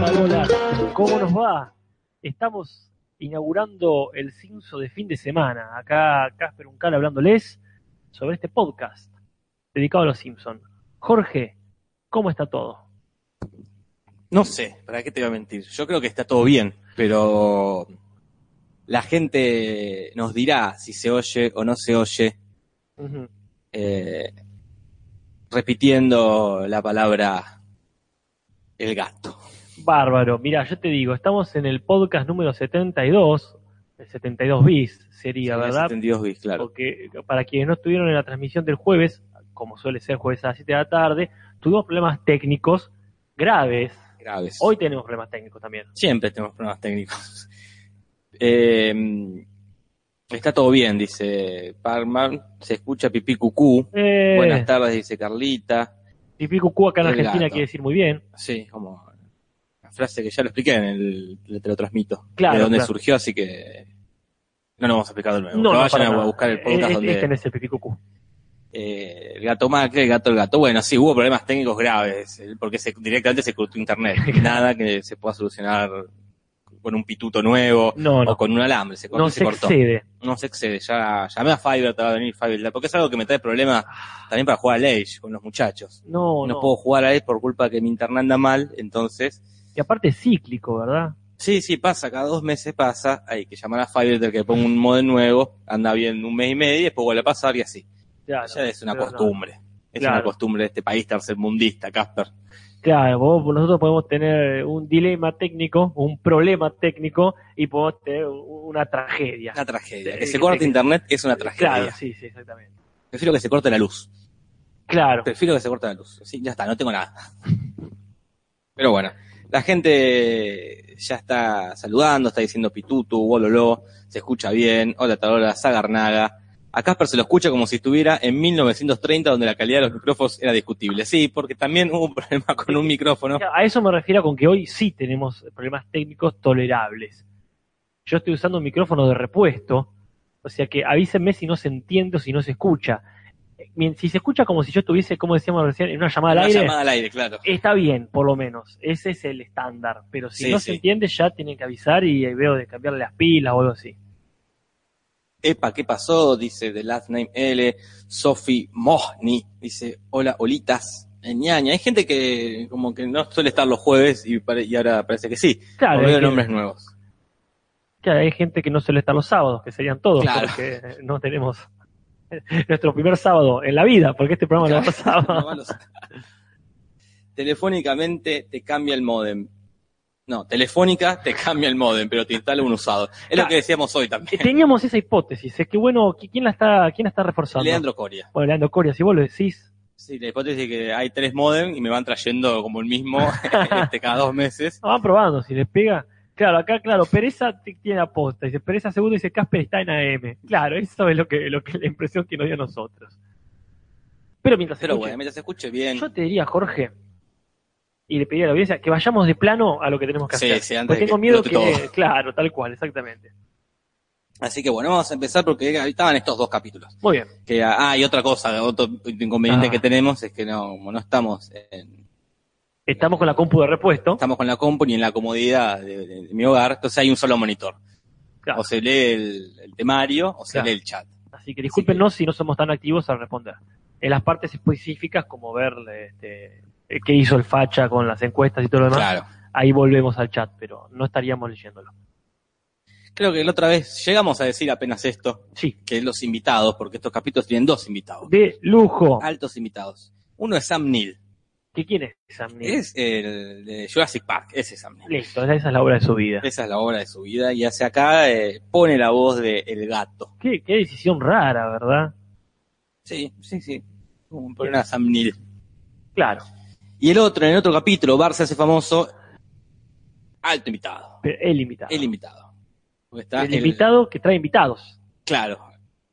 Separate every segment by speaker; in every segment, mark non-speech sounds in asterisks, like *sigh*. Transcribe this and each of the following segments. Speaker 1: Farola, ¿cómo nos va? Estamos inaugurando el cinzo de fin de semana. Acá Casper Uncal hablándoles sobre este podcast dedicado a los Simpson. Jorge, ¿cómo está todo?
Speaker 2: No sé, ¿para qué te voy a mentir? Yo creo que está todo bien, pero la gente nos dirá si se oye o no se oye eh, repitiendo la palabra el gato.
Speaker 1: Bárbaro. Mira, yo te digo, estamos en el podcast número 72, el 72 bis sería, ¿verdad?
Speaker 2: 72 bis, claro.
Speaker 1: Porque para quienes no estuvieron en la transmisión del jueves, como suele ser jueves a las 7 de la tarde, tuvimos problemas técnicos graves.
Speaker 2: Graves.
Speaker 1: Hoy tenemos problemas técnicos también.
Speaker 2: Siempre tenemos problemas técnicos. *laughs* Eh, está todo bien, dice Parman. Se escucha pipí cucú.
Speaker 1: Eh,
Speaker 2: Buenas tardes, dice Carlita.
Speaker 1: Pipí cucú acá en
Speaker 2: El
Speaker 1: Argentina
Speaker 2: gato.
Speaker 1: quiere decir muy bien.
Speaker 2: Sí, como una frase que ya lo expliqué en el le- Te lo transmito.
Speaker 1: Claro,
Speaker 2: De dónde
Speaker 1: claro.
Speaker 2: surgió, así que no lo vamos a explicar de nuevo.
Speaker 1: No,
Speaker 2: Pero
Speaker 1: no, para
Speaker 2: vayan a
Speaker 1: nada.
Speaker 2: buscar el
Speaker 1: Eh,
Speaker 2: podcast
Speaker 1: eh,
Speaker 2: donde
Speaker 1: Este no es el pipí cucú.
Speaker 2: eh, el gato macre, el gato el gato. Bueno, sí, hubo problemas técnicos graves, eh, porque se, directamente se
Speaker 1: *laughs*
Speaker 2: cortó internet. Nada que se pueda solucionar con un pituto nuevo
Speaker 1: No,
Speaker 2: o
Speaker 1: no.
Speaker 2: con un alambre. Se cortó,
Speaker 1: No
Speaker 2: se,
Speaker 1: se
Speaker 2: cortó.
Speaker 1: excede.
Speaker 2: No se excede. Ya llamé a Fiverr, te va a venir Fiverr, porque es algo que me trae problemas también para jugar a Age con los muchachos.
Speaker 1: No,
Speaker 2: No,
Speaker 1: Oh, no.
Speaker 2: puedo jugar a Age por culpa que mi internet anda mal, entonces
Speaker 1: Y aparte es cíclico, ¿verdad?
Speaker 2: Sí, sí, pasa, cada dos meses pasa, hay que llamar a Fiverr que ponga un modem nuevo, anda bien un mes y medio y después vuelve a pasar y así.
Speaker 1: Claro,
Speaker 2: ya es una
Speaker 1: pero no.
Speaker 2: costumbre, es
Speaker 1: Claro.
Speaker 2: una costumbre de este país tercermundista, Casper.
Speaker 1: Claro, vos- nosotros podemos tener un dilema técnico, un problema técnico y podemos tener u- una tragedia.
Speaker 2: Una tragedia,
Speaker 1: Sí,
Speaker 2: que
Speaker 1: sí,
Speaker 2: se corte
Speaker 1: sí.
Speaker 2: internet es una tragedia.
Speaker 1: Claro, sí, sí, exactamente.
Speaker 2: Prefiero que se corte la luz,
Speaker 1: Claro,
Speaker 2: prefiero que se corte la luz. Sí, ya está, no tengo nada. Pero bueno, la gente ya está saludando, está diciendo pitutu, bololó, se escucha bien, hola tarola, zagarnaga. A Casper se lo escucha como si estuviera en 1930, donde la calidad de los micrófonos era discutible. Sí, porque también hubo un problema con un micrófono.
Speaker 1: a eso me refiero con que hoy sí tenemos problemas técnicos tolerables. Yo estoy usando un micrófono de repuesto, o sea que avísenme si no se entiende o si no se escucha. Eh, bien, Si se escucha como si yo estuviese, como decíamos recién, en una llamada al
Speaker 2: Una
Speaker 1: aire,
Speaker 2: llamada al aire, claro.
Speaker 1: está bien, por lo menos. Ese es el estándar. Pero si
Speaker 2: Sí,
Speaker 1: no
Speaker 2: sí.
Speaker 1: se entiende, ya tienen que avisar y ahí veo de cambiarle las pilas o algo así.
Speaker 2: Epa, ¿qué pasó? Dice The Last Name L. Sophie Mosni. Dice, hola, olitas. eh, ñaña. Hay gente que como que no suele estar los jueves y, pare- y ahora parece que sí.
Speaker 1: Claro,
Speaker 2: o veo
Speaker 1: hay Ah, que-
Speaker 2: nombres nuevos.
Speaker 1: *laughs* claro, hay gente que no suele estar los sábados, que serían todos,
Speaker 2: Claro.
Speaker 1: porque eh, no tenemos *laughs* nuestro primer sábado en la vida, porque este programa
Speaker 2: *laughs*
Speaker 1: no
Speaker 2: No
Speaker 1: pasaba.
Speaker 2: va a los- Telefónicamente te cambia el modem. No, telefónica te cambia el modem, pero te instala un usado. Es lo
Speaker 1: Claro.
Speaker 2: que decíamos hoy también.
Speaker 1: Eh, Teníamos esa hipótesis, es que bueno, ¿qui- ¿quién la está, quién la está reforzando?
Speaker 2: Leandro Coria.
Speaker 1: Bueno, Leandro Coria, si vos lo decís,
Speaker 2: Sí, la hipótesis es que hay tres modem y me van trayendo como el mismo *laughs* este, cada dos meses.
Speaker 1: no, Ah, van probando, si les pega. Claro, acá, claro, Pereza t- tiene aposta, dice Pereza segundo, dice Casper está en AM. Claro, eso es lo que, lo que la impresión que nos dio a nosotros. Pero mientras
Speaker 2: Pero
Speaker 1: escuche-
Speaker 2: bueno, mientras se escuche bien.
Speaker 1: Yo te diría, Jorge, y le pediría a la audiencia que vayamos de plano a lo que tenemos que
Speaker 2: Sí,
Speaker 1: hacer.
Speaker 2: sí, antes
Speaker 1: Porque
Speaker 2: de
Speaker 1: tengo
Speaker 2: que
Speaker 1: miedo que.
Speaker 2: explote
Speaker 1: *laughs* Claro, tal cual, exactamente.
Speaker 2: Así que bueno, vamos a empezar porque ahí estaban estos dos capítulos.
Speaker 1: Muy bien.
Speaker 2: Que, ah, y otra cosa, otro inconveniente
Speaker 1: Ah.
Speaker 2: que tenemos es que no, como no estamos en,
Speaker 1: Estamos con la compu de repuesto.
Speaker 2: estamos con la compu ni en la comodidad de, de- de mi hogar, entonces hay un solo monitor.
Speaker 1: Claro.
Speaker 2: O se lee el, el temario o se
Speaker 1: Claro.
Speaker 2: lee el chat.
Speaker 1: Así que discúlpenos si no somos tan activos al responder. En las partes específicas, como ver este, eh, qué hizo el facha con las encuestas y todo lo demás,
Speaker 2: Claro.
Speaker 1: ahí volvemos al chat, pero no estaríamos leyéndolo.
Speaker 2: Creo que la otra vez llegamos a decir apenas esto,
Speaker 1: Sí,
Speaker 2: que los invitados, porque estos capítulos tienen dos invitados,
Speaker 1: de lujo.
Speaker 2: altos invitados. Uno es Sam Neill,
Speaker 1: ¿Qué quién es Sam Neill?
Speaker 2: es el de Jurassic Park, ese es Sam Neill.
Speaker 1: Listo, esa es la obra de su vida.
Speaker 2: Esa es la obra de su vida y hacia acá eh, pone la voz de El Gato.
Speaker 1: Qué, qué decisión rara, ¿verdad?
Speaker 2: Sí, sí, sí. Un poner a Sam Neill.
Speaker 1: Claro.
Speaker 2: Y el otro, en el otro capítulo, Barça hace famoso, alto invitado.
Speaker 1: Pero el invitado.
Speaker 2: El invitado. Porque está
Speaker 1: el invitado que trae invitados.
Speaker 2: Claro.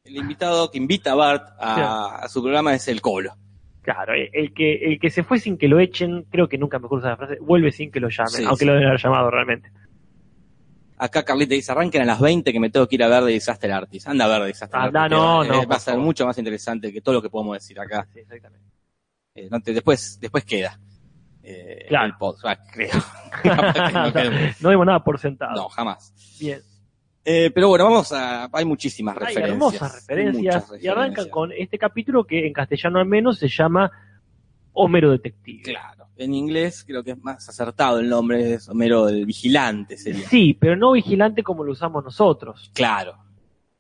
Speaker 2: El invitado que invita a Bart a, a su programa es el Colo.
Speaker 1: Claro, el el que, el que se fue sin que lo echen, creo que nunca mejor usar la frase, vuelve sin que lo llamen,
Speaker 2: Sí,
Speaker 1: aunque
Speaker 2: sí.
Speaker 1: lo deben haber llamado realmente.
Speaker 2: Acá Carlita dice, arranquen a las 20 que me tengo que ir a ver de Disaster Artist. Anda a ver de Disaster
Speaker 1: Anda,
Speaker 2: Artist.
Speaker 1: no,
Speaker 2: Eh,
Speaker 1: no,
Speaker 2: Va a
Speaker 1: por
Speaker 2: ser
Speaker 1: favor.
Speaker 2: mucho Ah. *laughs* más interesante que todo lo que podemos decir acá.
Speaker 1: Sí, exactamente.
Speaker 2: Eh, no te- después, después queda. Eh, eh,
Speaker 1: Claro.
Speaker 2: el podcast,
Speaker 1: *laughs*
Speaker 2: creo. Capaz que no quede-
Speaker 1: no dimos nada por sentado.
Speaker 2: no, jamás.
Speaker 1: Bien.
Speaker 2: Eh, pero bueno, vamos a. Hay muchísimas
Speaker 1: Hay
Speaker 2: referencias.
Speaker 1: hermosas referencias.
Speaker 2: muchas
Speaker 1: Y arrancan
Speaker 2: referencias.
Speaker 1: con este capítulo que en castellano al menos se llama Homero Detective.
Speaker 2: Claro. En inglés creo que es más acertado el nombre, es Homero el Vigilante sería.
Speaker 1: Sí, pero no vigilante como lo usamos nosotros.
Speaker 2: Claro.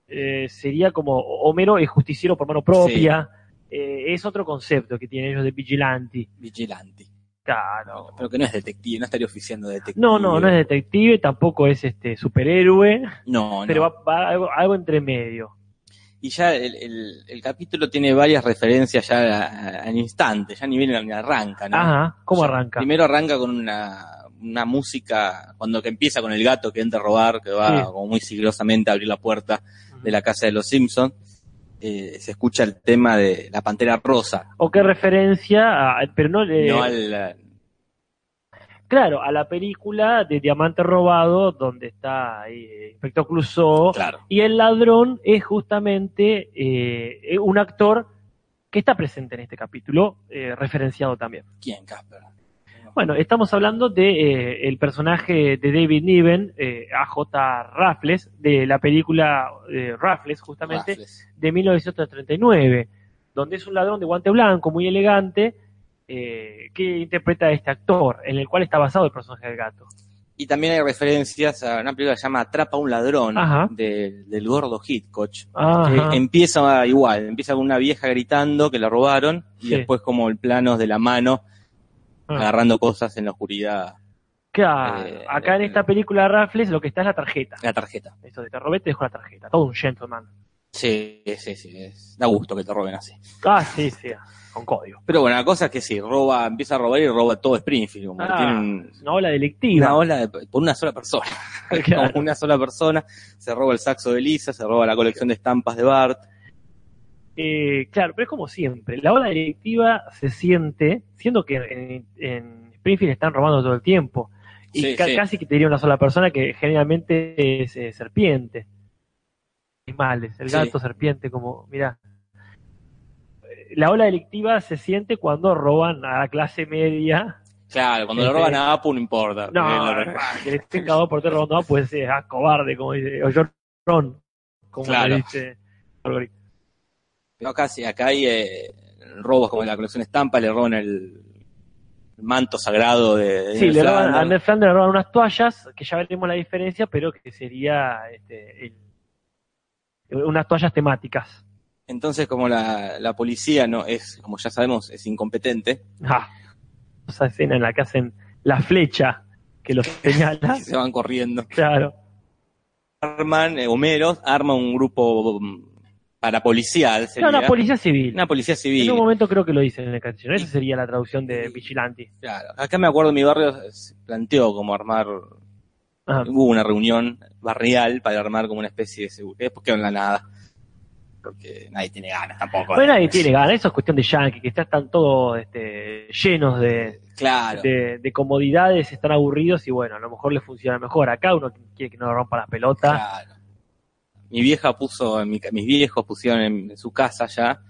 Speaker 1: Eh, sería como Homero es justiciero por mano propia. Eh, es otro concepto que tienen ellos de vigilante.
Speaker 2: Vigilante.
Speaker 1: Claro.
Speaker 2: Pero que no es detective, no estaría oficiando detective.
Speaker 1: No, no, no es detective, tampoco es este superhéroe,
Speaker 2: No, no.
Speaker 1: pero va, va algo, algo entre medio.
Speaker 2: Y ya el, el- el capítulo tiene varias referencias ya a- a- al instante, ya ni bien ni arranca, ¿no?
Speaker 1: Ajá, ¿cómo
Speaker 2: O sea,
Speaker 1: arranca?
Speaker 2: Primero arranca con una, una música, cuando que empieza con el gato que entra a robar, que va
Speaker 1: Sí.
Speaker 2: como muy sigilosamente a abrir la puerta de la casa de los Simpsons. se escucha el tema de la pantera rosa,
Speaker 1: ¿O qué referencia? a- pero no, le-
Speaker 2: no al, eh,
Speaker 1: Claro, a la película de Diamante Robado, donde está ahí, eh, Inspector Clouseau.
Speaker 2: claro,
Speaker 1: Y el ladrón es justamente eh, eh, un actor que está presente en este capítulo, eh, referenciado también.
Speaker 2: ¿quién, Casper?
Speaker 1: Bueno, estamos hablando de eh, el personaje de David Niven, eh, AJ Raffles, de la película eh, Raffles, justamente,
Speaker 2: Raffles.
Speaker 1: de 1939, donde es un ladrón de guante blanco, muy elegante, eh, que interpreta a este actor, en el cual está basado el personaje del gato.
Speaker 2: Y también hay referencias a una película que se llama Atrapa a un ladrón,
Speaker 1: Ajá.
Speaker 2: de- del gordo Hitchcock,
Speaker 1: Ajá.
Speaker 2: Eh, empieza igual, empieza con una vieja gritando que la robaron y
Speaker 1: Sí.
Speaker 2: después como el plano de la mano
Speaker 1: Ah.
Speaker 2: agarrando cosas en la oscuridad,
Speaker 1: Claro,
Speaker 2: eh,
Speaker 1: acá en esta película Raffles lo que está es la tarjeta.
Speaker 2: la tarjeta.
Speaker 1: Eso de te robé, te dejo la tarjeta. Todo un gentleman.
Speaker 2: Sí, sí, sí, es- da gusto que te roben así.
Speaker 1: Ah, sí, sí, con código.
Speaker 2: Pero bueno, la cosa es que sí, roba, empieza a robar y roba todo Springfield, como que
Speaker 1: Ah,
Speaker 2: tiene un-
Speaker 1: Una ola
Speaker 2: una
Speaker 1: delictiva.
Speaker 2: ola de- por una sola
Speaker 1: *laughs*
Speaker 2: persona,
Speaker 1: Claro.
Speaker 2: Como una sola persona, se roba el saxo de Lisa, se roba la colección de estampas de Bart,
Speaker 1: Eh, claro, pero es como siempre. La ola directiva se siente, siendo que en, en Springfield están robando todo el tiempo. Y
Speaker 2: Sí,
Speaker 1: ca-
Speaker 2: sí.
Speaker 1: casi que te diría una sola persona que generalmente es eh, serpiente. Animales, el
Speaker 2: Sí.
Speaker 1: gato, serpiente, como, mirá. Eh, La ola delictiva se siente cuando roban a la clase media.
Speaker 2: claro, cuando
Speaker 1: Sí,
Speaker 2: le roban
Speaker 1: sí.
Speaker 2: a Apu no importa,
Speaker 1: No,
Speaker 2: Eh, lo-
Speaker 1: ah, que le estén cagado por todo robando, pues es ah, cobarde, como dice, o llorón, como le
Speaker 2: Claro.
Speaker 1: dice Algoritmo.
Speaker 2: Eh, No, casi, acá hay eh, robos como en la colección estampa, le roban el, el manto sagrado de, de
Speaker 1: Sí,
Speaker 2: Ned
Speaker 1: le roban, a
Speaker 2: Flanders.
Speaker 1: Ned Flanders le roban unas toallas, que ya veremos la diferencia, pero que sería este, el- unas toallas temáticas.
Speaker 2: Entonces, como la, la policía no es, como ya sabemos, es incompetente,
Speaker 1: Ah, esa escena en la que hacen la flecha que
Speaker 2: *laughs*
Speaker 1: los señala.
Speaker 2: y se van corriendo.
Speaker 1: claro,
Speaker 2: Arman, eh, Homeros, arma un grupo mm, parapolicial,
Speaker 1: era
Speaker 2: sería.
Speaker 1: una policía civil.
Speaker 2: Una policía
Speaker 1: En
Speaker 2: civil.
Speaker 1: un momento creo que lo dicen en el canción. Esa
Speaker 2: Y-
Speaker 1: sería la traducción de
Speaker 2: y-
Speaker 1: vigilante.
Speaker 2: Claro. Acá me acuerdo en mi barrio eh, se planteó como armar,
Speaker 1: Ajá.
Speaker 2: hubo una reunión barrial para armar como una especie de seguridad, porque en la nada. Porque nadie tiene ganas tampoco.
Speaker 1: Bueno, nadie
Speaker 2: Eh,
Speaker 1: tiene ganas, eso es cuestión de yankee, que ya están todos este, llenos de,
Speaker 2: Claro.
Speaker 1: de- de comodidades, están aburridos y bueno, a lo mejor les funciona mejor. Acá uno quiere que no le rompa las pelotas.
Speaker 2: Claro. Mi vieja puso, mi ca- mis viejos pusieron en, en su casa ya,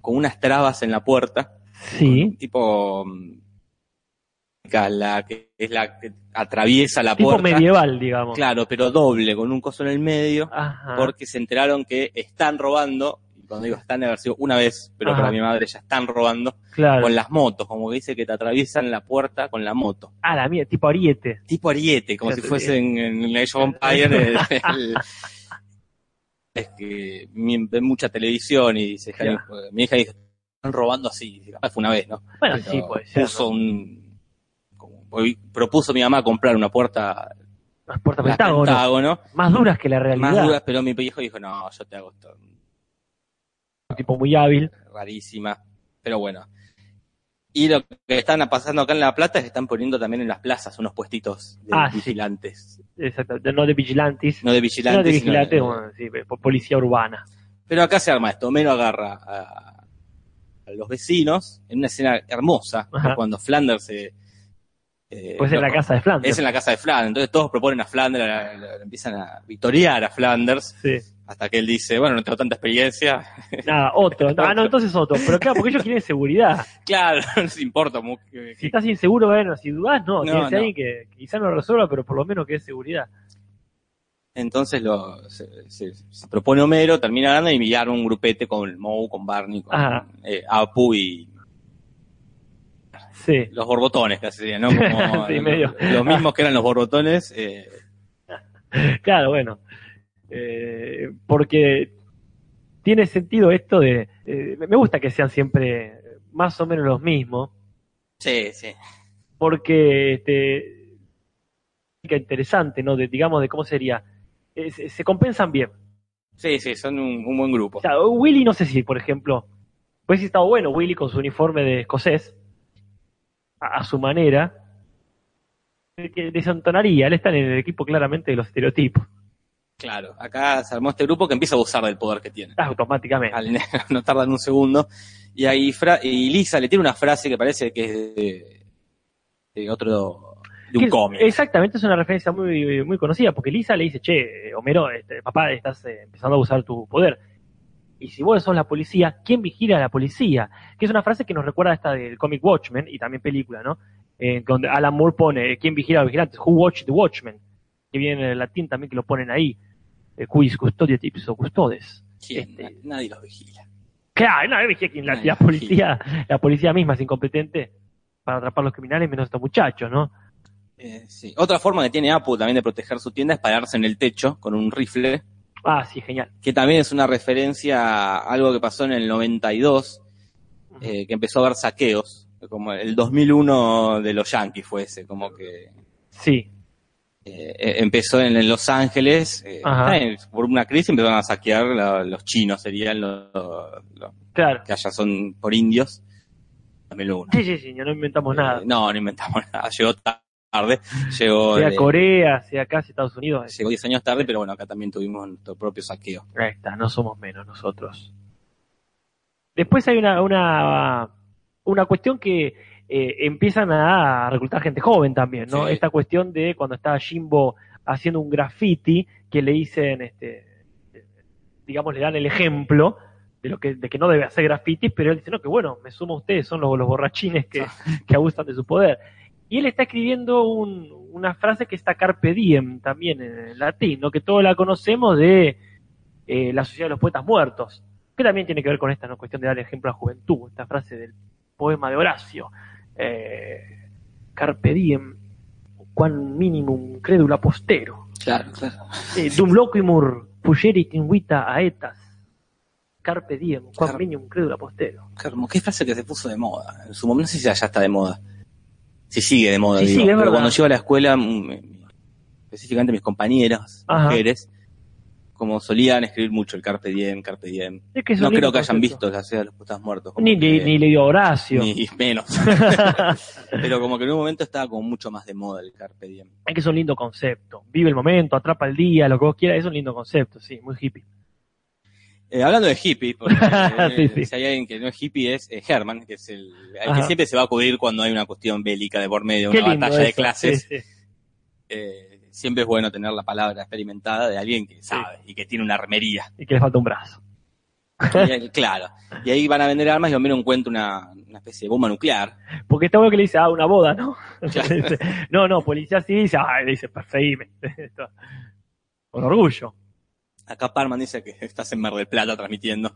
Speaker 2: con unas trabas en la puerta,
Speaker 1: Sí.
Speaker 2: tipo mm, ca- la que es la que atraviesa la
Speaker 1: Tipo
Speaker 2: puerta.
Speaker 1: medieval, digamos.
Speaker 2: Claro, pero doble, con un coso en el medio,
Speaker 1: Ajá.
Speaker 2: porque se enteraron que están robando, y cuando digo están de haber sido una vez, pero
Speaker 1: Ajá.
Speaker 2: para mi madre ya están robando,
Speaker 1: claro.
Speaker 2: con las motos, como que dice que te atraviesan la puerta con la moto.
Speaker 1: Ah, la mía, tipo ariete.
Speaker 2: tipo ariete, como
Speaker 1: Ya
Speaker 2: si
Speaker 1: te
Speaker 2: fuese en, en Age of Empire. el- el- es que mi- ve mucha televisión y dice,
Speaker 1: Claro.
Speaker 2: "Jale, mi hija dijo, están robando así. Dice, "Capaz fue una vez, ¿no?
Speaker 1: Bueno,
Speaker 2: Pero
Speaker 1: sí, puede ser.
Speaker 2: Puso
Speaker 1: ¿no?
Speaker 2: un... como- hoy propuso mi mamá comprar una puerta
Speaker 1: Las puertas
Speaker 2: las
Speaker 1: pentágono.
Speaker 2: Pentágono,
Speaker 1: Más duras que la realidad.
Speaker 2: más duras, pero mi hijo dijo, no, yo te hago esto
Speaker 1: Un tipo muy hábil.
Speaker 2: rarísima, pero bueno. Y lo que están pasando acá en La Plata es que están poniendo también en las plazas unos puestitos de
Speaker 1: Ah, sí.
Speaker 2: vigilantes.
Speaker 1: Exacto. de- No de vigilantes.
Speaker 2: No de
Speaker 1: No,
Speaker 2: vigilantes,
Speaker 1: de
Speaker 2: sino
Speaker 1: vigilantes, bueno, sí, po- policía urbana.
Speaker 2: Pero acá se arma esto. Homero agarra a, a los vecinos en una escena hermosa,
Speaker 1: Ajá.
Speaker 2: ¿no? cuando Flanders se. eh,
Speaker 1: Pues en la
Speaker 2: no,
Speaker 1: casa de Flanders.
Speaker 2: Es en la casa de Flanders. Entonces todos proponen a Flanders, la- la- la- empiezan a victoriar a Flanders. *laughs*
Speaker 1: Sí.
Speaker 2: Hasta que él dice, bueno, no tengo tanta experiencia. *laughs*
Speaker 1: Nada, otro. Ah, no, entonces otro. Pero claro, porque ellos quieren seguridad.
Speaker 2: Claro, no les importa. mu- que-
Speaker 1: Si
Speaker 2: que-
Speaker 1: estás inseguro, bueno, si dudás, no.
Speaker 2: No,
Speaker 1: Tienes
Speaker 2: no.
Speaker 1: alguien que quizá no lo resuelva, pero por lo menos que es seguridad.
Speaker 2: Entonces lo, se, se- se propone Homero, termina ganando y enviar un grupete con Moe, con Barney, con
Speaker 1: Ajá.
Speaker 2: eh, Apu y
Speaker 1: Sí.
Speaker 2: los borbotones, casi sería, ¿no?
Speaker 1: *laughs*
Speaker 2: Como
Speaker 1: Sí, medio.
Speaker 2: Los mismos que eran los borbotones. eh,
Speaker 1: Claro, bueno. Eh, porque tiene sentido esto de... eh, me gusta que sean siempre más o menos los mismos,
Speaker 2: sí, sí.
Speaker 1: porque este, interesante, ¿no? De, digamos, de cómo sería. Eh, se, se compensan bien.
Speaker 2: Sí, sí, son un, un buen grupo.
Speaker 1: O sea, Willy, no sé si, por ejemplo, pues si estaba bueno Willy con su uniforme de escocés, a, a su manera, eh, que desentonaría. Él está en el equipo claramente de los estereotipos, *laughs*
Speaker 2: Claro, acá se armó este grupo que empieza a abusar del poder que tiene.
Speaker 1: automáticamente.
Speaker 2: Al- *laughs* no tardan un segundo. Y ahí Fra- y Lisa le tiene una frase que parece que es de, de otro,
Speaker 1: Que-
Speaker 2: de un
Speaker 1: este,
Speaker 2: cómic.
Speaker 1: Exactamente, es una referencia muy, muy conocida, porque Lisa le dice, che, eh, Homero, este, papá, estás eh, empezando a usar tu poder. Y si vos sos la policía, ¿quién vigila a la policía? Que es una frase que nos recuerda a esta del cómic Watchmen y también película, ¿no? Eh, donde Alan Moore pone, eh, ¿quién vigila a los vigilantes? Who watch the Watchmen? Que viene en el latín también que lo ponen ahí. Eh, Quis custodia tips o custodes.
Speaker 2: ¿Quién?
Speaker 1: este-
Speaker 2: Na- Nadie los vigila.
Speaker 1: Claro, no, vigila quien la,
Speaker 2: Ay,
Speaker 1: la
Speaker 2: sí.
Speaker 1: policía, la policía misma es incompetente para atrapar a los criminales, menos estos muchachos, ¿no?
Speaker 2: Eh, sí. Otra forma que tiene Apu también de proteger su tienda es pararse en el techo con un rifle,
Speaker 1: Ah, sí, genial.
Speaker 2: que también es una referencia a algo que pasó en el 92, eh, que empezó a haber saqueos, como el 2001 de los Yankees fue ese, como que
Speaker 1: Sí,
Speaker 2: eh, eh, empezó en, en Los Ángeles, eh,
Speaker 1: Ajá.
Speaker 2: eh, por una crisis empezaron a saquear la- los chinos, serían los, los
Speaker 1: claro.
Speaker 2: que allá son por indios, 2001.
Speaker 1: Sí, sí, sí, no inventamos nada.
Speaker 2: Eh, no, no inventamos *laughs* nada, llegó tarde, llegó...
Speaker 1: sea
Speaker 2: eh,
Speaker 1: Corea, sea casi Estados Unidos.
Speaker 2: Llegó 10 años tarde, pero bueno, acá también tuvimos nuestro propio saqueo.
Speaker 1: Ahí está, no somos menos nosotros. Después hay una, una, una cuestión que eh, empiezan a reclutar gente joven también, ¿no?
Speaker 2: Sí.
Speaker 1: Esta cuestión de cuando está Jimbo haciendo un graffiti, que le dicen, este, digamos, le dan el ejemplo de lo que, de que no debe hacer graffiti, pero él dice, no, que bueno, me sumo a ustedes, son los, los borrachines que, *laughs* que abusan de su poder. Y él está escribiendo un- una frase que está carpe diem también en latín, ¿no? que todos la conocemos de eh, la sociedad de los poetas muertos, que también tiene que ver con esta ¿no? cuestión de dar ejemplo a la juventud, esta frase del poema de Horacio, eh, carpe diem, quan minimum credula postero,
Speaker 2: Claro, claro.
Speaker 1: eh, dum loquimur fugerit invita aetas, carpe diem, quan
Speaker 2: Car-
Speaker 1: minimum credula postero.
Speaker 2: Como qué frase que se puso de moda. En su momento, no sé si ya está de moda. Si sigue de moda,
Speaker 1: Sí,
Speaker 2: digo.
Speaker 1: sigue, es
Speaker 2: Pero
Speaker 1: verdad.
Speaker 2: cuando llego a la escuela, mm, me- me- específicamente mis compañeras,
Speaker 1: Ajá.
Speaker 2: mujeres, como solían escribir mucho el Carpe Diem, Carpe Diem.
Speaker 1: Es que es
Speaker 2: No
Speaker 1: un lindo
Speaker 2: creo que hayan
Speaker 1: concepto.
Speaker 2: visto la ciudad de los putas muertos. como
Speaker 1: Ni,
Speaker 2: que-
Speaker 1: ni, ni le dio Horacio.
Speaker 2: ni
Speaker 1: *laughs*
Speaker 2: menos. pero como que en un momento estaba como mucho más de moda el Carpe Diem.
Speaker 1: Es que es un lindo concepto. Vive el momento, atrapa el día, lo que vos quieras. Es un lindo concepto, sí, muy hippie.
Speaker 2: Eh, hablando de hippie,
Speaker 1: *laughs*
Speaker 2: porque, eh,
Speaker 1: Sí, sí.
Speaker 2: si hay alguien que no es hippie es eh, Herman, que es el al
Speaker 1: Ajá.
Speaker 2: que siempre se va a acudir cuando hay una cuestión bélica de por medio,
Speaker 1: Qué
Speaker 2: una
Speaker 1: lindo.
Speaker 2: batalla de
Speaker 1: eso,
Speaker 2: clases.
Speaker 1: sí, sí.
Speaker 2: Eh, siempre es bueno tener la palabra experimentada de alguien que sabe y que tiene una armería. *laughs*
Speaker 1: Y que le falta un brazo.
Speaker 2: Y ahí- claro. Y ahí van a vender armas y Homero encuentra una, una especie de bomba nuclear.
Speaker 1: Porque está bueno que le dice, ah, una boda,
Speaker 2: *laughs*
Speaker 1: ¿no?
Speaker 2: Claro.
Speaker 1: Dice, no, no, policía sí dice, ah, le dice, perseguime. *laughs* Esto, Con orgullo. *laughs*
Speaker 2: Acá Parman dice que *laughs* estás en Mar del Plata transmitiendo.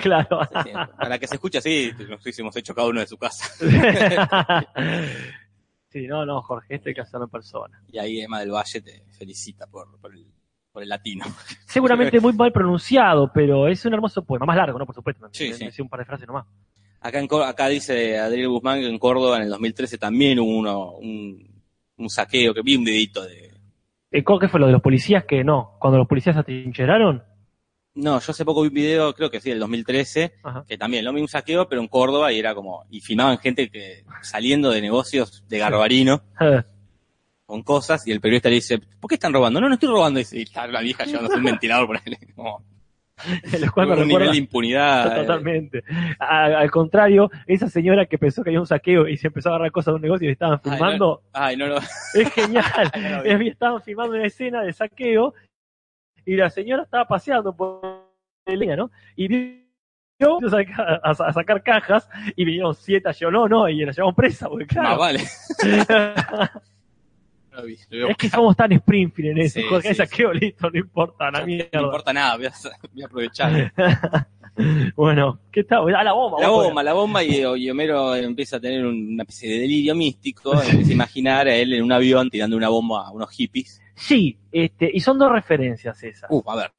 Speaker 1: claro.
Speaker 2: *laughs* Sí, Para que se escuche así, nos hubiésemos hecho cada uno de su casa. *laughs*
Speaker 1: sí, no, no, Jorge, este hay que hacerlo en persona.
Speaker 2: Y ahí Emma del Valle te felicita por, por el, por el latino.
Speaker 1: Seguramente muy mal pronunciado, pero es un hermoso poema. Más largo, ¿no? Por supuesto. me-
Speaker 2: Sí,
Speaker 1: me-
Speaker 2: sí.
Speaker 1: me hice un par de frases nomás.
Speaker 2: Acá, en Có- acá dice Adriel Guzmán que en Córdoba en el 2013 también hubo uno, un, un saqueo, que vi un videito de...
Speaker 1: Eh, ¿cómo que fue lo de los policías? Que no. Cuando los policías se atrincheraron. *laughs*
Speaker 2: No, yo hace poco vi un video, creo que sí, del 2013,
Speaker 1: Ajá.
Speaker 2: que también lo mismo un saqueo, pero en Córdoba y era como... Y filmaban gente que saliendo de negocios de Garbarino con cosas y el periodista le dice, ¿por qué están robando? No, no estoy robando. Y dice, y está la vieja llevándose un ventilador por ahí. *laughs* Como,
Speaker 1: Los
Speaker 2: un
Speaker 1: cuales me
Speaker 2: nivel
Speaker 1: recuerdan- *laughs*
Speaker 2: de impunidad. eh,
Speaker 1: Totalmente. A- al contrario, esa señora que pensó que había un saqueo y se empezó a agarrar cosas de un negocio y estaban
Speaker 2: Ay,
Speaker 1: filmando,
Speaker 2: Ay, no, *laughs* no.
Speaker 1: es genial.
Speaker 2: no lo vi.
Speaker 1: Es bien, estaban filmando una escena de saqueo y la señora estaba paseando por Elena, ¿no? Y vio a, saca- a sa- a sacar cajas y vinieron siete a no, no, y la llevamos presa, porque
Speaker 2: Más
Speaker 1: claro. *laughs*
Speaker 2: vale. No lo vi, lo veo.
Speaker 1: es
Speaker 2: *laughs*
Speaker 1: que somos tan Springfield en eso,
Speaker 2: Sí,
Speaker 1: porque
Speaker 2: sí,
Speaker 1: hay saqueo listo, no importa, la mierda.
Speaker 2: No importa nada, voy a, voy
Speaker 1: *laughs*
Speaker 2: a aprovechar.
Speaker 1: bueno, ¿qué tal? A la bomba,
Speaker 2: La
Speaker 1: vos,
Speaker 2: bomba, la bomba, y, eh, y Homero empieza a tener una especie de delirio místico,
Speaker 1: *laughs*
Speaker 2: empieza a imaginar a él en un avión tirando una bomba a unos hippies.
Speaker 1: Sí, este, y son dos referencias esas.
Speaker 2: Uh, a ver,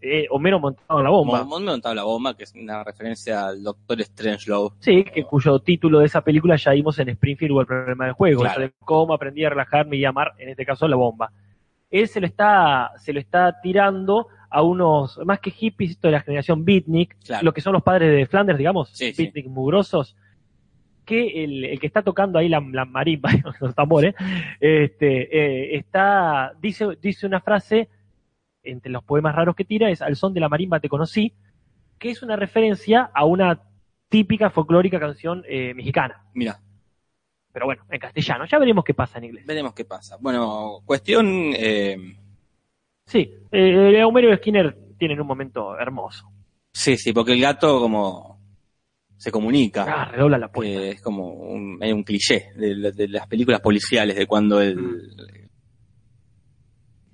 Speaker 1: Eh, Homero montado en la bomba.
Speaker 2: Mon- Mon me montaba la bomba, que es una referencia al Doctor Strangelove.
Speaker 1: Sí, que cuyo título de esa película ya vimos en Springfield o el problema del juego.
Speaker 2: Claro.
Speaker 1: Sobre cómo aprendí a relajarme y amar, en este caso, la bomba. Él se lo está, se lo está tirando a unos, más que hippies, esto de la generación Beatnik,
Speaker 2: Claro.
Speaker 1: lo que son los padres de Flanders, digamos,
Speaker 2: Sí, sí.
Speaker 1: Beatnik mugrosos, que el, el que está tocando ahí la, la marimba, *laughs* los tambores, este, eh, está, dice, dice una frase, entre los poemas raros que tira, es Al son de la marimba te conocí, que es una referencia a una típica folclórica canción eh, mexicana.
Speaker 2: Mira,
Speaker 1: Pero bueno, en castellano. Ya veremos qué pasa en inglés.
Speaker 2: veremos qué pasa. Bueno, cuestión. eh,
Speaker 1: Sí, eh, Homero y Skinner tienen un momento hermoso.
Speaker 2: sí, sí, porque el gato, como. se comunica.
Speaker 1: Ah, redobla la puerta.
Speaker 2: Eh, es como un, medio un cliché de, la- de las películas policiales, de cuando el.
Speaker 1: Mm.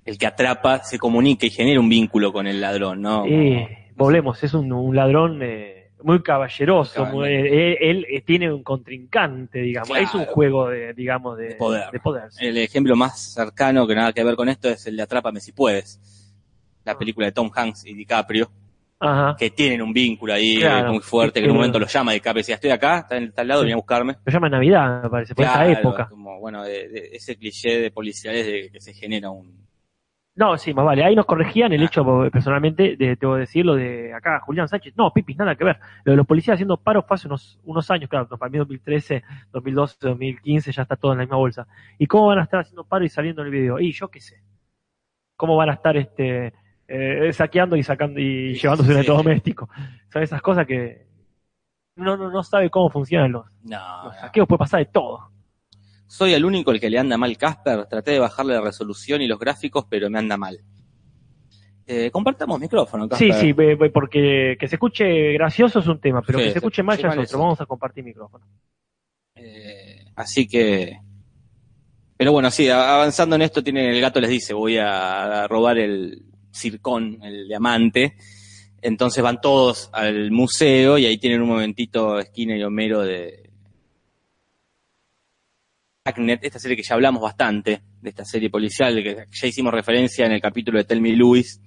Speaker 2: el que atrapa se comunica y genera un vínculo con el ladrón, ¿no?
Speaker 1: Eh, volvemos, es un, un ladrón eh, muy caballeroso.
Speaker 2: Caballero.
Speaker 1: muy- eh, él, eh, tiene un contrincante, digamos.
Speaker 2: Claro.
Speaker 1: Es un juego de, digamos, de,
Speaker 2: De poder. Eh.
Speaker 1: de poder, sí.
Speaker 2: El ejemplo más cercano que nada que ver con esto es el de Atrápame si puedes.
Speaker 1: Ah.
Speaker 2: La película de Tom Hanks y DiCaprio.
Speaker 1: Ajá.
Speaker 2: que tienen un vínculo ahí
Speaker 1: Claro.
Speaker 2: eh, muy fuerte, que en un
Speaker 1: Claro.
Speaker 2: momento lo llama de capa y decía, estoy acá, está en tal lado,
Speaker 1: Sí.
Speaker 2: venía a buscarme.
Speaker 1: Lo llama Navidad, me parece, por
Speaker 2: Claro,
Speaker 1: esa época.
Speaker 2: Como, bueno, de- de ese cliché de policiales de que se genera un...
Speaker 1: No, sí, más vale. Ahí nos corregían el hecho, personalmente, de, debo decirlo, de acá, Julián Sánchez. No, Pipis, nada que ver. Lo de los policías haciendo paro fue hace unos, unos años, claro, para mí 2013, 2012, 2015, ya está todo en la misma bolsa. ¿Y cómo van a estar haciendo paro y saliendo en el video? Y yo qué sé. ¿Cómo van a estar este eh, saqueando y sacando y
Speaker 2: Sí,
Speaker 1: llevándose un
Speaker 2: sí, sí.
Speaker 1: electrodoméstico? Son esas cosas que no, no, no sabe cómo funcionan los,
Speaker 2: No,
Speaker 1: los
Speaker 2: no.
Speaker 1: saqueos, puede pasar de todo.
Speaker 2: Soy el único el que le anda mal Casper, traté de bajarle la resolución y los gráficos, pero me anda mal. Eh, compartamos micrófono,
Speaker 1: Sí,
Speaker 2: Casper.
Speaker 1: sí, ve- ve, porque que se escuche gracioso es un tema, pero
Speaker 2: Sí,
Speaker 1: que se
Speaker 2: se
Speaker 1: escuche mal ya
Speaker 2: escuche
Speaker 1: es
Speaker 2: mal
Speaker 1: otro.
Speaker 2: es
Speaker 1: Vamos a compartir micrófono.
Speaker 2: Eh, así que... Pero bueno, sí, a- avanzando en esto, tiene, el gato les dice, voy a, a robar el circón, el diamante. Entonces van todos al museo y ahí tienen un momentito Skinner y Homero de... Agnet, esta serie que ya hablamos bastante, de esta serie policial, que ya hicimos referencia en el capítulo de Tell Me Lewis,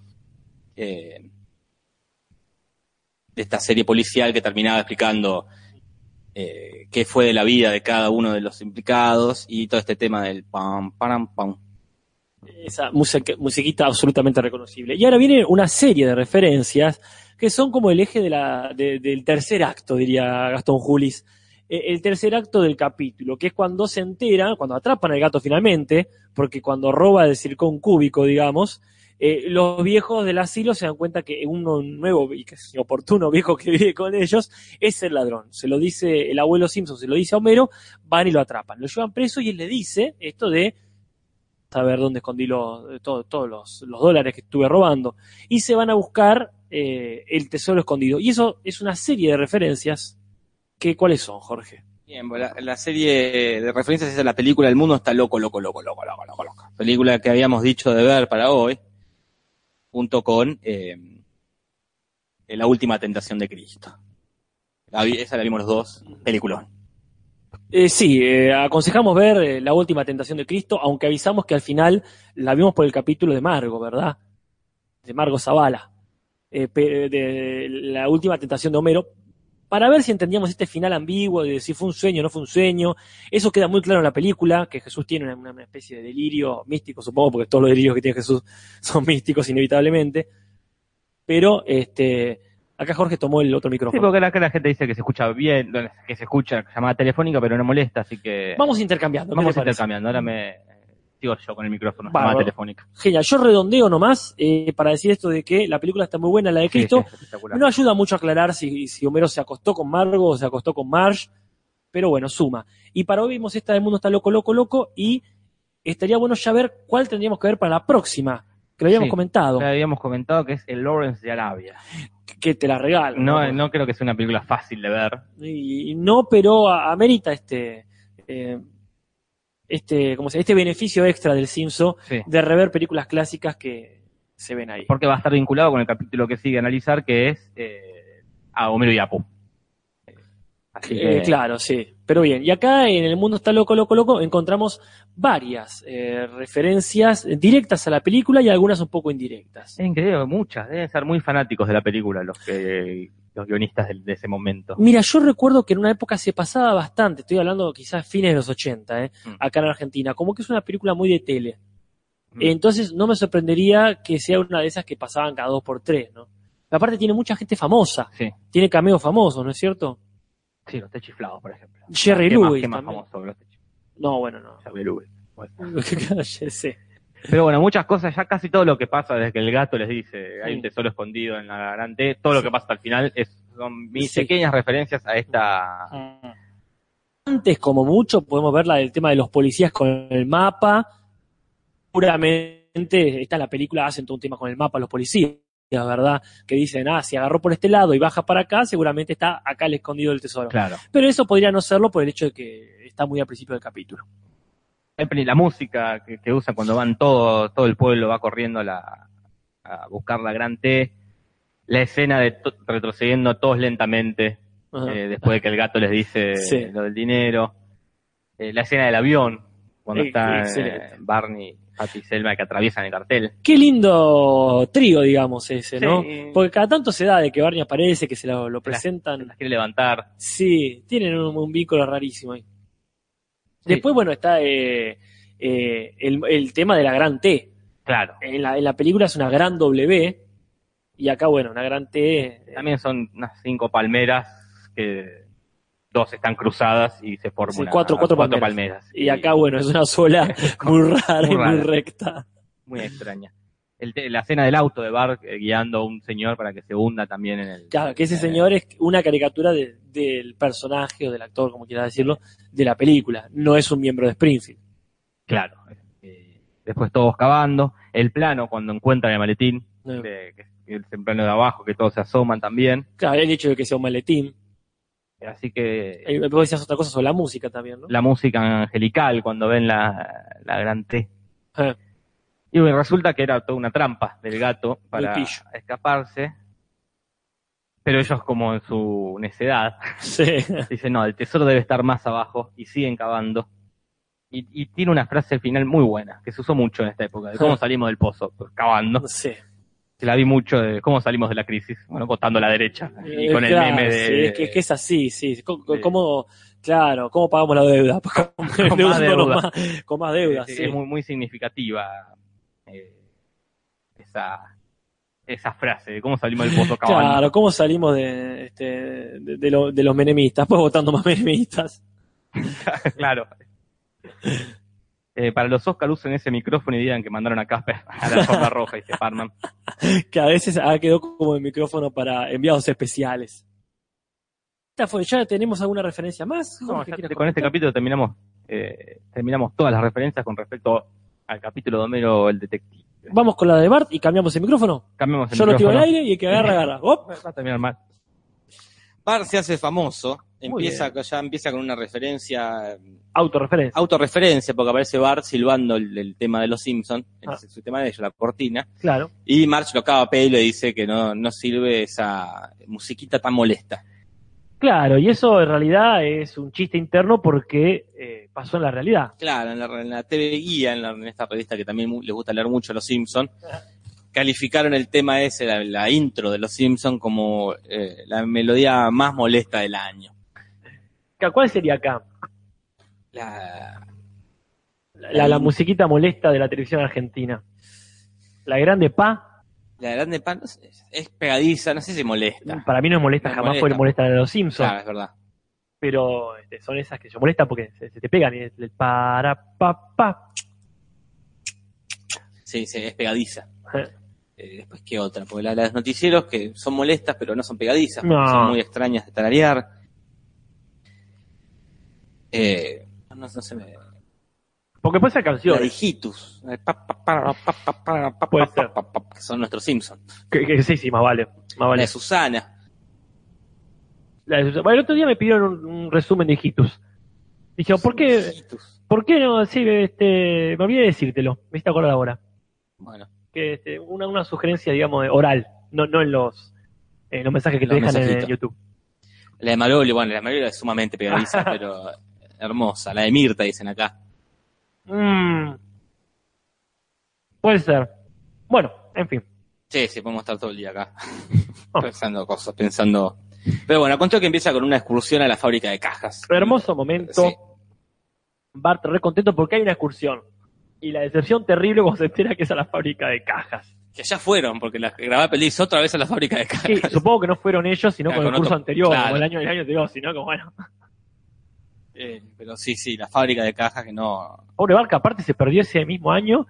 Speaker 2: eh, de esta serie policial que terminaba explicando eh, qué fue de la vida de cada uno de los implicados y todo este tema del pam, pam, pam.
Speaker 3: esa musica- musiquita absolutamente reconocible. Y ahora viene una serie de referencias que son como el eje de la, de- del tercer acto, diría Gastón Julis. Eh, El tercer acto del capítulo, que es cuando se enteran, cuando atrapan al gato finalmente, porque cuando roba el circón cúbico, digamos, eh, los viejos del asilo se dan cuenta que uno nuevo y casi oportuno viejo que vive con ellos es el ladrón. Se lo dice el abuelo Simpson, se lo dice a Homero, van y lo atrapan. Lo llevan preso y él le dice esto de saber dónde escondí los, todo- todos los, los dólares que estuve robando. Y se van a buscar eh, el tesoro escondido. Y eso es una serie de referencias. Que, ¿Cuáles son, Jorge?
Speaker 2: Bien, bueno, la, la serie de referencias es a la película El mundo está loco, loco, loco, loco, loco, loco, loco. Película que habíamos dicho de ver para hoy, junto con eh, La última tentación de Cristo. La vi- esa la vimos los dos, peliculón.
Speaker 3: Eh, sí, eh, aconsejamos ver eh, La Última Tentación de Cristo, aunque avisamos que al final la vimos por el capítulo de Margo, ¿verdad? De Margo Zavala. Eh, pe- de La Última Tentación de Homero. Para ver si entendíamos este final ambiguo de si fue un sueño o no fue un sueño. Eso queda muy claro en la película, que Jesús tiene una, una especie de delirio místico, supongo, porque todos los delirios que tiene Jesús *laughs* son místicos inevitablemente. Pero, este, acá Jorge tomó el otro micrófono.
Speaker 4: Sí, porque la, que la gente dice que se escucha bien, que se escucha llamada telefónica, pero no molesta, así que
Speaker 3: Vamos intercambiando. ¿qué
Speaker 4: vamos
Speaker 3: te parece?
Speaker 4: intercambiando. Ahora me eh, sigo yo con el micrófono,
Speaker 3: Bárbaro.
Speaker 4: llamada telefónica.
Speaker 3: Genial, yo redondeo nomás eh, para decir esto de que la película está muy buena, la de
Speaker 4: Sí,
Speaker 3: Cristo.
Speaker 4: sí, es espectacular.
Speaker 3: No ayuda mucho a aclarar si, si Homero se acostó con Margo o se acostó con Marge, pero bueno, suma. Y para hoy vimos esta del mundo está loco, loco, loco, y estaría bueno ya ver cuál tendríamos que ver para la próxima que lo habíamos
Speaker 2: Sí. Eh,
Speaker 3: comentado,
Speaker 2: Ya habíamos comentado que es el Lawrence de Arabia.
Speaker 3: que te la regalo.
Speaker 2: No, no creo que sea una película fácil de ver.
Speaker 3: Y, y no, pero a- amerita este, eh, este, ¿cómo se, llama? este beneficio extra del Simpson
Speaker 2: Sí.
Speaker 3: de rever películas clásicas que se ven ahí.
Speaker 2: Porque va a estar vinculado con el capítulo que sigue a analizar, que es eh, a Homero y Apu. Así que,
Speaker 3: Eh, claro, sí. Pero bien, y acá en El Mundo está loco, loco, loco, encontramos varias eh, referencias directas a la película y algunas un poco indirectas.
Speaker 2: Es increíble, muchas. Deben ser muy fanáticos de la película los que los guionistas del- de, ese momento.
Speaker 3: Mira, yo recuerdo que en una época se pasaba bastante, estoy hablando quizás fines de los 80, ¿eh?
Speaker 2: Mm.
Speaker 3: acá en Argentina, como que es una película muy de tele.
Speaker 2: Mm.
Speaker 3: Entonces no me sorprendería que sea una de esas que pasaban cada dos por tres, ¿no? Aparte tiene mucha gente famosa,
Speaker 2: Sí,
Speaker 3: tiene cameos famosos, ¿no es cierto?
Speaker 2: sí, los techiflados, por ejemplo.
Speaker 3: Jerry
Speaker 2: ¿Qué más-
Speaker 3: Lewis
Speaker 2: qué más
Speaker 3: también.
Speaker 2: famoso? Los techiflados,
Speaker 3: No, bueno, no. *laughs*
Speaker 2: Jerry Lewis. Bueno.
Speaker 3: Cállese.
Speaker 2: Pero bueno, muchas cosas, ya casi todo lo que pasa desde que el gato les dice hay
Speaker 3: Sí.
Speaker 2: un tesoro escondido en la garante, todo lo que pasa al final es, son mis
Speaker 3: Sí.
Speaker 2: pequeñas referencias a esta...
Speaker 3: Antes, como mucho, podemos ver la del tema de los policías con el mapa. Puramente, esta es la película, hacen todo un tema con el mapa, los policías, ¿verdad? Que dicen, ah, si agarró por este lado y baja para acá, seguramente está acá el escondido del tesoro.
Speaker 2: Claro.
Speaker 3: Pero eso podría no serlo por el hecho de que está muy al principio del capítulo.
Speaker 2: La música que, que usan cuando van todo, todo el pueblo va corriendo a, la- a buscar la gran T, la escena de to- retrocediendo todos lentamente
Speaker 3: Ajá.
Speaker 2: eh, después de que el gato les dice
Speaker 3: Ah. Sí.
Speaker 2: lo del dinero, Eh, la escena del avión cuando
Speaker 3: Eh,
Speaker 2: está
Speaker 3: excelente.
Speaker 2: eh, Barney, Patty y Selma que atraviesan el cartel.
Speaker 3: Qué lindo trío, digamos, ese, ¿no?
Speaker 2: Sí.
Speaker 3: Porque cada tanto se da de que Barney aparece, que se lo, lo
Speaker 2: Se las-
Speaker 3: presentan.
Speaker 2: Las quiere levantar.
Speaker 3: Sí, tienen un, un vínculo rarísimo ahí. Después, bueno, está eh, eh, el, el tema de la gran T.
Speaker 2: Claro.
Speaker 3: En la, en la película es una gran W. Y acá, bueno, una gran T. eh,
Speaker 2: También son unas cinco palmeras que dos están cruzadas y se forman
Speaker 3: Sí, cuatro- cuatro palmeras.
Speaker 2: palmeras.
Speaker 3: y acá, bueno, es una sola
Speaker 2: *laughs*
Speaker 3: muy rara y
Speaker 2: Muy
Speaker 3: muy
Speaker 2: rara.
Speaker 3: recta.
Speaker 2: Muy extraña. El te- la escena del auto de Bart eh, guiando a un señor para que se hunda también en el...
Speaker 3: Claro, que ese
Speaker 2: eh,
Speaker 3: señor es una caricatura de- del personaje o del actor, como quieras decirlo, de la película. No es un miembro de Springfield.
Speaker 2: Claro. Eh, después todos cavando. El plano cuando encuentran el maletín,
Speaker 3: No.
Speaker 2: de- que es el plano de abajo, que todos se asoman también.
Speaker 3: Claro, el hecho de que sea un maletín.
Speaker 2: Así que...
Speaker 3: Eh, Vos decías otra cosa sobre la música también, ¿no?
Speaker 2: la música angelical cuando ven la, la gran T.
Speaker 3: Ah.
Speaker 2: Y bueno, resulta que era toda una trampa del gato para
Speaker 3: Del pillo.
Speaker 2: escaparse. Pero ellos, como en su necedad,
Speaker 3: *laughs* Sí.
Speaker 2: dicen: No, el tesoro debe estar más abajo y siguen cavando. Y, y tiene una frase al final muy buena, que se usó mucho en esta época: de
Speaker 3: *laughs*
Speaker 2: cómo
Speaker 3: Ah.
Speaker 2: salimos del pozo, Pues, cavando.
Speaker 3: No sé.
Speaker 2: Se la vi mucho de cómo salimos de la crisis. Bueno, votando a la derecha. Y
Speaker 3: Eh,
Speaker 2: con
Speaker 3: claro,
Speaker 2: el meme de.
Speaker 3: sí, es, que, es que es así, sí. Co- co-
Speaker 2: Sí.
Speaker 3: ¿Cómo, claro, cómo pagamos la deuda? *laughs* Con,
Speaker 2: más
Speaker 3: endeudándonos
Speaker 2: deuda.
Speaker 3: más- con más deuda,
Speaker 2: es,
Speaker 3: sí.
Speaker 2: es muy, muy significativa eh, esa, esa frase de cómo salimos del
Speaker 3: *laughs*
Speaker 2: pozo cavando.
Speaker 3: Claro, ¿cómo salimos de, este, de, de lo- de los menemistas? Pues votando más menemistas.
Speaker 2: *laughs*
Speaker 3: *laughs*
Speaker 2: Claro. Eh, para los Oscar usen ese micrófono y digan que mandaron a Casper *laughs* a la forma roja y se farman.
Speaker 3: Que a veces ah, quedó como el micrófono para enviados especiales. Esta fue- ¿Ya tenemos alguna referencia más?
Speaker 2: No,
Speaker 3: Jorge,
Speaker 2: ya
Speaker 3: ¿quieres
Speaker 2: con este
Speaker 3: comentar?
Speaker 2: capítulo terminamos eh, terminamos todas las referencias con respecto al capítulo de Homero el detective.
Speaker 3: Vamos con la de Bart y cambiamos el micrófono.
Speaker 2: Cambiamos el
Speaker 3: Yo lo tiro al
Speaker 2: micrófono.
Speaker 3: aire y el que agarra, agarra. ¡Op!
Speaker 2: Va a terminar mal.
Speaker 5: Bar se hace famoso,
Speaker 2: Muy
Speaker 5: empieza, ya empieza con una referencia, eh,
Speaker 1: Autorreferencia.
Speaker 5: autorreferencia, porque aparece Bart silbando el, el tema de los Simpsons,
Speaker 1: Ah.
Speaker 5: el, su tema de ellos, la cortina,
Speaker 1: Claro.
Speaker 5: y Marge lo acaba a pelo y le dice que no, no sirve esa musiquita tan molesta.
Speaker 1: Claro, y eso en realidad es un chiste interno porque eh, pasó en la realidad.
Speaker 5: Claro, en la, en la TV Guía, en, la- en esta revista que también mu- les gusta leer mucho a los Simpsons, calificaron el tema ese, la, la intro de los Simpsons, como eh, la melodía más molesta del año.
Speaker 1: Ca- ¿Cuál sería acá?
Speaker 5: La-
Speaker 1: La, la musiquita molesta de la televisión argentina. La grande pa,
Speaker 5: la grande pan no sé, es pegadiza, no sé si molesta.
Speaker 1: para mí no es molesta
Speaker 5: No
Speaker 1: jamás
Speaker 5: molesta.
Speaker 1: porque molesta a los Simpsons.
Speaker 5: Claro, es verdad.
Speaker 1: Pero este, son esas que se molestan porque se, se te pegan y es el para pa pa.
Speaker 5: Sí, sí, es pegadiza.
Speaker 1: Eh.
Speaker 5: Eh, después, ¿qué otra? Porque la, las noticieros que son molestas, pero no son pegadizas,
Speaker 1: No.
Speaker 5: porque son muy extrañas de tararear. Eh, no, no se me...
Speaker 1: Porque puede ser
Speaker 2: La
Speaker 1: canción.
Speaker 2: de Hitus. Eh, pa, pa, para, pa, pa, para, pa,
Speaker 1: Puede
Speaker 2: pa,
Speaker 1: ser.
Speaker 2: pa, pa, que son nuestros Simpsons.
Speaker 1: Que, que sí, sí, más vale. Más
Speaker 2: La
Speaker 1: vale.
Speaker 2: de Susana.
Speaker 1: La de Susana. Bueno, el otro día me pidieron un, un resumen de Hitus. Dijeron, ¿por qué,
Speaker 2: Hitus.
Speaker 1: ¿por qué no? Sí, este, me olvidé de decírtelo. Me hice acordar ahora.
Speaker 2: Bueno,
Speaker 1: Que este, una, una sugerencia, digamos, de- oral. No, no en los, en los mensajes que
Speaker 2: Los
Speaker 1: te dejan en
Speaker 2: mensajitos.
Speaker 1: YouTube.
Speaker 2: la de Marolio, bueno, la de Marolio es sumamente
Speaker 1: *laughs*
Speaker 2: pegadiza, pero hermosa. La de Mirta, dicen acá.
Speaker 1: Mm. Puede ser. Bueno, en fin.
Speaker 2: Sí, sí, podemos estar todo el
Speaker 1: *laughs*
Speaker 2: día acá. *laughs*
Speaker 1: Oh.
Speaker 2: Pensando cosas, pensando. Pero bueno, contó que empieza con una excursión a la fábrica de cajas.
Speaker 1: Hermoso momento.
Speaker 2: Sí.
Speaker 1: Bart re contento porque hay una excursión. Y la decepción terrible cuando se entera que es a la fábrica de cajas.
Speaker 2: Que ya fueron, porque la grababa pelis otra vez a la fábrica de cajas.
Speaker 1: Sí, supongo que no fueron ellos, sino
Speaker 2: Claro,
Speaker 1: con el
Speaker 2: con
Speaker 1: curso
Speaker 2: otro-
Speaker 1: anterior,
Speaker 2: claro.
Speaker 1: como el año del año anterior, sino como bueno.
Speaker 2: Eh, pero sí, sí, la fábrica de cajas que no.
Speaker 1: Pobre Barca, aparte se perdió ese mismo año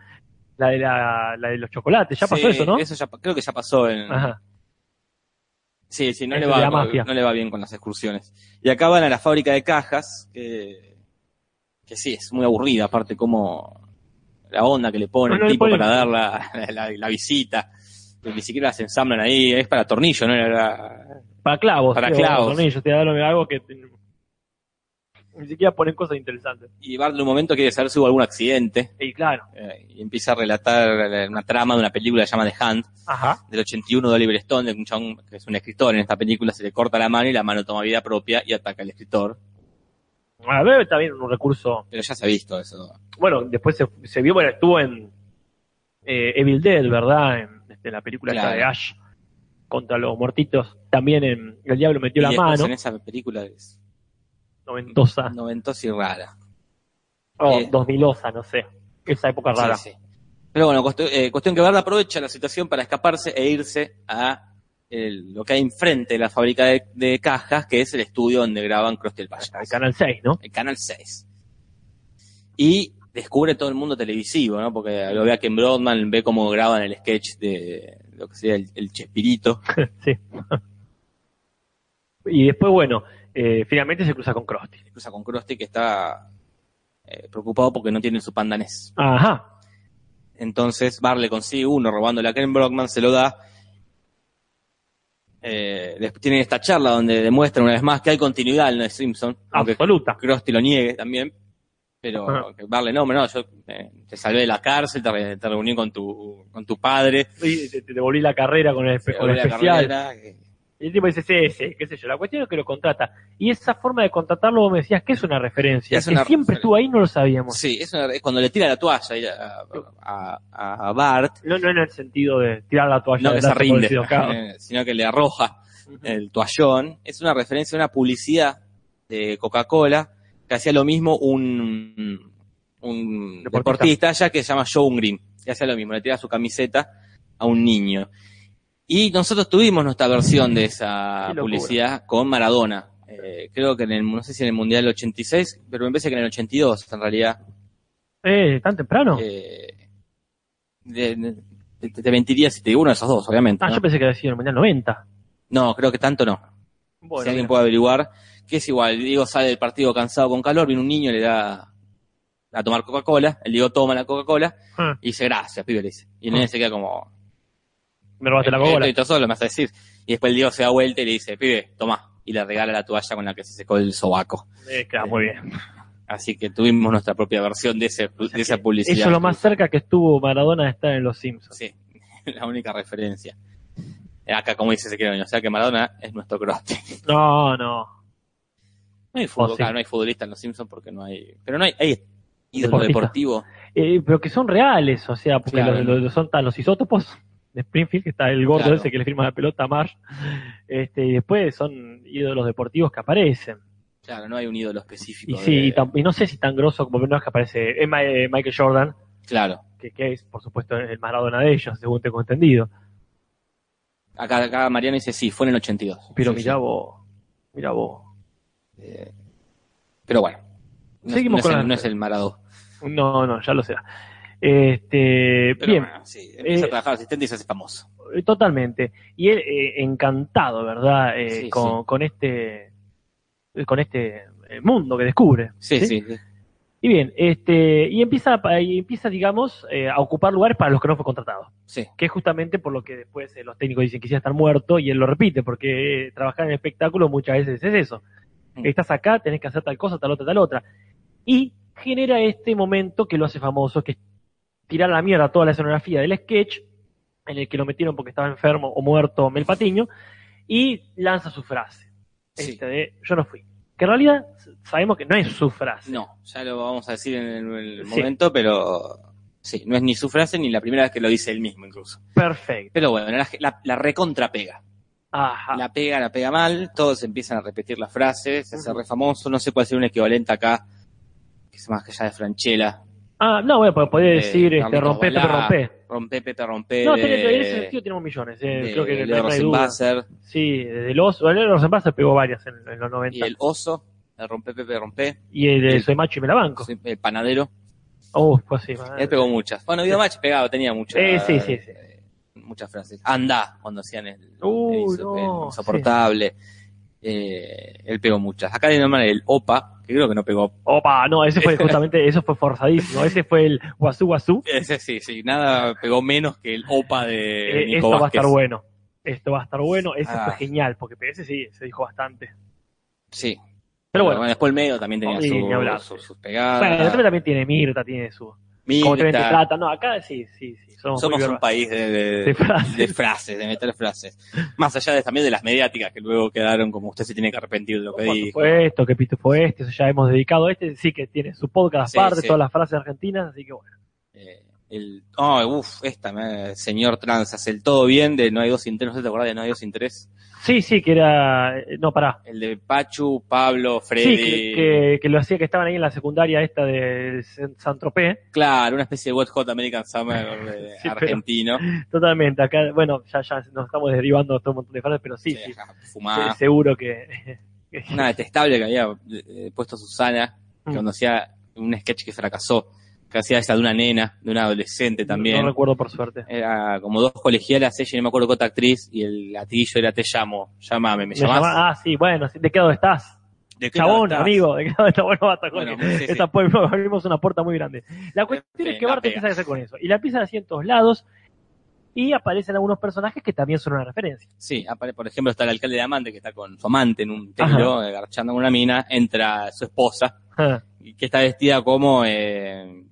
Speaker 1: la de, la, la de los chocolates. Ya pasó
Speaker 2: Sí,
Speaker 1: eso, ¿no?
Speaker 2: Eso ya, pa- creo que ya pasó en.
Speaker 1: Ajá.
Speaker 2: Sí, sí, no
Speaker 1: Es
Speaker 2: le,
Speaker 1: de
Speaker 2: va,
Speaker 1: la
Speaker 2: con-
Speaker 1: mafia.
Speaker 2: no le va bien con las excursiones. Y acá van a la fábrica de cajas, que, que sí, es muy aburrida, aparte como la onda que le pone
Speaker 1: No, no
Speaker 2: el
Speaker 1: le
Speaker 2: tipo
Speaker 1: ponen-
Speaker 2: para dar la, *laughs* la- la visita, que ni siquiera las ensamblan ahí, es para tornillo, ¿no? Era- era-
Speaker 1: Para clavos.
Speaker 2: Para
Speaker 1: sí, o
Speaker 2: clavos.
Speaker 1: tornillos, te dan algo que te- ni siquiera ponen cosas interesantes.
Speaker 2: y Bart en un momento quiere saber si hubo algún accidente,
Speaker 1: Y claro.
Speaker 2: eh, y empieza a relatar eh, una trama de una película que se llama The Hand,
Speaker 1: Ajá.
Speaker 2: del 81 de Oliver Stone, de un chabón que es un escritor en esta película, se le corta la mano y la mano toma vida propia y ataca al escritor.
Speaker 1: A ver, está bien un recurso
Speaker 2: Pero ya se ha visto eso.
Speaker 1: bueno, después se, se vio, bueno, estuvo en eh, Evil Dead, ¿verdad? En este, la película esta
Speaker 2: Claro.
Speaker 1: de Ash contra los muertitos. También en El Diablo metió la
Speaker 2: y después
Speaker 1: mano, Ah.
Speaker 2: En esa película es
Speaker 1: noventosa,
Speaker 2: noventosa y rara.
Speaker 1: o
Speaker 2: eh.
Speaker 1: dos milosa, no sé. Esa época Ah, rara.
Speaker 2: Sí, sí. Pero bueno, cuestión, eh, cuestión que Bart aprovecha la situación para escaparse e irse a el- lo que hay enfrente de la fábrica de, de cajas, que es el estudio donde graban Krusty el Payaso.
Speaker 1: El Canal 6, ¿no?
Speaker 2: el canal 6. Y descubre todo el mundo televisivo, ¿no? Porque lo ve a Ken Broadman, ve cómo graban el sketch de lo que sería el, el Chespirito.
Speaker 1: Y después, bueno, eh, finalmente se cruza con Krusty.
Speaker 2: Se cruza con Krusty que está eh, preocupado porque no tiene su pandanés.
Speaker 1: Ajá.
Speaker 2: Entonces Bar le consigue uno robándole a Ken Brockman, se lo da. Eh, después tienen esta charla donde demuestran una vez más que hay continuidad en los Simpson, aunque
Speaker 1: Absoluta.
Speaker 2: Krusty lo niegue también, pero
Speaker 1: Ajá.
Speaker 2: que Bar le no, no, yo eh, te salvé de la cárcel, te, re- te reuní con tu, con tu padre,
Speaker 1: Y te, te devolví la carrera con el, espe-
Speaker 2: te
Speaker 1: con el
Speaker 2: devolví la
Speaker 1: especial.
Speaker 2: carrera, Eh, que-
Speaker 1: Y el tipo dice, sí, sí, qué sé yo. La cuestión es que lo contrata. Y esa forma de contratarlo, vos me decías que es una referencia.
Speaker 2: Es
Speaker 1: que
Speaker 2: una
Speaker 1: siempre
Speaker 2: referencia.
Speaker 1: estuvo ahí, no lo sabíamos.
Speaker 2: Sí, es, una- es cuando le tira la toalla ahí a, a- a- a Bart,
Speaker 1: No, no en el sentido de tirar la toalla.
Speaker 2: no que
Speaker 1: del
Speaker 2: se
Speaker 1: brazo
Speaker 2: rinde,
Speaker 1: torcido, *laughs* claro.
Speaker 2: eh, sino que le arroja
Speaker 1: Ujú.
Speaker 2: el toallón. Es una referencia a una publicidad de Coca-Cola que hacía lo mismo un, un
Speaker 1: Deportista.
Speaker 2: deportista ya que se llama John Green, que hacía lo mismo, le tira su camiseta a un niño. Y nosotros tuvimos nuestra versión de esa
Speaker 1: Qué locura.
Speaker 2: publicidad con Maradona. Eh, creo que en el, no sé si en el Mundial 86, pero me parece que en el 82 en realidad.
Speaker 1: Eh, ¿tan temprano?
Speaker 2: Eh, de- de- te, te mentiría si te digo uno de esos dos, obviamente.
Speaker 1: ah,
Speaker 2: ¿no?
Speaker 1: yo pensé que había sido en el Mundial 90.
Speaker 2: No, creo que tanto no.
Speaker 1: Bueno,
Speaker 2: si alguien
Speaker 1: mira.
Speaker 2: puede averiguar, que es igual. Diego sale del partido cansado con calor, viene un niño y le da a tomar Coca-Cola. El Diego toma la Coca-Cola
Speaker 1: Ah,
Speaker 2: y dice gracias, pibe, le dice. Y el nene se queda como.
Speaker 1: me robaste la cola.
Speaker 2: "Eh, estoy solo, me vas a decir. Y después el Diego se da vuelta y le dice, pibe, toma. Y le regala la toalla con la que se secó el sobaco.
Speaker 1: Eh, claro, muy bien.
Speaker 2: Así que tuvimos nuestra propia versión de, ese, de esa publicidad.
Speaker 1: Eso es lo más cerca que estuvo Maradona de estar en Los Simpsons.
Speaker 2: Sí, *laughs* la única referencia. Acá, como dice Sequeroño, o sea que Maradona es nuestro croate.
Speaker 1: No, no.
Speaker 2: No hay, fútbol,
Speaker 1: Oh, sí.
Speaker 2: claro, no hay futbolista en los Simpsons porque no hay. Pero no hay, hay ídolo
Speaker 1: Deportista.
Speaker 2: deportivo.
Speaker 1: Eh, pero que son reales, o sea, porque
Speaker 2: Claro.
Speaker 1: los- los, los son tan los isótopos de Springfield, que está el gordo
Speaker 2: Claro.
Speaker 1: ese que le firma la pelota a Marsh. Este, y después son ídolos deportivos que aparecen.
Speaker 2: Claro, no hay un ídolo específico.
Speaker 1: Y
Speaker 2: de-
Speaker 1: sí, y, tam- y no sé si tan grosso como primero que aparece eh, Ma- eh, Michael Jordan,
Speaker 2: Claro.
Speaker 1: que, que es, por supuesto, el Maradona de ellos, según tengo entendido.
Speaker 2: Acá, acá Mariano dice sí, fue en el 82.
Speaker 1: Pero
Speaker 2: Sí,
Speaker 1: mirá
Speaker 2: sí.
Speaker 1: vos, mirá vos.
Speaker 2: Eh, pero bueno. No, es-
Speaker 1: Seguimos
Speaker 2: no
Speaker 1: con
Speaker 2: es,
Speaker 1: la-
Speaker 2: el, no es el Maradó.
Speaker 1: No, no, ya lo será. Este,
Speaker 2: Pero
Speaker 1: bien,
Speaker 2: bueno, sí, empieza
Speaker 1: Eh,
Speaker 2: a trabajar asistente y se hace famoso.
Speaker 1: eh, totalmente. Y él eh, encantado, ¿verdad? Eh,
Speaker 2: Sí,
Speaker 1: con, con este eh, con este eh, mundo que descubre.
Speaker 2: Sí, sí.
Speaker 1: ¿sí?
Speaker 2: sí.
Speaker 1: Y Y bien, este, y empieza, y empieza digamos, eh, a ocupar lugares para los que no fue contratado.
Speaker 2: Sí.
Speaker 1: Que es justamente por lo que después eh, los técnicos dicen que quisiera estar muerto, y él lo repite, porque eh, trabajar en espectáculo muchas veces es eso.
Speaker 2: Mm.
Speaker 1: Estás acá, tenés que hacer tal cosa, tal otra, tal otra. Y genera este momento que lo hace famoso, que es tirar a la mierda toda la escenografía del sketch, en el que lo metieron porque estaba enfermo o muerto Mel Patiño, y lanza su frase.
Speaker 2: Sí.
Speaker 1: Esta de, yo no fui. Que en realidad sabemos que no es su frase.
Speaker 2: No, ya lo vamos a decir en el, en el
Speaker 1: Sí.
Speaker 2: momento, pero sí, no es ni su frase ni la primera vez que lo dice él mismo incluso.
Speaker 1: Perfecto.
Speaker 2: Pero bueno, la, la, la recontra pega.
Speaker 1: Ajá.
Speaker 2: La pega, la pega mal, todos empiezan a repetir las frases, se hace
Speaker 1: Ujú.
Speaker 2: re famoso, no se puede hacer un equivalente acá, que es más que allá de Franchella.
Speaker 1: Ah, no, bueno, pues podría
Speaker 2: Eh,
Speaker 1: decir este,
Speaker 2: Carlitos
Speaker 1: rompe, pero
Speaker 2: Balá,
Speaker 1: rompe.
Speaker 2: Rompe, Pepe, rompe.
Speaker 1: No,
Speaker 2: de-
Speaker 1: tiene- en ese sentido tenemos millones. eh,
Speaker 2: eh, de
Speaker 1: creo que
Speaker 2: Leo
Speaker 1: no hay duda.
Speaker 2: Rosenbasser
Speaker 1: Sí, de los. Leo Rosenbasser pegó varias en, en los 90.
Speaker 2: y el oso, el rompe, Pepe, rompe,
Speaker 1: Y el, de
Speaker 2: el-
Speaker 1: Soy Macho y me la banco.
Speaker 2: sí, el eh, panadero.
Speaker 1: Oh, pues sí, madre.
Speaker 2: Él pegó muchas. Bueno, Guido Mach pegaba, tenía muchas.
Speaker 1: Eh, sí, sí, sí.
Speaker 2: eh, muchas frases. Anda, cuando hacían el,
Speaker 1: Uh,
Speaker 2: el-
Speaker 1: no,
Speaker 2: el insoportable. Eh, él pegó muchas. Acá le nombran el Opa, que creo que no pegó.
Speaker 1: Opa, no, ese
Speaker 2: *laughs*
Speaker 1: fue justamente, eso fue forzadísimo. Ese fue el Guazú Guazú.
Speaker 2: Ese sí, sí, nada pegó menos que el Opa de
Speaker 1: Eh,
Speaker 2: Nico
Speaker 1: esto va a
Speaker 2: Vázquez.
Speaker 1: estar bueno. Esto va a estar bueno. Ese
Speaker 2: Ah.
Speaker 1: fue genial, porque ese sí, se dijo bastante.
Speaker 2: Sí.
Speaker 1: Pero bueno,
Speaker 2: después el medio también tenía
Speaker 1: Sí, ni hablar.
Speaker 2: su, su- sus pegadas.
Speaker 1: bueno, el otro también tiene Mirta, tiene su.
Speaker 2: Mirta.
Speaker 1: Como te vende plata. No, acá sí, sí, sí. Somos,
Speaker 2: Somos
Speaker 1: muy
Speaker 2: un
Speaker 1: verbales.
Speaker 2: país de, de-
Speaker 1: De frases.
Speaker 2: de frases, de meter frases. Más allá de, también de las mediáticas que luego quedaron como usted se tiene que arrepentir de lo que
Speaker 1: Por
Speaker 2: dijo.
Speaker 1: supuesto, que pito fue este, eso ya hemos dedicado a este, sí que tiene su podcast
Speaker 2: Sí,
Speaker 1: aparte,
Speaker 2: sí.
Speaker 1: todas las frases argentinas, así que bueno.
Speaker 2: Eh, el, oh, uff, esta, me- señor trans, hace el todo bien de No hay dos sin tres, no sé si te acordás de No hay dos sin tres.
Speaker 1: Sí, sí, que era, eh, no, pará.
Speaker 2: El de Pachu, Pablo, Freddy.
Speaker 1: Sí, que, que, que lo hacía que estaban ahí en la secundaria esta de San- San Tropez,
Speaker 2: Claro, una especie de Wet Hot American Summer eh,
Speaker 1: *laughs* Sí, pero-
Speaker 2: argentino.
Speaker 1: totalmente, acá, bueno, ya, ya nos estamos derivando todo un montón de frases, pero sí, sí,
Speaker 2: Sí, Ah. ajá, fumada.
Speaker 1: eh, seguro que... que-
Speaker 2: Una detestable que había eh, puesto Susana, que
Speaker 1: Mm.
Speaker 2: cuando hacía un sketch que fracasó, que hacía esa de una nena, de una adolescente también.
Speaker 1: No, recuerdo por suerte.
Speaker 2: era como dos colegialas, ella y no me acuerdo qué otra actriz, y el gatillo era te llamo, llámame, me
Speaker 1: Me
Speaker 2: llamás.
Speaker 1: llama- ah, sí, bueno, sí, ¿de qué lado estás?
Speaker 2: ¿De qué lado
Speaker 1: Chabón,
Speaker 2: estás?
Speaker 1: amigo, ¿de qué lado estás? Bueno, basta, Jorge.
Speaker 2: Bueno, sí, sí.
Speaker 1: Esa puerta, *laughs* abrimos una puerta muy grande. La cuestión
Speaker 2: En
Speaker 1: es que
Speaker 2: fin, la
Speaker 1: Bart
Speaker 2: pega.
Speaker 1: empieza a hacer con eso. Y la empiezan así en todos lados. Y aparecen algunos personajes que también son una referencia. *laughs*
Speaker 2: Sí, apare- por ejemplo, está el alcalde de Amante, que está con su amante en un telo, eh, garchando con una mina, entra su esposa,
Speaker 1: Ah,
Speaker 2: y que está vestida como eh,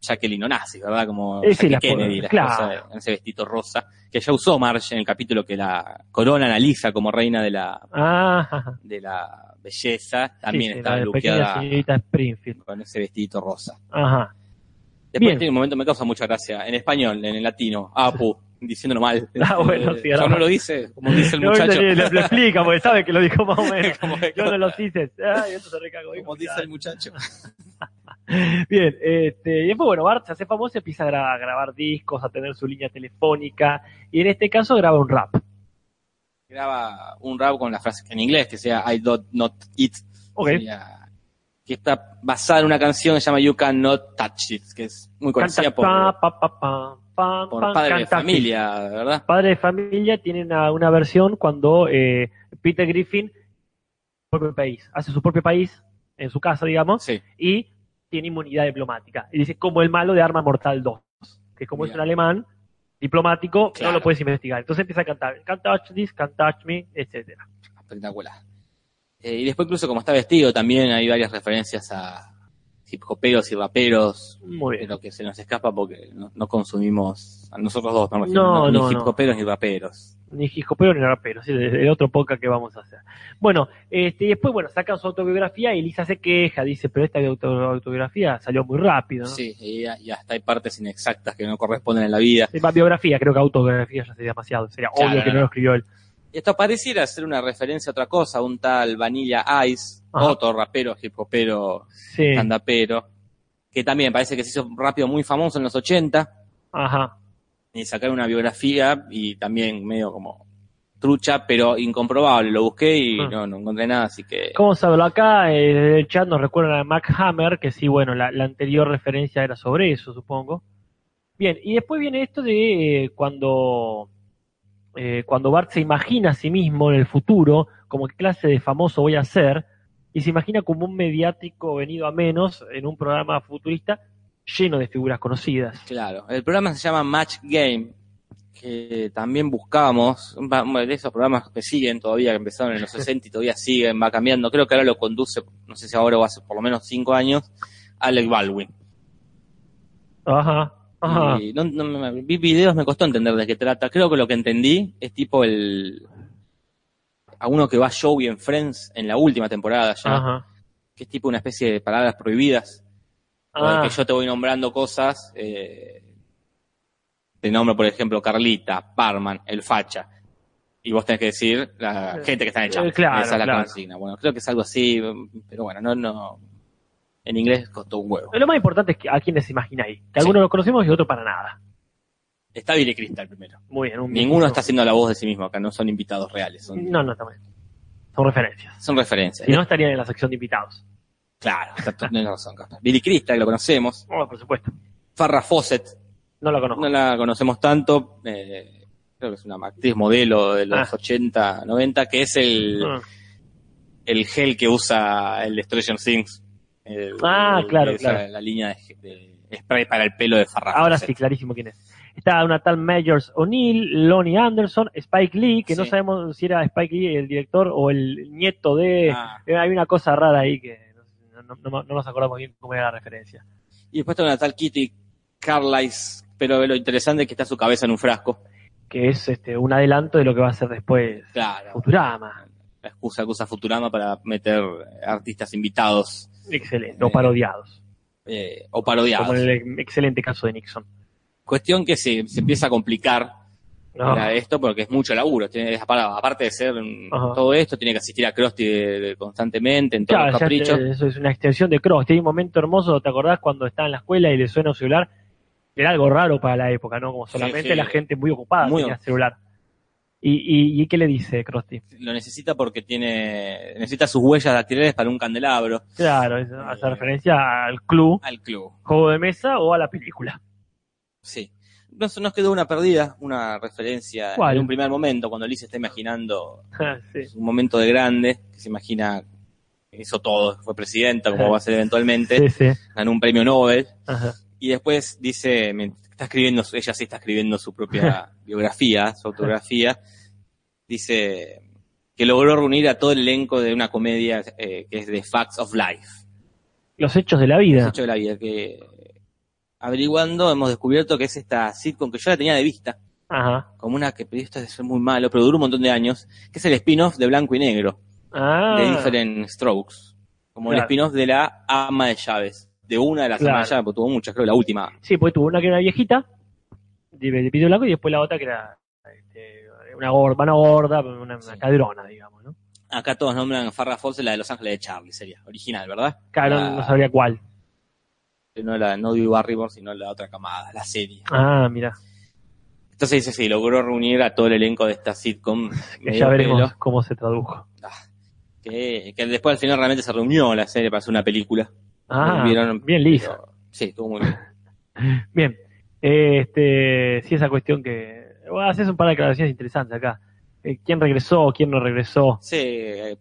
Speaker 2: Jacqueline Onassis, ¿verdad? Como
Speaker 1: Eh, sí,
Speaker 2: Jackie
Speaker 1: la
Speaker 2: Kennedy,
Speaker 1: pobre,
Speaker 2: la
Speaker 1: claro.
Speaker 2: esposa de- en ese vestido rosa, que ya usó Marge en el capítulo que la corona analiza como reina de la,
Speaker 1: ah,
Speaker 2: de la belleza,
Speaker 1: sí,
Speaker 2: también
Speaker 1: sí,
Speaker 2: está
Speaker 1: la pequeña
Speaker 2: bloqueada
Speaker 1: señorita Springfield.
Speaker 2: con ese vestido rosa.
Speaker 1: Ajá.
Speaker 2: Después
Speaker 1: Bien.
Speaker 2: tiene un momento que me causa mucha gracia. En español, en el latino, Apu,
Speaker 1: *laughs*
Speaker 2: diciéndolo mal.
Speaker 1: Ah, bueno, sí,
Speaker 2: Yo
Speaker 1: ahora-
Speaker 2: no lo dice, como dice
Speaker 1: *laughs*
Speaker 2: el
Speaker 1: No, viste,
Speaker 2: muchacho.
Speaker 1: le, le- le explica, porque sabe que lo dijo
Speaker 2: *laughs*
Speaker 1: más o menos.
Speaker 2: como,
Speaker 1: Yo no lo hice. Ay, esto se recago.
Speaker 2: como dice el muchacho.
Speaker 1: Bien, este, y después, bueno, Bart se hace famoso, empieza a, gra- a grabar discos, a tener su línea telefónica. Y en este caso graba un rap.
Speaker 2: Graba un rap con la frase en inglés que sea I don't not eat.
Speaker 1: Ok.
Speaker 2: Sería- que está basada en una canción que se llama You Cannot Touch It, que es muy conocida
Speaker 1: Canta,
Speaker 2: por,
Speaker 1: pa, pa, pa, pa, pa,
Speaker 2: por
Speaker 1: pa,
Speaker 2: padre de
Speaker 1: canta,
Speaker 2: familia, ¿verdad?
Speaker 1: Padre de Familia tiene una, una versión cuando eh, Peter Griffin propio país, hace su propio país en su casa, digamos,
Speaker 2: Sí.
Speaker 1: y tiene inmunidad diplomática. Y dice, como el malo de Arma Mortal 2, que como es
Speaker 2: Bien.
Speaker 1: un alemán diplomático,
Speaker 2: Claro.
Speaker 1: no lo puedes investigar. Entonces empieza a cantar, can't touch this, can't touch me, etcétera.
Speaker 2: espectacular. Eh, y después incluso como está vestido también hay varias referencias a hip hoperos y raperos,
Speaker 1: Muy bien.
Speaker 2: pero que se nos escapa porque no, no consumimos, a nosotros dos no,
Speaker 1: No,
Speaker 2: consumimos
Speaker 1: no,
Speaker 2: ni
Speaker 1: no.
Speaker 2: hip hoperos ni raperos.
Speaker 1: Ni pero ni rapero, sí, el el otro poca que vamos a hacer. Bueno, este, y después, bueno, sacan su autobiografía y Lisa se queja, dice, pero esta auto- autobiografía salió muy rápido, ¿no?
Speaker 2: Sí, y, y hasta hay partes inexactas que no corresponden en la vida.
Speaker 1: Eh, va, biografía, creo que autobiografía ya sería demasiado. Sería
Speaker 2: Claro,
Speaker 1: obvio que no
Speaker 2: no, no.
Speaker 1: lo escribió él.
Speaker 2: Y esto pareciera ser una referencia a otra cosa, un tal Vanilla Ice,
Speaker 1: Ajá.
Speaker 2: otro rapero, hip hopero,
Speaker 1: Sí.
Speaker 2: standupero, que también parece que se hizo rápido muy famoso en los 80.
Speaker 1: Ajá.
Speaker 2: y sacar una biografía y también medio como trucha, pero incomprobable. Lo busqué y
Speaker 1: Ah.
Speaker 2: no, no encontré nada, así que...
Speaker 1: ¿Cómo se habló acá? Eh, desde el chat nos recuerdan a Mac Hammer, que sí, bueno, la, la anterior referencia era sobre eso, supongo. Bien, y después viene esto de eh, cuando, eh, cuando Bart se imagina a sí mismo en el futuro, como qué clase de famoso voy a ser, y y se imagina como un mediático venido a menos en un programa futurista lleno de figuras conocidas.
Speaker 2: Claro, el programa se llama Match Game, que también buscábamos, un pa- uno de esos programas que siguen todavía, que empezaron
Speaker 1: *laughs*
Speaker 2: en los 60 y todavía siguen, va cambiando, creo que ahora lo conduce, no sé si ahora o hace por lo menos 5 años, Alec Baldwin.
Speaker 1: Ajá, ajá.
Speaker 2: Y no- no me- vi videos, me costó entender de qué trata, creo que lo que entendí es tipo el... a uno que va a Joey en Friends en la última temporada ya,
Speaker 1: ajá.
Speaker 2: que es tipo una especie de palabras prohibidas. O de
Speaker 1: Ah,
Speaker 2: que yo te voy nombrando cosas. eh, te nombro, por ejemplo, Carlita, Parman, El Facha. Y vos tenés que decir la
Speaker 1: Eh,
Speaker 2: gente que está en el chat.
Speaker 1: eh, claro,
Speaker 2: Esa es la
Speaker 1: claro.
Speaker 2: consigna. Bueno, creo que es algo así, pero bueno, no, no. En inglés costó un huevo.
Speaker 1: Lo más importante es que a quienes imagináis, que algunos los conocemos y otros para nada.
Speaker 2: Está Billy Crystal primero.
Speaker 1: Muy bien. un-
Speaker 2: Ninguno está haciendo la voz de sí mismo acá, no son invitados reales, son,
Speaker 1: No, no, también. Son referencias.
Speaker 2: son referencias.
Speaker 1: Si no, estarían en la sección de invitados.
Speaker 2: Claro, está- tenés razón, Casper. Billy Crystal, que lo conocemos.
Speaker 1: Oh, por supuesto.
Speaker 2: Farrah Fawcett,
Speaker 1: No la conozco.
Speaker 2: No la conocemos tanto. eh, creo que es una actriz modelo de los
Speaker 1: Ah.
Speaker 2: 80, 90, que es el,
Speaker 1: Ah,
Speaker 2: el gel que usa el de Stranger Things. El-
Speaker 1: Ah,
Speaker 2: el-
Speaker 1: claro,
Speaker 2: esa-
Speaker 1: claro.
Speaker 2: La línea de, de spray para el pelo de Farrah.
Speaker 1: Ahora
Speaker 2: Fawcett.
Speaker 1: sí, clarísimo quién es. Está una tal Majors O'Neill, Lonnie Anderson, Spike Lee, que no
Speaker 2: Sí.
Speaker 1: sabemos si era Spike Lee el director o el nieto de...
Speaker 2: Ah,
Speaker 1: Eh, Hay una cosa rara ahí que no, no- no- no nos acordamos bien cómo era la referencia.
Speaker 2: Y después está una tal Kitty Carlisle, pero lo interesante es que está su cabeza en un frasco.
Speaker 1: Que es este un adelanto de lo que va a ser después
Speaker 2: Claro.
Speaker 1: Futurama.
Speaker 2: La excusa que usa Futurama para meter artistas invitados
Speaker 1: Excelente. O
Speaker 2: Eh,
Speaker 1: parodiados.
Speaker 2: eh, o parodiados.
Speaker 1: Como en el excelente caso de Nixon.
Speaker 2: Cuestión que se, se empieza a complicar
Speaker 1: No.
Speaker 2: era esto porque es mucho laburo. Tiene- es apar- aparte de ser un-
Speaker 1: Ajá.
Speaker 2: todo esto, tiene que asistir a Krusty de- de- constantemente en todos
Speaker 1: Claro,
Speaker 2: los
Speaker 1: ya
Speaker 2: caprichos.
Speaker 1: te- eso es una extensión de Cross. Tiene un momento hermoso, ¿te acordás cuando estaba en la escuela y le suena un celular? Era algo raro para la época, ¿no? Como solamente
Speaker 2: sí.
Speaker 1: la gente muy ocupada
Speaker 2: Muy
Speaker 1: tenía
Speaker 2: ocup-
Speaker 1: celular. ¿Y, y, y qué le dice Crosti?
Speaker 2: Lo necesita porque tiene necesita sus huellas dactilares para un candelabro
Speaker 1: Claro,
Speaker 2: Eh.
Speaker 1: es- hace referencia al club,
Speaker 2: al club.
Speaker 1: juego de mesa o a la película. *laughs*
Speaker 2: Sí. Nos, nos quedó una perdida, una referencia
Speaker 1: ¿Cuál?
Speaker 2: en un primer momento, cuando Liz está imaginando
Speaker 1: sí.
Speaker 2: un momento de grande, que se imagina hizo todo, fue presidenta, como
Speaker 1: Sí.
Speaker 2: va a ser eventualmente,
Speaker 1: sí, sí.
Speaker 2: ganó un premio Nobel,
Speaker 1: Ajá.
Speaker 2: Y después dice, me- está escribiendo, su- ella sí está escribiendo su
Speaker 1: *laughs*
Speaker 2: propia biografía, su autografía, dice que logró reunir a todo el elenco de una comedia eh, que es The Facts of Life,
Speaker 1: Los hechos de la
Speaker 2: los
Speaker 1: vida.
Speaker 2: hechos de la vida, que averiguando hemos descubierto que es esta sitcom que yo la tenía de vista,
Speaker 1: Ajá.
Speaker 2: como una que pero esto es muy malo, pero duró un montón de años, que es el spin-off de Blanco y Negro,
Speaker 1: Ah,
Speaker 2: de Different Strokes, como el
Speaker 1: Claro.
Speaker 2: spin-off de la ama de llaves, de una de las
Speaker 1: Claro.
Speaker 2: amas de llaves, porque tuvo muchas, creo la última
Speaker 1: Sí, porque tuvo una que era una viejita, de, de pito blanco, y después la otra que era este, una gorda, una gorda, una, una
Speaker 2: Sí.
Speaker 1: cadrona, digamos, ¿no?
Speaker 2: Acá todos nombran a Farrah Fawcett la de Los Ángeles de Charlie, sería original, ¿verdad?
Speaker 1: Claro,
Speaker 2: La-
Speaker 1: no sabría cuál.
Speaker 2: no la no Drew Barrymore, sino la otra camada, la serie.
Speaker 1: Ah, mira.
Speaker 2: Entonces dice, sí, logró reunir a todo el elenco de
Speaker 1: *laughs*
Speaker 2: esta sitcom.
Speaker 1: Que
Speaker 2: medio
Speaker 1: ya veremos
Speaker 2: pelo, Ah,
Speaker 1: cómo se tradujo.
Speaker 2: que, que después al final realmente se reunió la serie para hacer una película.
Speaker 1: Ah,
Speaker 2: Vieron-
Speaker 1: bien lisa.
Speaker 2: Pero, sí, estuvo muy bien.
Speaker 1: Bien. Eh, Este, sí, esa cuestión que. bueno, haces un par de aclaraciones interesantes acá. Eh, ¿Quién regresó? ¿Quién no regresó?
Speaker 2: Sí, eh,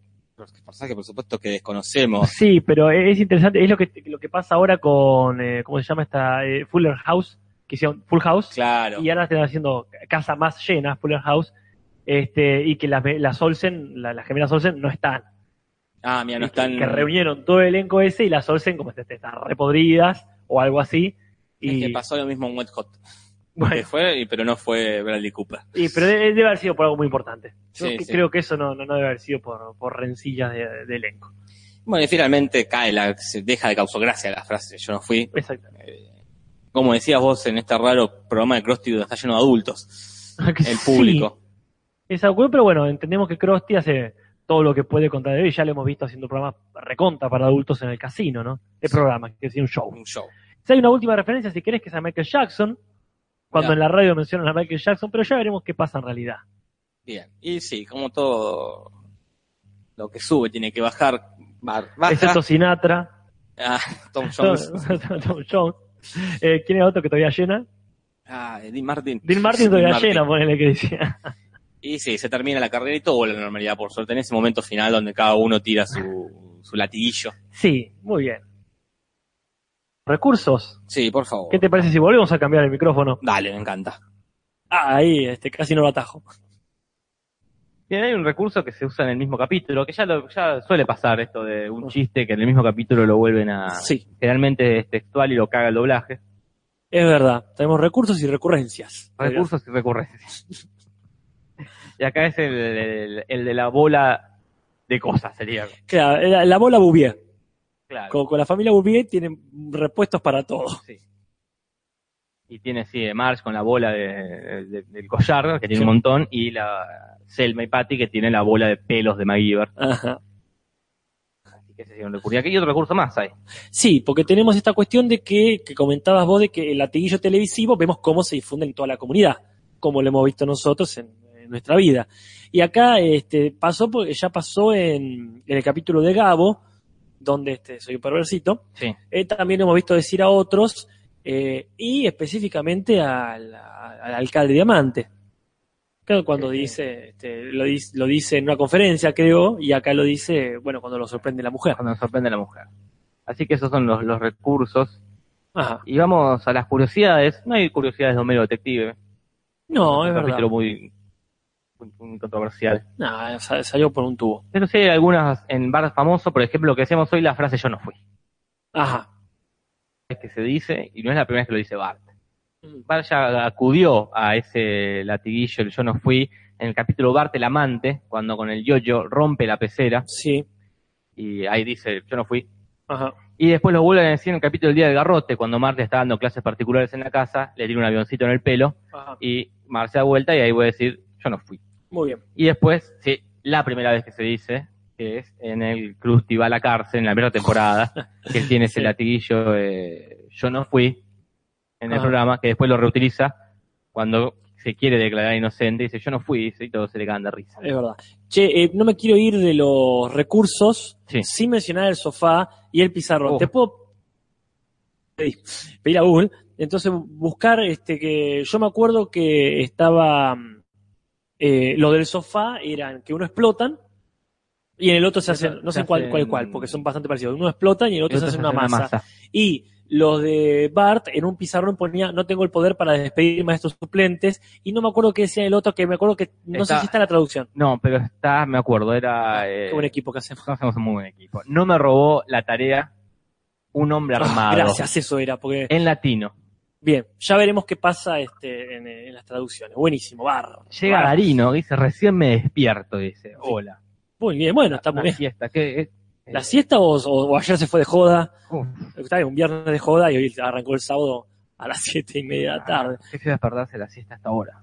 Speaker 2: personaje por supuesto que desconocemos.
Speaker 1: Sí, pero es interesante. Es lo que, lo que pasa ahora con. eh, ¿Cómo se llama esta? Eh, Fuller House. Que hicieron Full House.
Speaker 2: Claro.
Speaker 1: Y ahora están haciendo casa más llena, Fuller House. Este, y que las, las Olsen, la- las gemelas Olsen no están.
Speaker 2: Ah, mira, no
Speaker 1: que-
Speaker 2: están...
Speaker 1: que reunieron todo el elenco ese y las Olsen como que están repodridas o algo así.
Speaker 2: Es
Speaker 1: Y,
Speaker 2: que pasó lo mismo en Wet Hot. Que
Speaker 1: bueno,
Speaker 2: fue, y- pero no fue Bradley Cooper.
Speaker 1: y- pero de- debe haber sido por algo muy importante. Yo
Speaker 2: Sí,
Speaker 1: que-
Speaker 2: sí.
Speaker 1: creo que eso no, no, no debe haber sido por, por rencillas de, de elenco.
Speaker 2: Bueno, y finalmente cae la... Se deja de causar gracia la frase, yo no fui.
Speaker 1: Exactamente.
Speaker 2: como decías vos en este raro programa de Krusty donde está lleno de adultos,
Speaker 1: *laughs* Ah, que
Speaker 2: el
Speaker 1: sí.
Speaker 2: público.
Speaker 1: Es algo, pero bueno, entendemos que Krusty hace todo lo que puede contra de hoy. Ya lo hemos visto haciendo programas reconta para adultos en el casino, ¿no? El programa, que es un show.
Speaker 2: Un show.
Speaker 1: Si hay una última referencia, si querés, que es a Michael Jackson, cuando
Speaker 2: Ya.
Speaker 1: en la radio mencionan a Michael Jackson, pero ya veremos qué pasa en realidad.
Speaker 2: Bien. Y sí, como todo lo que sube tiene que bajar. ba- Baja.
Speaker 1: Excepto Sinatra.
Speaker 2: *laughs* Ah, Tom Ah,
Speaker 1: *laughs*
Speaker 2: Jones.
Speaker 1: Tom Jones. Eh, ¿Quién era otro que todavía llena?
Speaker 2: Ah, Dean Martin.
Speaker 1: Dean Martin todavía llena, ponele que decía.
Speaker 2: Y sí, se termina la carrera y todo vuelve a la normalidad, por suerte, en ese momento final donde cada uno tira su,
Speaker 6: su latiguillo.
Speaker 1: Sí, muy bien. Recursos.
Speaker 6: Sí, por favor.
Speaker 1: ¿Qué te parece si volvemos a cambiar el micrófono?
Speaker 6: Dale, me encanta.
Speaker 3: Ah, ahí, este, casi no lo atajo.
Speaker 2: Bien, hay un recurso que se usa en el mismo capítulo, que ya, lo, ya suele pasar esto de un chiste que en el mismo capítulo lo vuelven a...
Speaker 3: Sí,
Speaker 2: Generalmente es textual y lo caga el doblaje.
Speaker 3: es verdad. Tenemos recursos y recurrencias.
Speaker 2: Recursos y recurrencias. *laughs* Y acá es el, el- el de la bola de cosas, sería.
Speaker 3: Claro, la, la bola Bouvier.
Speaker 2: Claro.
Speaker 3: Con, con la familia Bouvier tienen repuestos para todo.
Speaker 2: Sí. Y tiene, sí, de Marge con la bola de- de- del collar, que tiene un montón, y la Selma y Patty, que tiene la bola de pelos de MacGyver.
Speaker 3: Ajá.
Speaker 2: Así que ese sí es un recurso. Y aquí hay otro recurso más ahí.
Speaker 3: Sí, porque tenemos esta cuestión de que, que comentabas vos de que el latiguillo televisivo vemos cómo se difunde en toda la comunidad, como lo hemos visto nosotros en, en nuestra vida. Y acá este, pasó, porque ya pasó en, en el capítulo de Gabo, donde este, soy un perversito,
Speaker 2: Sí.
Speaker 3: eh, también hemos visto decir a otros, eh, y específicamente al, a- al alcalde Diamante. Claro, cuando dice, este, lo, dice- lo dice en una conferencia, creo, y acá lo dice, bueno, cuando lo sorprende la mujer.
Speaker 2: Cuando nos sorprende la mujer. Así que esos son los, los recursos.
Speaker 3: Ajá.
Speaker 2: Y vamos a las curiosidades. No hay curiosidades de Homero Detective.
Speaker 3: No, es
Speaker 2: un
Speaker 3: verdad.
Speaker 2: capítulo muy, muy- muy controversial.
Speaker 3: No, sa- salió por un tubo.
Speaker 2: Pero sí hay algunas en bar famoso, por ejemplo, que decíamos hoy la frase yo no fui.
Speaker 3: Ajá.
Speaker 2: Es que se dice, y no es la primera vez que lo dice Bart. Bart ya acudió a ese latiguillo, el yo no fui, en el capítulo Bart el amante, cuando con el yoyo rompe la pecera,
Speaker 3: Sí.
Speaker 2: y ahí dice yo no fui.
Speaker 3: Ajá.
Speaker 2: Y después lo vuelven a decir en el capítulo del día del garrote, cuando Marta está dando clases particulares en la casa, le tiene un avioncito en el pelo,
Speaker 3: Ajá.
Speaker 2: y Mar se da vuelta y ahí voy a decir yo no fui.
Speaker 3: Muy bien.
Speaker 2: Y después, sí, la primera vez que se dice, que es en el Krusty va a la cárcel, en la primera temporada,
Speaker 3: *laughs*
Speaker 2: que él tiene ese
Speaker 3: Sí.
Speaker 2: latiguillo, eh, yo no fui, en el
Speaker 3: Ajá.
Speaker 2: programa, que después lo reutiliza cuando se quiere declarar inocente, dice yo no fui, dice, y todos se le cagan de risa.
Speaker 3: Es verdad. Che, eh, no me quiero ir de los recursos
Speaker 2: Sí.
Speaker 3: sin mencionar el sofá y el pizarrón.
Speaker 2: Oh.
Speaker 3: Te puedo pedir, pedir a Google. Entonces, buscar este que yo me acuerdo que estaba mm, eh, lo del sofá eran que uno explotan y en el otro se hacen, no
Speaker 2: se
Speaker 3: sé cuál,
Speaker 2: hacen-
Speaker 3: cuál es cuál, porque son bastante parecidos. Uno explotan y en el otro se hacen una masa. Y los de Bart en un pizarrón ponía no tengo el poder para despedir maestros suplentes y no me acuerdo qué decía el otro que me acuerdo que no
Speaker 2: Está-
Speaker 3: sé si está en la traducción.
Speaker 2: No, pero está, me acuerdo, era... eh,
Speaker 3: Ah, Qué buen equipo que hacemos.
Speaker 2: no hacemos un muy buen equipo. No me robó la tarea un hombre
Speaker 3: *laughs* Ah,
Speaker 2: armado.
Speaker 3: gracias, eso era porque
Speaker 2: En latino.
Speaker 3: bien, ya veremos qué pasa este en, eh, en las traducciones. Buenísimo, Bart.
Speaker 2: Llega
Speaker 3: Bart.
Speaker 2: Darino, dice, recién me despierto, dice, hola.
Speaker 3: Muy bien, bueno, está muy
Speaker 2: Una *laughs*
Speaker 3: bien.
Speaker 2: siesta, ¿qué es?
Speaker 3: ¿La siesta o, o- o ayer se fue de joda?
Speaker 2: Uf.
Speaker 3: Está bien, un viernes de joda y hoy arrancó el sábado a las siete y media de la tarde.
Speaker 2: ¿Qué se despertarse la siesta hasta ahora?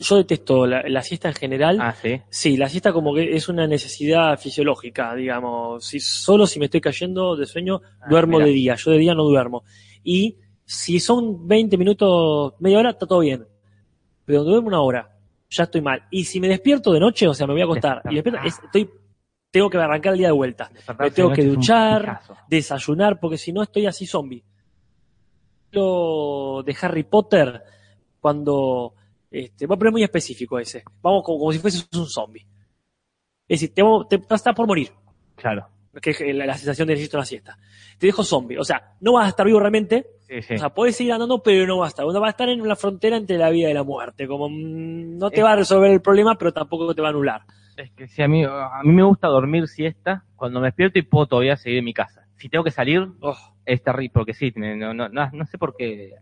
Speaker 3: Yo detesto la, la siesta en general.
Speaker 2: Ah, sí.
Speaker 3: Sí, la siesta como que es una necesidad fisiológica, digamos. Si, solo si me estoy cayendo de sueño,
Speaker 2: Ah,
Speaker 3: duermo
Speaker 2: mirá.
Speaker 3: de día. Yo de día no duermo. Y si son 20 minutos, media hora, está todo bien. Pero cuando duermo una hora, ya estoy mal. Y si me despierto de noche, o sea, me voy a acostar. Y despierto, es- estoy, tengo que arrancar el día de vuelta.
Speaker 2: Despertarse
Speaker 3: Me tengo
Speaker 2: de noche
Speaker 3: que
Speaker 2: Este es un
Speaker 3: duchar.
Speaker 2: pijazo.
Speaker 3: Desayunar, porque si no estoy así zombie. Lo de Harry Potter, cuando... Este, voy a poner muy específico ese. Vamos como, como si fueses un zombie. Es decir, te, te- estás por morir
Speaker 2: Claro.
Speaker 3: que es la, la sensación de necesito una siesta. Te dejo zombie. O sea, no vas a estar vivo realmente.
Speaker 2: Sí, sí.
Speaker 3: O sea, puedes seguir andando, pero no vas a estar. Uno va a estar en una frontera entre la vida y la muerte. Como mm, no te va a resolver el problema, pero tampoco te va a anular.
Speaker 2: es que sí, a mí, a mí me gusta dormir siesta cuando me despierto y puedo todavía seguir en mi casa. Si tengo que salir,
Speaker 3: Oh,
Speaker 2: es terrible, porque sí, me- no, no, no, no sé por qué.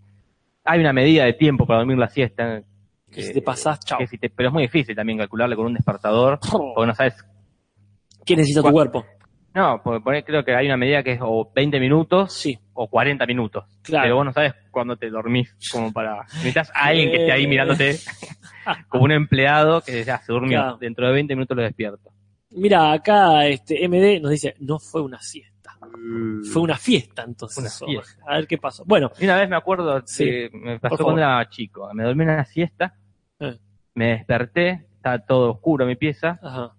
Speaker 2: Hay una medida de tiempo para dormir la siesta.
Speaker 3: que si te pasás, chao.
Speaker 2: que si te- pero es muy difícil también calcularle con un despertador, porque no sabes.
Speaker 3: ¿Qué necesita tu
Speaker 2: Cuatro.
Speaker 3: cuerpo?
Speaker 2: No, porque poné- creo que hay una medida que es o 20 minutos
Speaker 3: Sí,
Speaker 2: o 40 minutos. Pero
Speaker 3: claro.
Speaker 2: vos no sabes cuándo te dormís, como para... Necesitas a alguien que esté ahí
Speaker 3: Eh.
Speaker 2: mirándote, *laughs* como un empleado que ya se durmió,
Speaker 3: Claro.
Speaker 2: dentro de 20 minutos lo despierto.
Speaker 3: Mira, acá este MD nos dice, no fue una siesta.
Speaker 2: Mm.
Speaker 3: Fue una fiesta, entonces.
Speaker 2: Una
Speaker 3: Oh,
Speaker 2: fiesta.
Speaker 3: A ver qué pasó. Bueno,
Speaker 2: Y una vez me acuerdo,
Speaker 3: Sí.
Speaker 2: que me pasó
Speaker 3: Por favor.
Speaker 2: cuando era chico, me dormí en una siesta,
Speaker 3: Eh.
Speaker 2: me desperté, estaba todo oscuro mi pieza,
Speaker 3: ajá.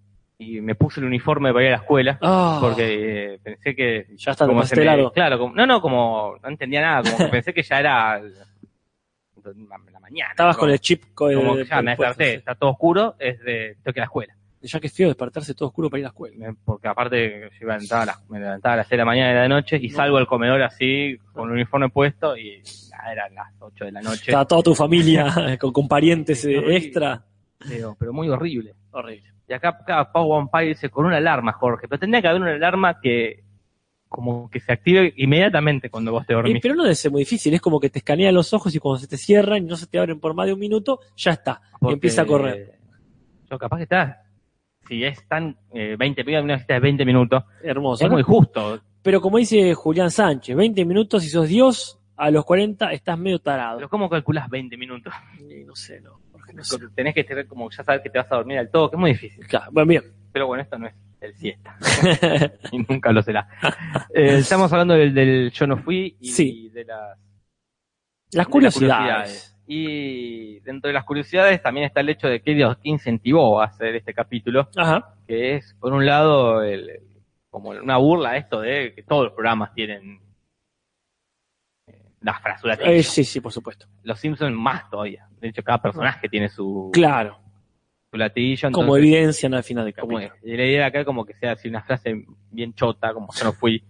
Speaker 2: y me puse el uniforme para ir a la escuela,
Speaker 3: Ah,
Speaker 2: porque eh, pensé que...
Speaker 3: ya está, te
Speaker 2: como se
Speaker 3: pasaste de
Speaker 2: me-
Speaker 3: largo.
Speaker 2: Claro, como- no, no, como no entendía nada,
Speaker 3: *laughs*
Speaker 2: como que pensé que ya era el- la mañana.
Speaker 3: Estabas
Speaker 2: como-
Speaker 3: con el chip. co-
Speaker 2: como que
Speaker 3: eh,
Speaker 2: ya me
Speaker 3: puesto,
Speaker 2: desperté,
Speaker 3: sí.
Speaker 2: está todo oscuro, es de toque a la escuela.
Speaker 3: Ya que es feo despertarse todo oscuro para ir a la escuela.
Speaker 4: Me- Eh, porque aparte yo iba a entrar a las- me levantaba a las 6 de la mañana y de la noche y salgo al comedor así, con el uniforme puesto y ah, eran las 8 de la noche.
Speaker 3: Está toda tu familia *laughs* con, con parientes eh,
Speaker 4: Horrible.
Speaker 3: extra.
Speaker 4: Pero, pero muy horrible.
Speaker 3: Horrible.
Speaker 4: Y acá, acá Pau Wampay dice, con una alarma, Jorge. Pero tendría que haber una alarma que como que se active inmediatamente cuando vos te
Speaker 3: Eh,
Speaker 4: dormís.
Speaker 3: pero no debe ser muy difícil, es como que te escanean los ojos y cuando se te cierran y no se te abren por más de un minuto, ya está. Y
Speaker 4: Porque,
Speaker 3: empieza a correr.
Speaker 4: eh, Yo capaz que estás, si es tan eh, 20 minutos, una cita de 20 minutos,
Speaker 3: Hermoso.
Speaker 4: es
Speaker 3: ¿no?
Speaker 4: muy justo.
Speaker 3: Pero como dice Julián Sánchez, 20 minutos y sos Dios, a los 40 estás medio tarado.
Speaker 4: Pero ¿cómo calculás 20 minutos?
Speaker 3: Eh, No sé, no. Jorge, no sé.
Speaker 4: Tenés que tener como ya saber que te vas a dormir al todo, que es muy difícil.
Speaker 3: Claro, bueno, bien.
Speaker 4: Pero bueno, esto no es el
Speaker 3: *laughs*
Speaker 4: siesta. y nunca lo será. Eh, estamos hablando del, del yo no fui y
Speaker 3: Sí.
Speaker 4: de las
Speaker 3: Las
Speaker 4: de las
Speaker 3: curiosidades.
Speaker 4: curiosidades. Y dentro de las curiosidades también está el hecho de que Dios incentivó a hacer este capítulo,
Speaker 3: Ajá.
Speaker 4: que es, por un lado, el- como una burla a esto de que todos los programas tienen eh, la frase latina.
Speaker 3: Eh, sí, sí, por supuesto.
Speaker 4: Los Simpsons más todavía. De hecho, cada personaje tiene su,
Speaker 3: Claro.
Speaker 4: su latillo.
Speaker 3: como
Speaker 4: entonces,
Speaker 3: evidencian al final del
Speaker 4: como
Speaker 3: capítulo.
Speaker 4: es. Y la idea acá como que sea así una frase bien chota, como yo no fui,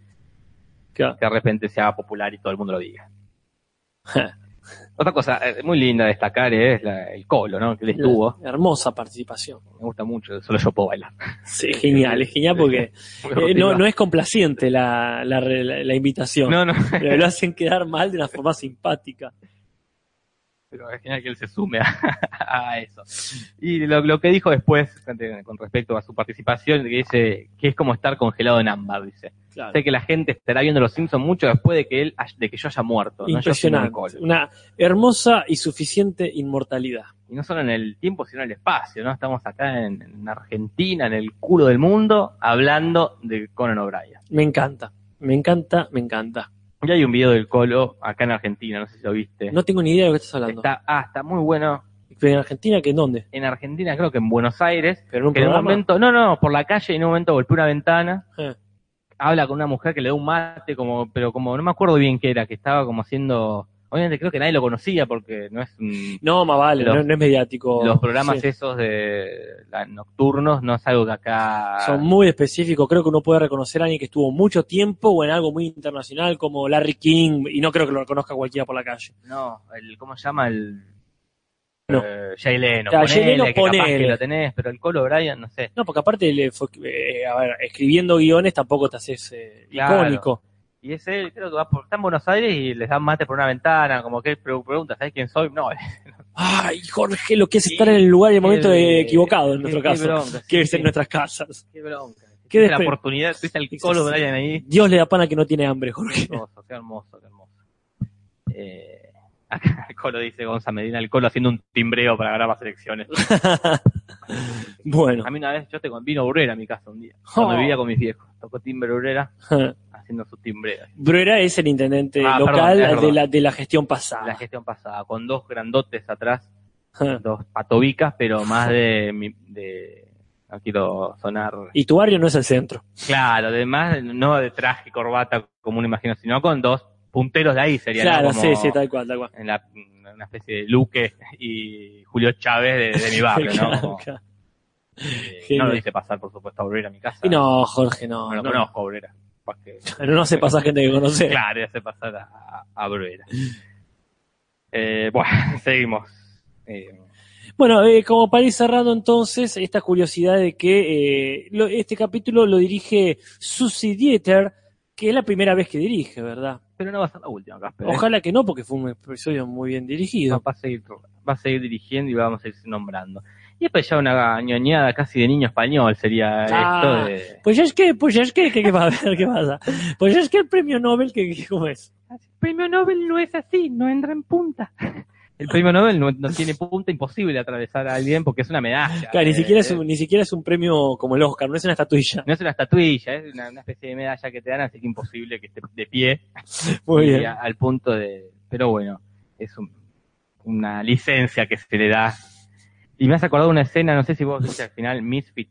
Speaker 3: Claro.
Speaker 4: que de repente se haga popular y todo el mundo lo diga. Otra cosa eh, muy linda a destacar es la- el colo, ¿no? Que él estuvo.
Speaker 3: La hermosa participación.
Speaker 4: Me gusta mucho, solo yo puedo bailar.
Speaker 3: Sí, genial, es genial
Speaker 4: *laughs*
Speaker 3: porque eh, no, no es complaciente la, la, re- la- la invitación.
Speaker 4: no, *laughs* no,
Speaker 3: Pero lo hacen quedar mal de una forma simpática.
Speaker 4: pero es genial que él se sume a, *laughs* a eso. Y lo, lo que dijo después con, con respecto a su participación, que dice que es como estar congelado en ámbar, dice.
Speaker 3: Claro.
Speaker 4: Sé que la gente estará viendo Los Simpsons mucho después de que él hay- de que yo haya muerto, ¿no? Yo soy un
Speaker 3: Impresionante.
Speaker 4: alcohol.
Speaker 3: Una hermosa y suficiente inmortalidad.
Speaker 4: Y no solo en el tiempo, sino en el espacio, ¿no? Estamos acá en, en Argentina, en el culo del mundo, hablando de Conan O'Brien.
Speaker 3: Me encanta, me encanta, me encanta.
Speaker 4: Y hay un video del Colo acá en Argentina, no sé si lo viste.
Speaker 3: No tengo ni idea de lo que estás hablando.
Speaker 4: está, ah, está muy bueno.
Speaker 3: ¿En Argentina que en dónde?
Speaker 4: en Argentina, creo que en Buenos Aires,
Speaker 3: ¿Pero en un
Speaker 4: que en un
Speaker 3: programa?
Speaker 4: momento, no, no, por la calle, en un momento golpeó una ventana,
Speaker 3: Eh.
Speaker 4: habla con una mujer que le da un mate, como, pero como no me acuerdo bien qué era, que estaba como haciendo, mm, obviamente creo que nadie lo conocía porque no es un-
Speaker 3: No, más vale,
Speaker 4: Los-
Speaker 3: no, no es mediático.
Speaker 4: los programas
Speaker 3: Oh, Sí.
Speaker 4: esos de la- nocturnos no es algo que acá
Speaker 3: son muy específicos. Creo que uno puede reconocer a alguien que estuvo mucho tiempo o en algo muy internacional como Larry King, y no creo que lo reconozca cualquiera por la calle.
Speaker 4: no, el, ¿cómo se llama el
Speaker 3: No.
Speaker 4: eh, Jay Leno,
Speaker 3: Ah, Jay
Speaker 4: ponele,
Speaker 3: Leno,
Speaker 4: que capaz
Speaker 3: ponele.
Speaker 4: que lo tenés, pero el Colo Bryan no sé.
Speaker 3: No, porque aparte, le fue- eh, a ver, escribiendo guiones tampoco te haces eh,
Speaker 4: Claro.
Speaker 3: icónico.
Speaker 4: Y es él, creo que va por, está en Buenos Aires y les dan mate por una ventana, como que pre- pregunta, ¿sabes quién soy? No,
Speaker 3: Ay, Jorge, lo que es estar en el lugar y el momento
Speaker 4: Qué-
Speaker 3: equivocado en
Speaker 4: qué-
Speaker 3: nuestro
Speaker 4: qué
Speaker 3: caso,
Speaker 4: bronca,
Speaker 3: *laughs* que
Speaker 4: sí,
Speaker 3: es en
Speaker 4: sí.
Speaker 3: nuestras casas.
Speaker 4: Qué bronca.
Speaker 3: Qué
Speaker 4: Tuviste la
Speaker 3: despe-
Speaker 4: oportunidad, tuviste al Colo Brian ahí.
Speaker 3: Dios le da pana que no tiene hambre, Jorge. *laughs*
Speaker 4: Qué hermoso, qué hermoso, qué hermoso. Eh, acá el Colo dice Gonza Medina, el Colo haciendo un timbreo para grabar las elecciones.
Speaker 3: Bueno, *laughs*
Speaker 4: A mí una vez yo te vino Urrera a mi casa un día, cuando
Speaker 3: Oh.
Speaker 4: vivía con mis viejos. Tocó timbre Urrera haciendo su timbreo.
Speaker 3: Bruera es el intendente
Speaker 4: Ah, perdón,
Speaker 3: local
Speaker 4: es verdad.
Speaker 3: de, la, de la gestión pasada.
Speaker 4: La gestión pasada, con dos grandotes atrás, dos patobicas, pero más de... mi- de no quiero sonar...
Speaker 3: *laughs* Y tu barrio no es el centro.
Speaker 4: Claro, además no de traje y corbata como uno imagina, sino con dos punteros de ahí sería
Speaker 3: claro,
Speaker 4: ¿no?
Speaker 3: sí,
Speaker 4: Como-
Speaker 3: sí, tal cual, tal cual.
Speaker 4: en la, una especie de Luque y Julio Chávez de, de
Speaker 3: *laughs*
Speaker 4: mi barrio, ¿no?
Speaker 3: Claro,
Speaker 4: Como,
Speaker 3: claro.
Speaker 4: eh, no
Speaker 3: Genial.
Speaker 4: lo hice pasar, por supuesto, a Obrera a mi casa.
Speaker 3: Y no, Jorge, no.
Speaker 4: No lo
Speaker 3: No,
Speaker 4: conozco, a Obrera. Capaz que-
Speaker 3: *laughs* no se pasa gente que conoce.
Speaker 4: claro, ya sé pasar a, a- a Obrera. Eh, bueno, *laughs* seguimos. Eh,
Speaker 3: Bueno, eh, como para ir cerrando entonces, esta curiosidad de que eh, lo- este capítulo lo dirige Susie Dieter, que es la primera vez que dirige, ¿verdad?
Speaker 4: pero no va a ser la última, Casper. ¿eh?
Speaker 3: Ojalá que no, porque fue un episodio muy bien
Speaker 4: Va,
Speaker 3: dirigido.
Speaker 4: va a seguir, va a seguir dirigiendo y vamos a ir nombrando. Y después ya una ñoñada casi de niño español sería
Speaker 3: Ah.
Speaker 4: esto de...
Speaker 3: Pues es que, pues es que, ¿qué, qué va a ver? ¿Qué pasa? Pues es que el premio Nobel, que, que- ¿cómo es?
Speaker 4: premio Nobel no es así, no entra en punta. *laughs* El premio Nobel no, no tiene punta, imposible atravesar a alguien porque es una medalla.
Speaker 3: Claro, ni
Speaker 4: Eh,
Speaker 3: siquiera es un, ni siquiera es un premio como el Oscar, no es una estatuilla.
Speaker 4: No es una estatuilla, es una, una especie de medalla que te dan, así que imposible que esté de pie.
Speaker 3: Muy
Speaker 4: Y
Speaker 3: bien.
Speaker 4: a- al punto de. Pero bueno, es un- una licencia que se le da. Y me has acordado una escena, no sé si vos viste al final, Misfit.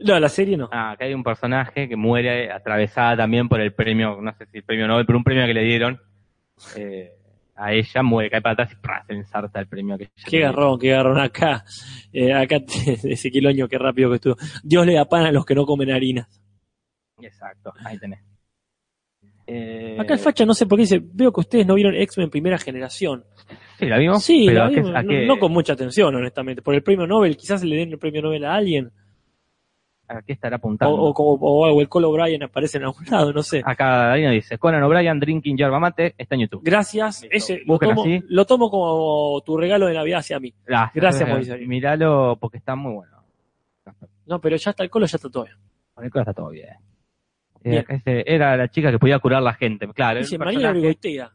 Speaker 3: No, la serie no.
Speaker 4: Ah, acá hay un personaje que muere atravesada también por el premio, no sé si el premio Nobel, pero un premio que le dieron. Eh, a ella, muere, cae para atrás y ¡pra! se le ensarta el premio que ella
Speaker 3: Qué
Speaker 4: tenía.
Speaker 3: garrón, qué garrón acá. Eh, acá *laughs* ese quiloño, qué rápido que estuvo. Dios le da pan a los que no comen harina.
Speaker 4: Exacto, ahí tenés. Eh,
Speaker 3: Acá el facha no sé por qué dice, veo que ustedes no vieron X-Men primera generación.
Speaker 4: Sí, la vimos.
Speaker 3: sí,
Speaker 4: pero
Speaker 3: la
Speaker 4: ¿a qué-
Speaker 3: vimos,
Speaker 4: a
Speaker 3: no,
Speaker 4: qué-
Speaker 3: no con mucha atención, honestamente. Por el premio Nobel, quizás le den el premio Nobel a alguien.
Speaker 4: ¿A qué estará
Speaker 3: O,
Speaker 4: apuntando?
Speaker 3: o, como- o- o el Colo Bryan aparece en algún lado, no sé.
Speaker 4: Acá Dino dice, Conan O'Brien, Drinking Yerba Mate, está en YouTube.
Speaker 3: Gracias.
Speaker 4: Listo.
Speaker 3: Ese, lo,
Speaker 4: Busquen
Speaker 3: tomo,
Speaker 4: así.
Speaker 3: lo tomo como tu regalo de Navidad hacia mí. Gracias, Moisés.
Speaker 4: Míralo porque está muy bueno.
Speaker 3: No, pero ya está el Colo, ya está todo.
Speaker 4: Con el corazón está todo bien. Eh,
Speaker 3: Bien.
Speaker 4: acá dice, Era la chica que podía curar la gente. Claro,
Speaker 3: Dice
Speaker 4: el
Speaker 3: Marina
Speaker 4: personaje,
Speaker 3: Brigoitea.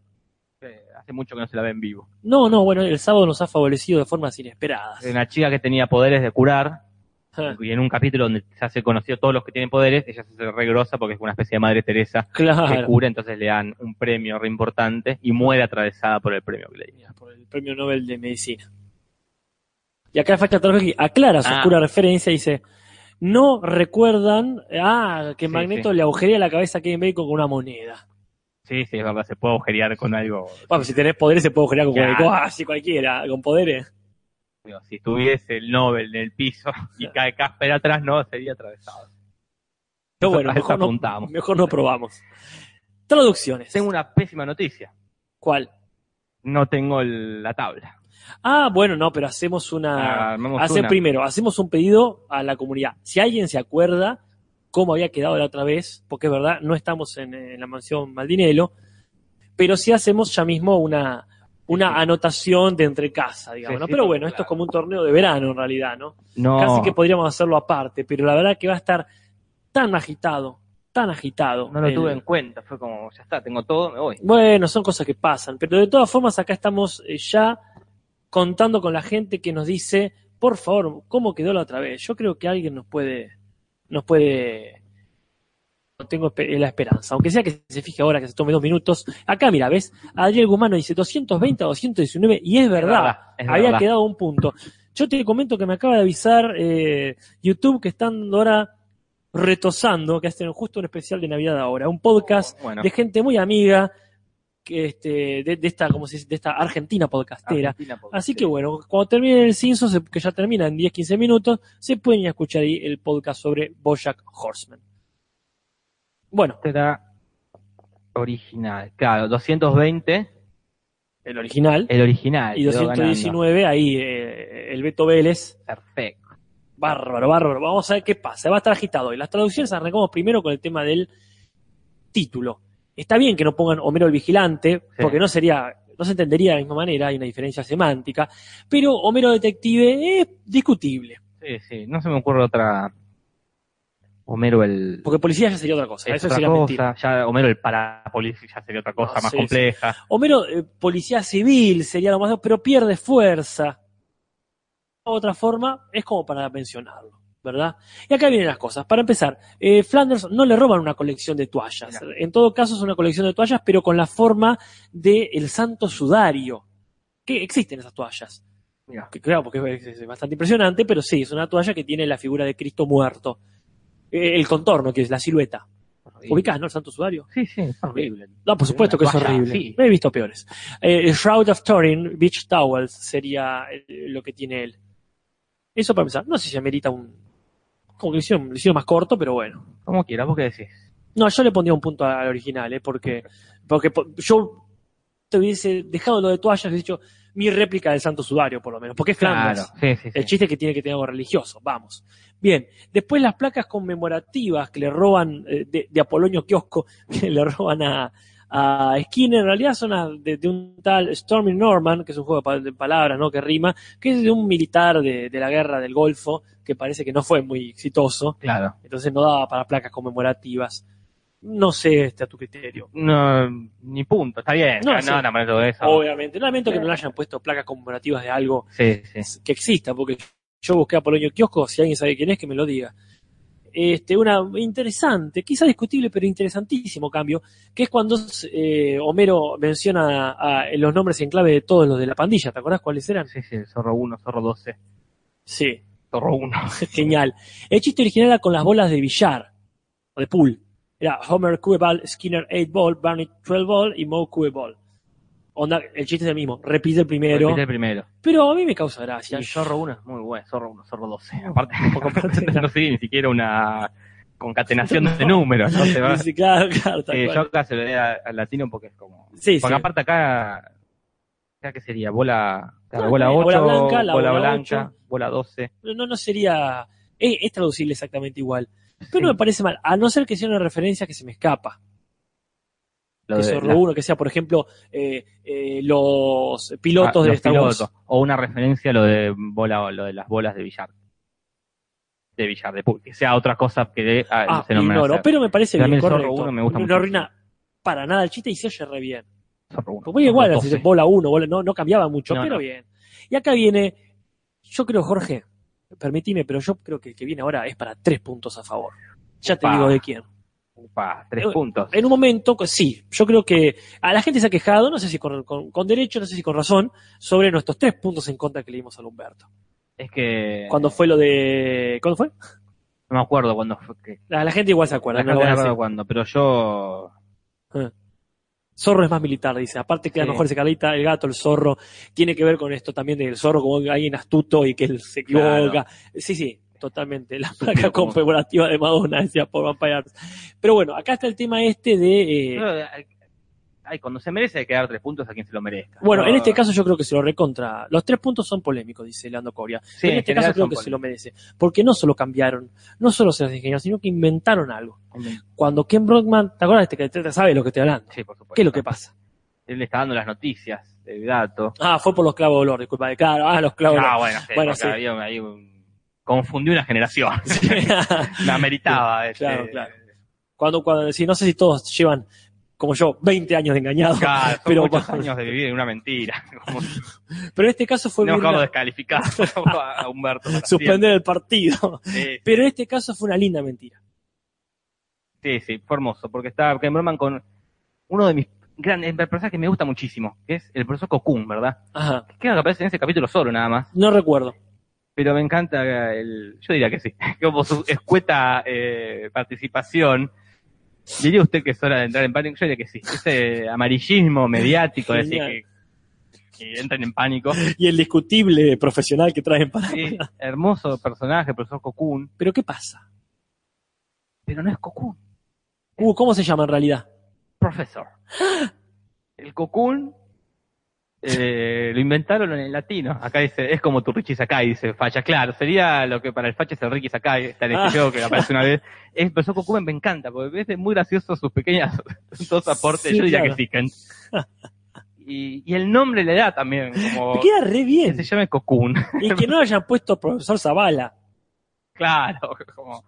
Speaker 4: eh, hace mucho que no se la ve en vivo.
Speaker 3: ah". No, no, bueno, el sábado nos ha favorecido de formas inesperadas.
Speaker 4: Era Una chica que tenía poderes de curar,
Speaker 3: Ah.
Speaker 4: y en un capítulo donde se hace conocido todos los que tienen poderes, ella se hace re grosa porque es una especie de madre Teresa que
Speaker 3: *laughs* Ah, claro.
Speaker 4: cura, entonces le dan un premio re importante y muere atravesada por el premio que le dieron.
Speaker 3: Mira, por el premio Nobel de Medicina. Y acá Facha Tarkovsky aclara su
Speaker 4: Ah.
Speaker 3: oscura referencia y dice: No recuerdan ah, que
Speaker 4: Sí,
Speaker 3: Magneto le agujería la cabeza a Kevin Bacon con una moneda.
Speaker 4: Sí, sí, es verdad, se puede agujerear con algo.
Speaker 3: Bueno, si tenés poderes, se puede agujerear con
Speaker 4: Claro.
Speaker 3: cualquier cosa, así cualquiera, con poderes.
Speaker 4: Digo, si estuviese el Nobel en el piso y cae Casper atrás, no, sería atravesado.
Speaker 3: Pero
Speaker 4: Eso-
Speaker 3: bueno,
Speaker 4: a eso
Speaker 3: mejor no,
Speaker 4: apuntamos.
Speaker 3: mejor no probamos. Traducciones.
Speaker 4: Tengo una pésima noticia.
Speaker 3: ¿Cuál?
Speaker 4: No tengo el- la tabla.
Speaker 3: Ah, bueno, no, pero hacemos una.
Speaker 4: Armemos
Speaker 3: Ah, Hace
Speaker 4: una.
Speaker 3: primero, hacemos un pedido a la comunidad. Si alguien se acuerda cómo había quedado la otra vez, porque es verdad, no estamos en, eh, la mansión Maldinelo, pero sí hacemos ya mismo una, una anotación de entre casa, digamos,
Speaker 4: Sí,
Speaker 3: ¿no?
Speaker 4: sí,
Speaker 3: Pero
Speaker 4: sí,
Speaker 3: bueno, esto es como un torneo de verano en realidad, ¿no?
Speaker 4: No,
Speaker 3: Casi que podríamos hacerlo aparte, pero la verdad que va a estar tan agitado, tan agitado.
Speaker 4: no lo
Speaker 3: el-
Speaker 4: tuve en cuenta. Fue como, ya está, tengo todo, me voy.
Speaker 3: bueno, son cosas que pasan, pero de todas formas acá estamos eh, ya contando con la gente que nos dice, por favor, ¿cómo quedó la otra vez? Yo creo que alguien nos puede, nos puede, no tengo espe- la esperanza, aunque sea que se fije ahora, que se tome dos minutos. Acá, mira, ¿ves? Adriel Guzmán nos dice 220 a 219 y es verdad,
Speaker 4: es
Speaker 3: había
Speaker 4: verdad.
Speaker 3: quedado un punto. Yo te comento que me acaba de avisar eh, YouTube que están ahora retosando, que hacen justo un especial de Navidad ahora, un podcast
Speaker 4: Bueno,
Speaker 3: de gente muy amiga que este, de, de esta como se dice, de esta Argentina podcastera.
Speaker 4: Argentina, porque-
Speaker 3: Así que bueno, cuando termine el cinzo, se- que ya termina en 10-15 minutos, se pueden ir a escuchar ahí el podcast sobre Bojack Horseman. Bueno,
Speaker 4: Este era original. Claro, 220,
Speaker 3: el original
Speaker 4: el original.
Speaker 3: y
Speaker 4: quedó
Speaker 3: 219, ahí eh, el Beto Vélez,
Speaker 4: ganando. Perfecto.
Speaker 3: bárbaro, bárbaro. Vamos a ver qué pasa, va a estar agitado. Y las traducciones arrancamos primero con el tema del título. Está bien que no pongan Homero el Vigilante,
Speaker 4: Sí.
Speaker 3: porque no sería, no se entendería de la misma manera, hay una diferencia semántica, pero Homero Detective es discutible,
Speaker 4: Sí, sí, no se me ocurre otra. Homero el.
Speaker 3: porque policía ya sería otra cosa,
Speaker 4: es
Speaker 3: eso
Speaker 4: otra
Speaker 3: sería
Speaker 4: cosa,
Speaker 3: mentira.
Speaker 4: ya Homero el parapolicía ya sería otra cosa
Speaker 3: No,
Speaker 4: más
Speaker 3: Ah, sí,
Speaker 4: compleja.
Speaker 3: Homero, eh, policía civil sería lo más, pero pierde fuerza. De otra forma, es como para mencionarlo, ¿verdad? Y acá vienen las cosas. Para empezar, eh, Flanders no le roban una colección de toallas. En todo caso, es una colección de toallas, pero con la forma del el santo sudario. Que existen esas toallas.
Speaker 4: Mirá.
Speaker 3: Que, claro, porque es, es bastante impresionante, pero sí, es una toalla que tiene la figura de Cristo muerto. Eh, el contorno, que es la silueta. ¿Ubicás, no? El santo sudario.
Speaker 4: Sí, sí, horrible.
Speaker 3: No, por supuesto que
Speaker 4: Una
Speaker 3: es
Speaker 4: toalla,
Speaker 3: horrible.
Speaker 4: sí.
Speaker 3: Me he visto peores. Eh, el Shroud of Turin, Beach Towels, sería eh, lo que tiene él. Eso para empezar. No sé si amerita un. Como que lo hicieron, lo hicieron más corto, pero bueno.
Speaker 4: Como quieras, vos qué decís.
Speaker 3: No, yo le pondría un punto al original, ¿eh? Porque, porque po- yo te hubiese dejado lo de toallas, hubiese dicho mi réplica del Santo Sudario, por lo menos. Porque es Flanders.
Speaker 4: sí, sí.
Speaker 3: El
Speaker 4: sí.
Speaker 3: chiste es que tiene que tener algo religioso, vamos. Bien, después las placas conmemorativas que le roban eh, de, de Apolonio Kiosco, *laughs* que le roban a, a Skinner, en realidad son a- de, de un tal Stormy Norman, que es un juego de, pa- de palabras, ¿no? Que rima, que es de un militar de, de la guerra del Golfo, que parece que no fue muy exitoso,
Speaker 4: Claro.
Speaker 3: entonces no daba para placas conmemorativas. No sé, este a tu criterio.
Speaker 4: No, ni punto, está bien.
Speaker 3: No,
Speaker 4: No,
Speaker 3: sí.
Speaker 4: no, no, pero eso.
Speaker 3: Obviamente, lamento que no le hayan puesto placas conmemorativas de algo
Speaker 4: Sí, sí.
Speaker 3: que exista, porque yo busqué a Polonio Kiosco, si alguien sabe quién es, que me lo diga. Este, una interesante, quizá discutible, pero interesantísimo cambio, que es cuando eh, Homero menciona a- a los nombres en clave de todos los de la pandilla, ¿te acordás cuáles eran?
Speaker 4: Sí, sí, el zorro 1, zorro 12,
Speaker 3: Sí, *laughs*
Speaker 4: zorro *laughs* 1.
Speaker 3: genial. El chiste original era con las bolas de billar, o de pool. Era Homer Cue Ball, Skinner 8 Ball, Barney 12 Ball y Moe Cue Ball. Onda, el chiste es el mismo, repite el primero.
Speaker 4: Repite el primero.
Speaker 3: Pero a mí me causa gracia.
Speaker 4: Y Zorro 1 es muy bueno, Zorro 1, Zorro 12.
Speaker 3: No,
Speaker 4: Aparte, *laughs*
Speaker 3: *laughs* aparte,
Speaker 4: no sigue ni siquiera una concatenación *laughs* de números. ¿no? Se va-
Speaker 3: Sí, claro, claro, tal
Speaker 4: Eh,
Speaker 3: cual.
Speaker 4: yo acá se lo doy a- al latino porque es como.
Speaker 3: Sí,
Speaker 4: porque
Speaker 3: sí.
Speaker 4: aparte acá. acá ¿Qué sería? Bola, claro,
Speaker 3: No,
Speaker 4: bola
Speaker 3: la
Speaker 4: 8,
Speaker 3: bola
Speaker 4: bola
Speaker 3: blanca,
Speaker 4: blanca,
Speaker 3: la
Speaker 4: bola,
Speaker 3: bola
Speaker 4: bola 12.
Speaker 3: No, no, no sería. Es, es traducible exactamente igual. Pero no me parece mal, a no ser que sea una referencia que se me escapa.
Speaker 4: Lo
Speaker 3: que
Speaker 4: de-
Speaker 3: Zorro
Speaker 4: la-
Speaker 3: 1, que sea, por ejemplo, eh, eh, los pilotos
Speaker 4: ah,
Speaker 3: de
Speaker 4: los
Speaker 3: Star Wars.
Speaker 4: pilotos. O una referencia a lo de, bola, lo de las bolas de billar. De billar, de pool. Que sea otra cosa que de- ah,
Speaker 3: Ah,
Speaker 4: se no me
Speaker 3: ignoro,
Speaker 4: hace.
Speaker 3: pero me parece bien
Speaker 4: También Zorro
Speaker 3: correcto.
Speaker 4: 1 me gusta
Speaker 3: no
Speaker 4: mucho.
Speaker 3: arruina para nada el chiste y se oye re bien.
Speaker 4: Zorro 1.
Speaker 3: Pues muy igual,
Speaker 4: Zorro
Speaker 3: así,
Speaker 4: 12.
Speaker 3: bola 1, bola, no, no cambiaba mucho,
Speaker 4: No,
Speaker 3: pero
Speaker 4: no.
Speaker 3: bien. Y acá viene, yo creo, Jorge, permitime, pero yo creo que el que viene ahora es para tres puntos a favor. Ya te
Speaker 4: Upa.
Speaker 3: digo de quién.
Speaker 4: Upa, tres
Speaker 3: Eh,
Speaker 4: puntos.
Speaker 3: En un momento, co- sí, yo creo que a la gente se ha quejado, no sé si con, con- con derecho, no sé si con razón, sobre nuestros tres puntos en contra que le dimos al Humberto.
Speaker 4: Es que.
Speaker 3: Cuando fue lo de. ¿Cuándo fue?
Speaker 4: No me acuerdo cuando fue. Que,
Speaker 3: La, la gente igual se acuerda, no lo
Speaker 4: no
Speaker 3: voy a
Speaker 4: me
Speaker 3: decir.
Speaker 4: acuerdo cuando, pero yo.
Speaker 3: Zorro es más militar, dice. Aparte que a lo
Speaker 4: Sí.
Speaker 3: mejor se Carlita, el gato, el zorro, tiene que ver con esto también del zorro como alguien astuto y que él se equivoca.
Speaker 4: Claro.
Speaker 3: Sí, sí, totalmente. La placa conmemorativa de Madonna, decía por Vampire Arts. Pero bueno, acá está el tema este de... eh,
Speaker 4: Pero, ay, ay, cuando se merece hay que dar tres puntos a quien se lo merezca.
Speaker 3: bueno,
Speaker 4: No,
Speaker 3: en este caso yo creo que se lo recontra. Los tres puntos son polémicos, dice Leandro Coria.
Speaker 4: sí,
Speaker 3: en este
Speaker 4: general
Speaker 3: caso creo
Speaker 4: son
Speaker 3: que se lo
Speaker 4: polémicos.
Speaker 3: merece. Porque no solo cambiaron, no solo se las ingeniaron, sino que inventaron algo. Cuando Ken Brockman, ¿te acuerdas? de Este, que te, te sabe lo que estoy hablando.
Speaker 4: Sí, por supuesto.
Speaker 3: ¿Qué es lo que pasa?
Speaker 4: Él le está dando las noticias del dato.
Speaker 3: Ah, fue por los clavos de olor, disculpa. Claro, ah, los clavos de olor.
Speaker 4: ah, bueno, sí,
Speaker 3: Bueno,
Speaker 4: porque
Speaker 3: sí.
Speaker 4: había- ahí un- confundí una generación. La meritaba. este,
Speaker 3: Claro, claro. *laughs* cuando, cuando decís, no sé si todos llevan, como yo, 20 años de engañado. *laughs*
Speaker 4: Claro, son
Speaker 3: Pero
Speaker 4: muchos
Speaker 3: vamos.
Speaker 4: años de vivir en una mentira. *laughs* Como,
Speaker 3: Pero en este caso fue
Speaker 4: no
Speaker 3: una-
Speaker 4: acabo de descalificar *laughs* a Humberto.
Speaker 3: *laughs*
Speaker 4: para
Speaker 3: suspender el partido.
Speaker 4: siempre.
Speaker 3: Pero en este caso fue una linda mentira.
Speaker 4: Sí, sí, sí, fue hermoso. Porque está Ken Broman con uno de mis grandes personajes que me gusta muchísimo, que es el profesor Cocoon, ¿verdad?
Speaker 3: Ajá,
Speaker 4: Creo que aparece en ese capítulo solo nada más.
Speaker 3: no recuerdo.
Speaker 4: pero me encanta el. Yo diría que sí. *laughs* Como su escueta eh, participación. ¿Diría usted que es hora de entrar en pánico? Yo diría que sí. Ese amarillismo mediático, de decir
Speaker 3: Genial.
Speaker 4: que, que entran en pánico.
Speaker 3: Y el discutible profesional que traen para... *laughs*
Speaker 4: Sí, hermoso personaje, profesor Cocoon.
Speaker 3: Pero ¿qué pasa?
Speaker 4: Pero no es Cocoon,
Speaker 3: Uh, ¿Cómo se llama en realidad?
Speaker 4: profesor. *gasps* El Cocoon eh, lo inventaron en el latino. Acá dice, es como tu Richie Sakai, dice Facha. Claro, sería lo que para el Facha es el Ricky Sakai, está en
Speaker 3: Ah.
Speaker 4: este show que aparece
Speaker 3: *laughs*
Speaker 4: una vez. Es profesor Cocoon me encanta, porque es muy gracioso sus pequeñas *laughs* dos aportes.
Speaker 3: Sí,
Speaker 4: Yo diría
Speaker 3: claro.
Speaker 4: que sí,
Speaker 3: *laughs*
Speaker 4: Ken. Y, y el nombre le da también,
Speaker 3: Me
Speaker 4: como
Speaker 3: queda re
Speaker 4: que se
Speaker 3: bien.
Speaker 4: llame Cocoon. *laughs*
Speaker 3: Y que no hayan puesto profesor Zavala.
Speaker 4: claro, como.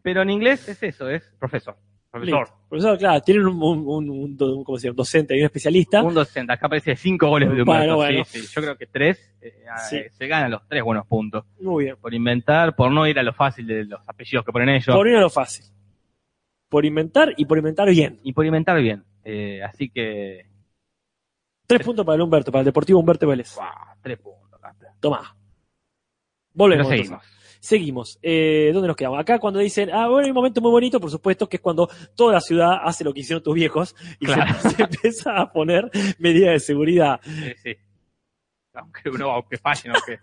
Speaker 4: Pero en inglés es eso, es profesor. Profesor.
Speaker 3: Listo. Profesor, claro, tienen un, un, un- un do- un- ¿cómo se llama? un docente y un especialista.
Speaker 4: Un docente, acá aparece cinco goles de
Speaker 3: Bueno,
Speaker 4: Humberto.
Speaker 3: bueno.
Speaker 4: Sí, sí. Yo creo que tres eh, ah,
Speaker 3: Sí.
Speaker 4: eh, se ganan los tres buenos puntos.
Speaker 3: Muy bien.
Speaker 4: Por inventar, por no ir a lo fácil de los apellidos que ponen ellos.
Speaker 3: Por ir a lo fácil. Por inventar y por inventar bien.
Speaker 4: Y por inventar bien. Eh, así que.
Speaker 3: Tres puntos para el Humberto, para el Deportivo Humberto Vélez.
Speaker 4: ¡buah! tres puntos. Gasta.
Speaker 3: Tomá.
Speaker 4: Pero
Speaker 3: Volvemos. entonces.
Speaker 4: seguimos.
Speaker 3: Seguimos. Eh, ¿Dónde nos quedamos? Acá cuando dicen, ah, bueno, hay un momento muy bonito, por supuesto, que es cuando toda la ciudad hace lo que hicieron tus viejos y se-
Speaker 4: Claro.
Speaker 3: *laughs* se, empieza a poner medidas de seguridad
Speaker 4: Sí, sí. Aunque uno, aunque fallen,
Speaker 3: *laughs*
Speaker 4: aunque.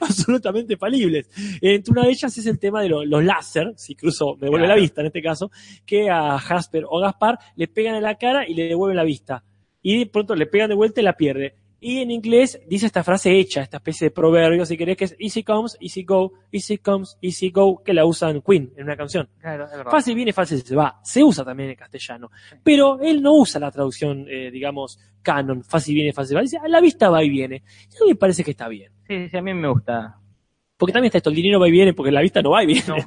Speaker 3: absolutamente falibles. Entre una de ellas es el tema de lo- los láser, si cruzo, me vuelve
Speaker 4: Claro.
Speaker 3: la vista en este caso, que a Jasper o Gaspar le pegan en la cara y le devuelven la vista. Y de pronto le pegan de vuelta y la pierde. Y en inglés dice esta frase hecha, esta especie de proverbio, si querés, que es easy comes, easy go, easy comes, easy go, que la usan Queen en una canción.
Speaker 4: Claro, es verdad.
Speaker 3: Fácil viene, fácil se va. Se usa también en castellano. Pero él no usa la traducción, eh, digamos, canon. Fácil viene, fácil va. Dice, a la vista va y viene. Y a mí me parece que está bien.
Speaker 4: Sí, sí, a mí me gusta.
Speaker 3: Porque también está esto, el dinero va y viene, porque la vista no va y viene.
Speaker 4: *laughs*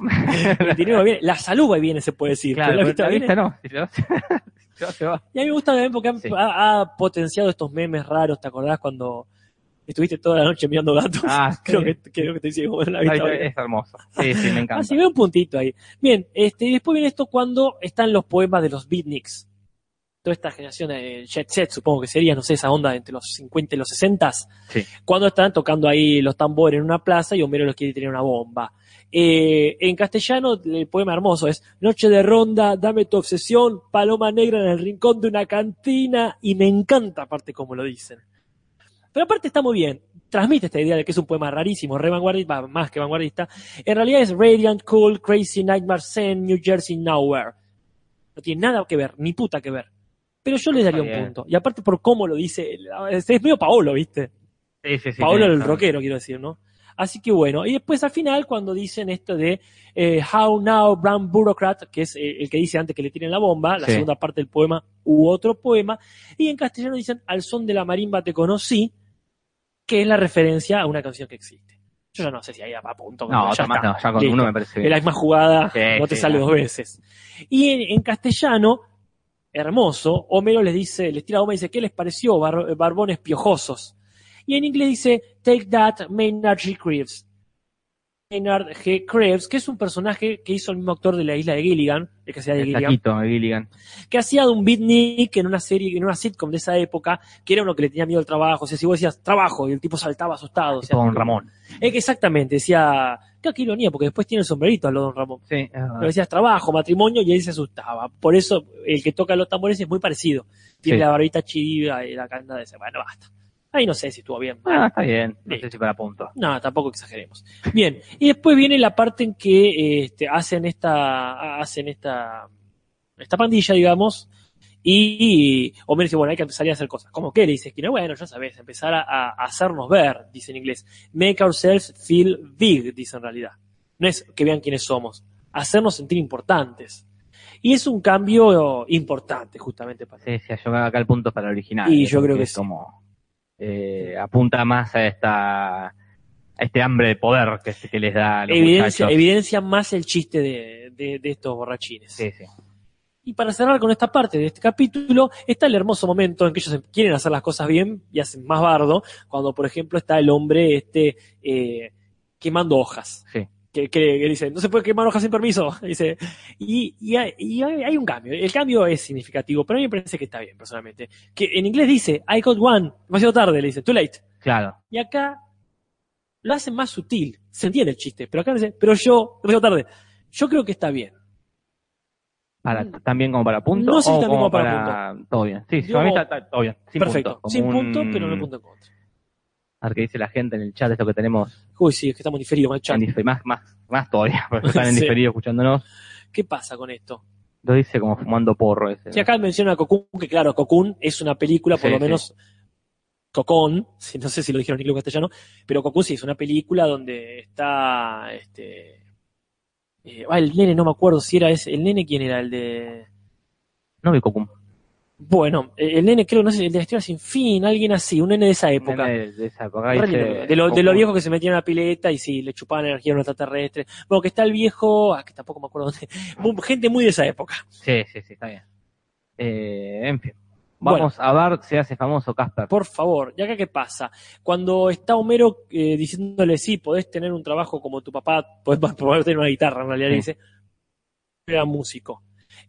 Speaker 3: El dinero va y viene, la salud va y viene, se puede decir.
Speaker 4: claro,
Speaker 3: pero la vista
Speaker 4: la
Speaker 3: va y viene.
Speaker 4: vista no. *laughs* Si se va, se va, se va.
Speaker 3: Y a mí me gusta también porque han-
Speaker 4: Sí.
Speaker 3: ha, ha potenciado estos memes raros, ¿te acordás cuando estuviste toda la noche mirando gatos?
Speaker 4: Ah, sí.
Speaker 3: *laughs* creo, que, creo que te hicieron bueno, la Ah,
Speaker 4: La
Speaker 3: vista.
Speaker 4: vista
Speaker 3: va y viene.
Speaker 4: es hermoso. Sí, sí, me encanta.
Speaker 3: Así veo un puntito ahí. Bien, este, y después viene esto cuando están los poemas de los beatniks. toda esta generación de Jet Set, supongo que sería, no sé, esa onda entre los 50 y los 60,
Speaker 4: Sí.
Speaker 3: cuando están tocando ahí los tambores en una plaza y Homero los quiere tener una bomba. Eh, en castellano, el poema hermoso es Noche de ronda, dame tu obsesión, paloma negra en el rincón de una cantina, y me encanta aparte como lo dicen. Pero aparte está muy bien, transmite esta idea de que es un poema rarísimo, re vanguardista, va, más que vanguardista. En realidad es Radiant, Cool, Crazy, Nightmare, Zen, New Jersey, Nowhere. No tiene nada que ver, ni puta que ver. Pero yo le daría
Speaker 4: Está
Speaker 3: un
Speaker 4: bien.
Speaker 3: punto. Y aparte por cómo lo dice, es es medio Paolo, ¿viste?
Speaker 4: Sí, sí, sí,
Speaker 3: Paolo
Speaker 4: tenés
Speaker 3: el
Speaker 4: razón.
Speaker 3: rockero, quiero decir, ¿no? Así que bueno, y después al final cuando dicen esto de eh, How Now Brown Bureaucrat, que es eh, el que dice antes que le tiren la bomba, la
Speaker 4: Sí.
Speaker 3: segunda parte del poema u otro poema, y en castellano dicen Al son de la marimba te conocí, que es la referencia a una canción que existe. Yo ya no sé si ahí va a punto. pero
Speaker 4: No,
Speaker 3: ya
Speaker 4: Tomás,
Speaker 3: está.
Speaker 4: no, ya con
Speaker 3: Listo.
Speaker 4: uno me parece
Speaker 3: Es
Speaker 4: bien.
Speaker 3: la misma jugada,
Speaker 4: Sí,
Speaker 3: no te
Speaker 4: sí,
Speaker 3: sale
Speaker 4: ya.
Speaker 3: dos veces. Y en, en castellano, hermoso, Homero les dice, les tira a Homero y dice, ¿qué les pareció, bar- barbones piojosos? Y en inglés dice, take that, Maynard G. Krebs. Maynard G. Krebs, que es un personaje que hizo el mismo actor de la isla de Gilligan, el que sea de
Speaker 4: El
Speaker 3: Gilligan,
Speaker 4: taquito de Gilligan.
Speaker 3: que hacía de un beatnik en una serie, en una sitcom de esa época, que era uno que le tenía miedo al trabajo. O sea, si vos decías trabajo, y el tipo saltaba asustado. o sea,
Speaker 4: Don Ramón.
Speaker 3: eh, que exactamente, decía, claro, qué ironía, porque después tiene el sombrerito a lo Don Ramón.
Speaker 4: Sí, es verdad.
Speaker 3: Pero decías trabajo, matrimonio, y él se asustaba. Por eso el que toca los tambores es muy parecido. Tiene
Speaker 4: Sí.
Speaker 3: la barbita chida y la canda de ese. Bueno, basta. Ahí no sé si estuvo bien. mal.
Speaker 4: Ah, está bien. No
Speaker 3: Listo.
Speaker 4: sé si para punto.
Speaker 3: No, tampoco exageremos. Bien, y después viene la parte en que eh, este, hacen esta, hacen esta, esta pandilla, digamos, y, y Homero dice, bueno, hay que empezar a hacer cosas. ¿Cómo qué? Le dice Skinner, bueno, ya sabes, empezar a, a hacernos ver, dice en inglés. Make ourselves feel big, dice en realidad. No es que vean quiénes somos, hacernos sentir importantes. Y es un cambio importante, justamente, para
Speaker 4: Sí, sí, yo acá el punto es para el original.
Speaker 3: Y
Speaker 4: eh,
Speaker 3: yo creo
Speaker 4: porque
Speaker 3: que
Speaker 4: es
Speaker 3: sí.
Speaker 4: como eh, apunta más a esta a este hambre de poder que, que les da a los
Speaker 3: evidencia,
Speaker 4: muchachos.
Speaker 3: evidencia más el chiste de, de- de estos borrachines.
Speaker 4: Sí, sí.
Speaker 3: Y para cerrar con esta parte de este capítulo, está el hermoso momento en que ellos quieren hacer las cosas bien y hacen más bardo, cuando por ejemplo está el hombre este eh, quemando hojas.
Speaker 4: Sí.
Speaker 3: Que, que- que dice, no se puede quemar hojas sin permiso. *laughs* Dice, y, y hay, y hay- hay un cambio. El cambio es significativo, pero a mí me parece que está bien, personalmente. Que en inglés dice, I got one, demasiado tarde, le dice, too late.
Speaker 4: Claro.
Speaker 3: Y acá lo hacen más sutil. Se entiende el chiste, pero acá dice, pero yo, demasiado tarde. Yo creo que está bien.
Speaker 4: Para, ¿También como para punto?
Speaker 3: Mm. No sé si
Speaker 4: o
Speaker 3: también
Speaker 4: como
Speaker 3: como para
Speaker 4: Todo bien. Sí, sí,
Speaker 3: Yo-
Speaker 4: para mí está, está todo bien. Sin
Speaker 3: Perfecto.
Speaker 4: punto. Como
Speaker 3: sin punto,
Speaker 4: un-
Speaker 3: pero no punto en contra.
Speaker 4: A ver qué dice la gente en el chat, esto que tenemos
Speaker 3: Uy, sí, es que estamos diferidos con el chat.
Speaker 4: en dife- más, más, más todavía,
Speaker 3: *laughs*
Speaker 4: porque están en
Speaker 3: Sí.
Speaker 4: diferido escuchándonos.
Speaker 3: ¿Qué pasa con esto?
Speaker 4: Lo dice como fumando porro ese.
Speaker 3: Si acá menciona a Cocoon, que claro, Cocoon es una película, por
Speaker 4: Sí,
Speaker 3: lo
Speaker 4: sí.
Speaker 3: menos Cocón, *laughs* si- no sé si lo dijeron en inglés o castellano, pero Cocoon sí es una película donde está este. eh, ah, el nene, no me acuerdo si era ese. ¿El nene quién era? El de.
Speaker 4: No vi Cocum.
Speaker 3: Bueno, eh, el nene creo, no sé, el de la historia sin fin, alguien así, un nene de esa época.
Speaker 4: De, de esa época.
Speaker 3: Re
Speaker 4: dice
Speaker 3: lindo. de, lo, de lo
Speaker 4: Cocum.
Speaker 3: viejo que se metían en la pileta y sí, le chupaban energía a un extraterrestre. Bueno, que está el viejo, ah, que tampoco me acuerdo dónde. *laughs* mu- Gente muy de esa época.
Speaker 4: Sí, sí, sí, está bien. Eh, en fin.
Speaker 3: Bueno.
Speaker 4: Vamos a ver si hace famoso Casper.
Speaker 3: Por favor, ¿y acá qué pasa? Cuando está Homero eh, diciéndole, sí, podés tener un trabajo como tu papá, podés, *laughs* podés tener una guitarra, en realidad
Speaker 4: Sí.
Speaker 3: dice, era músico.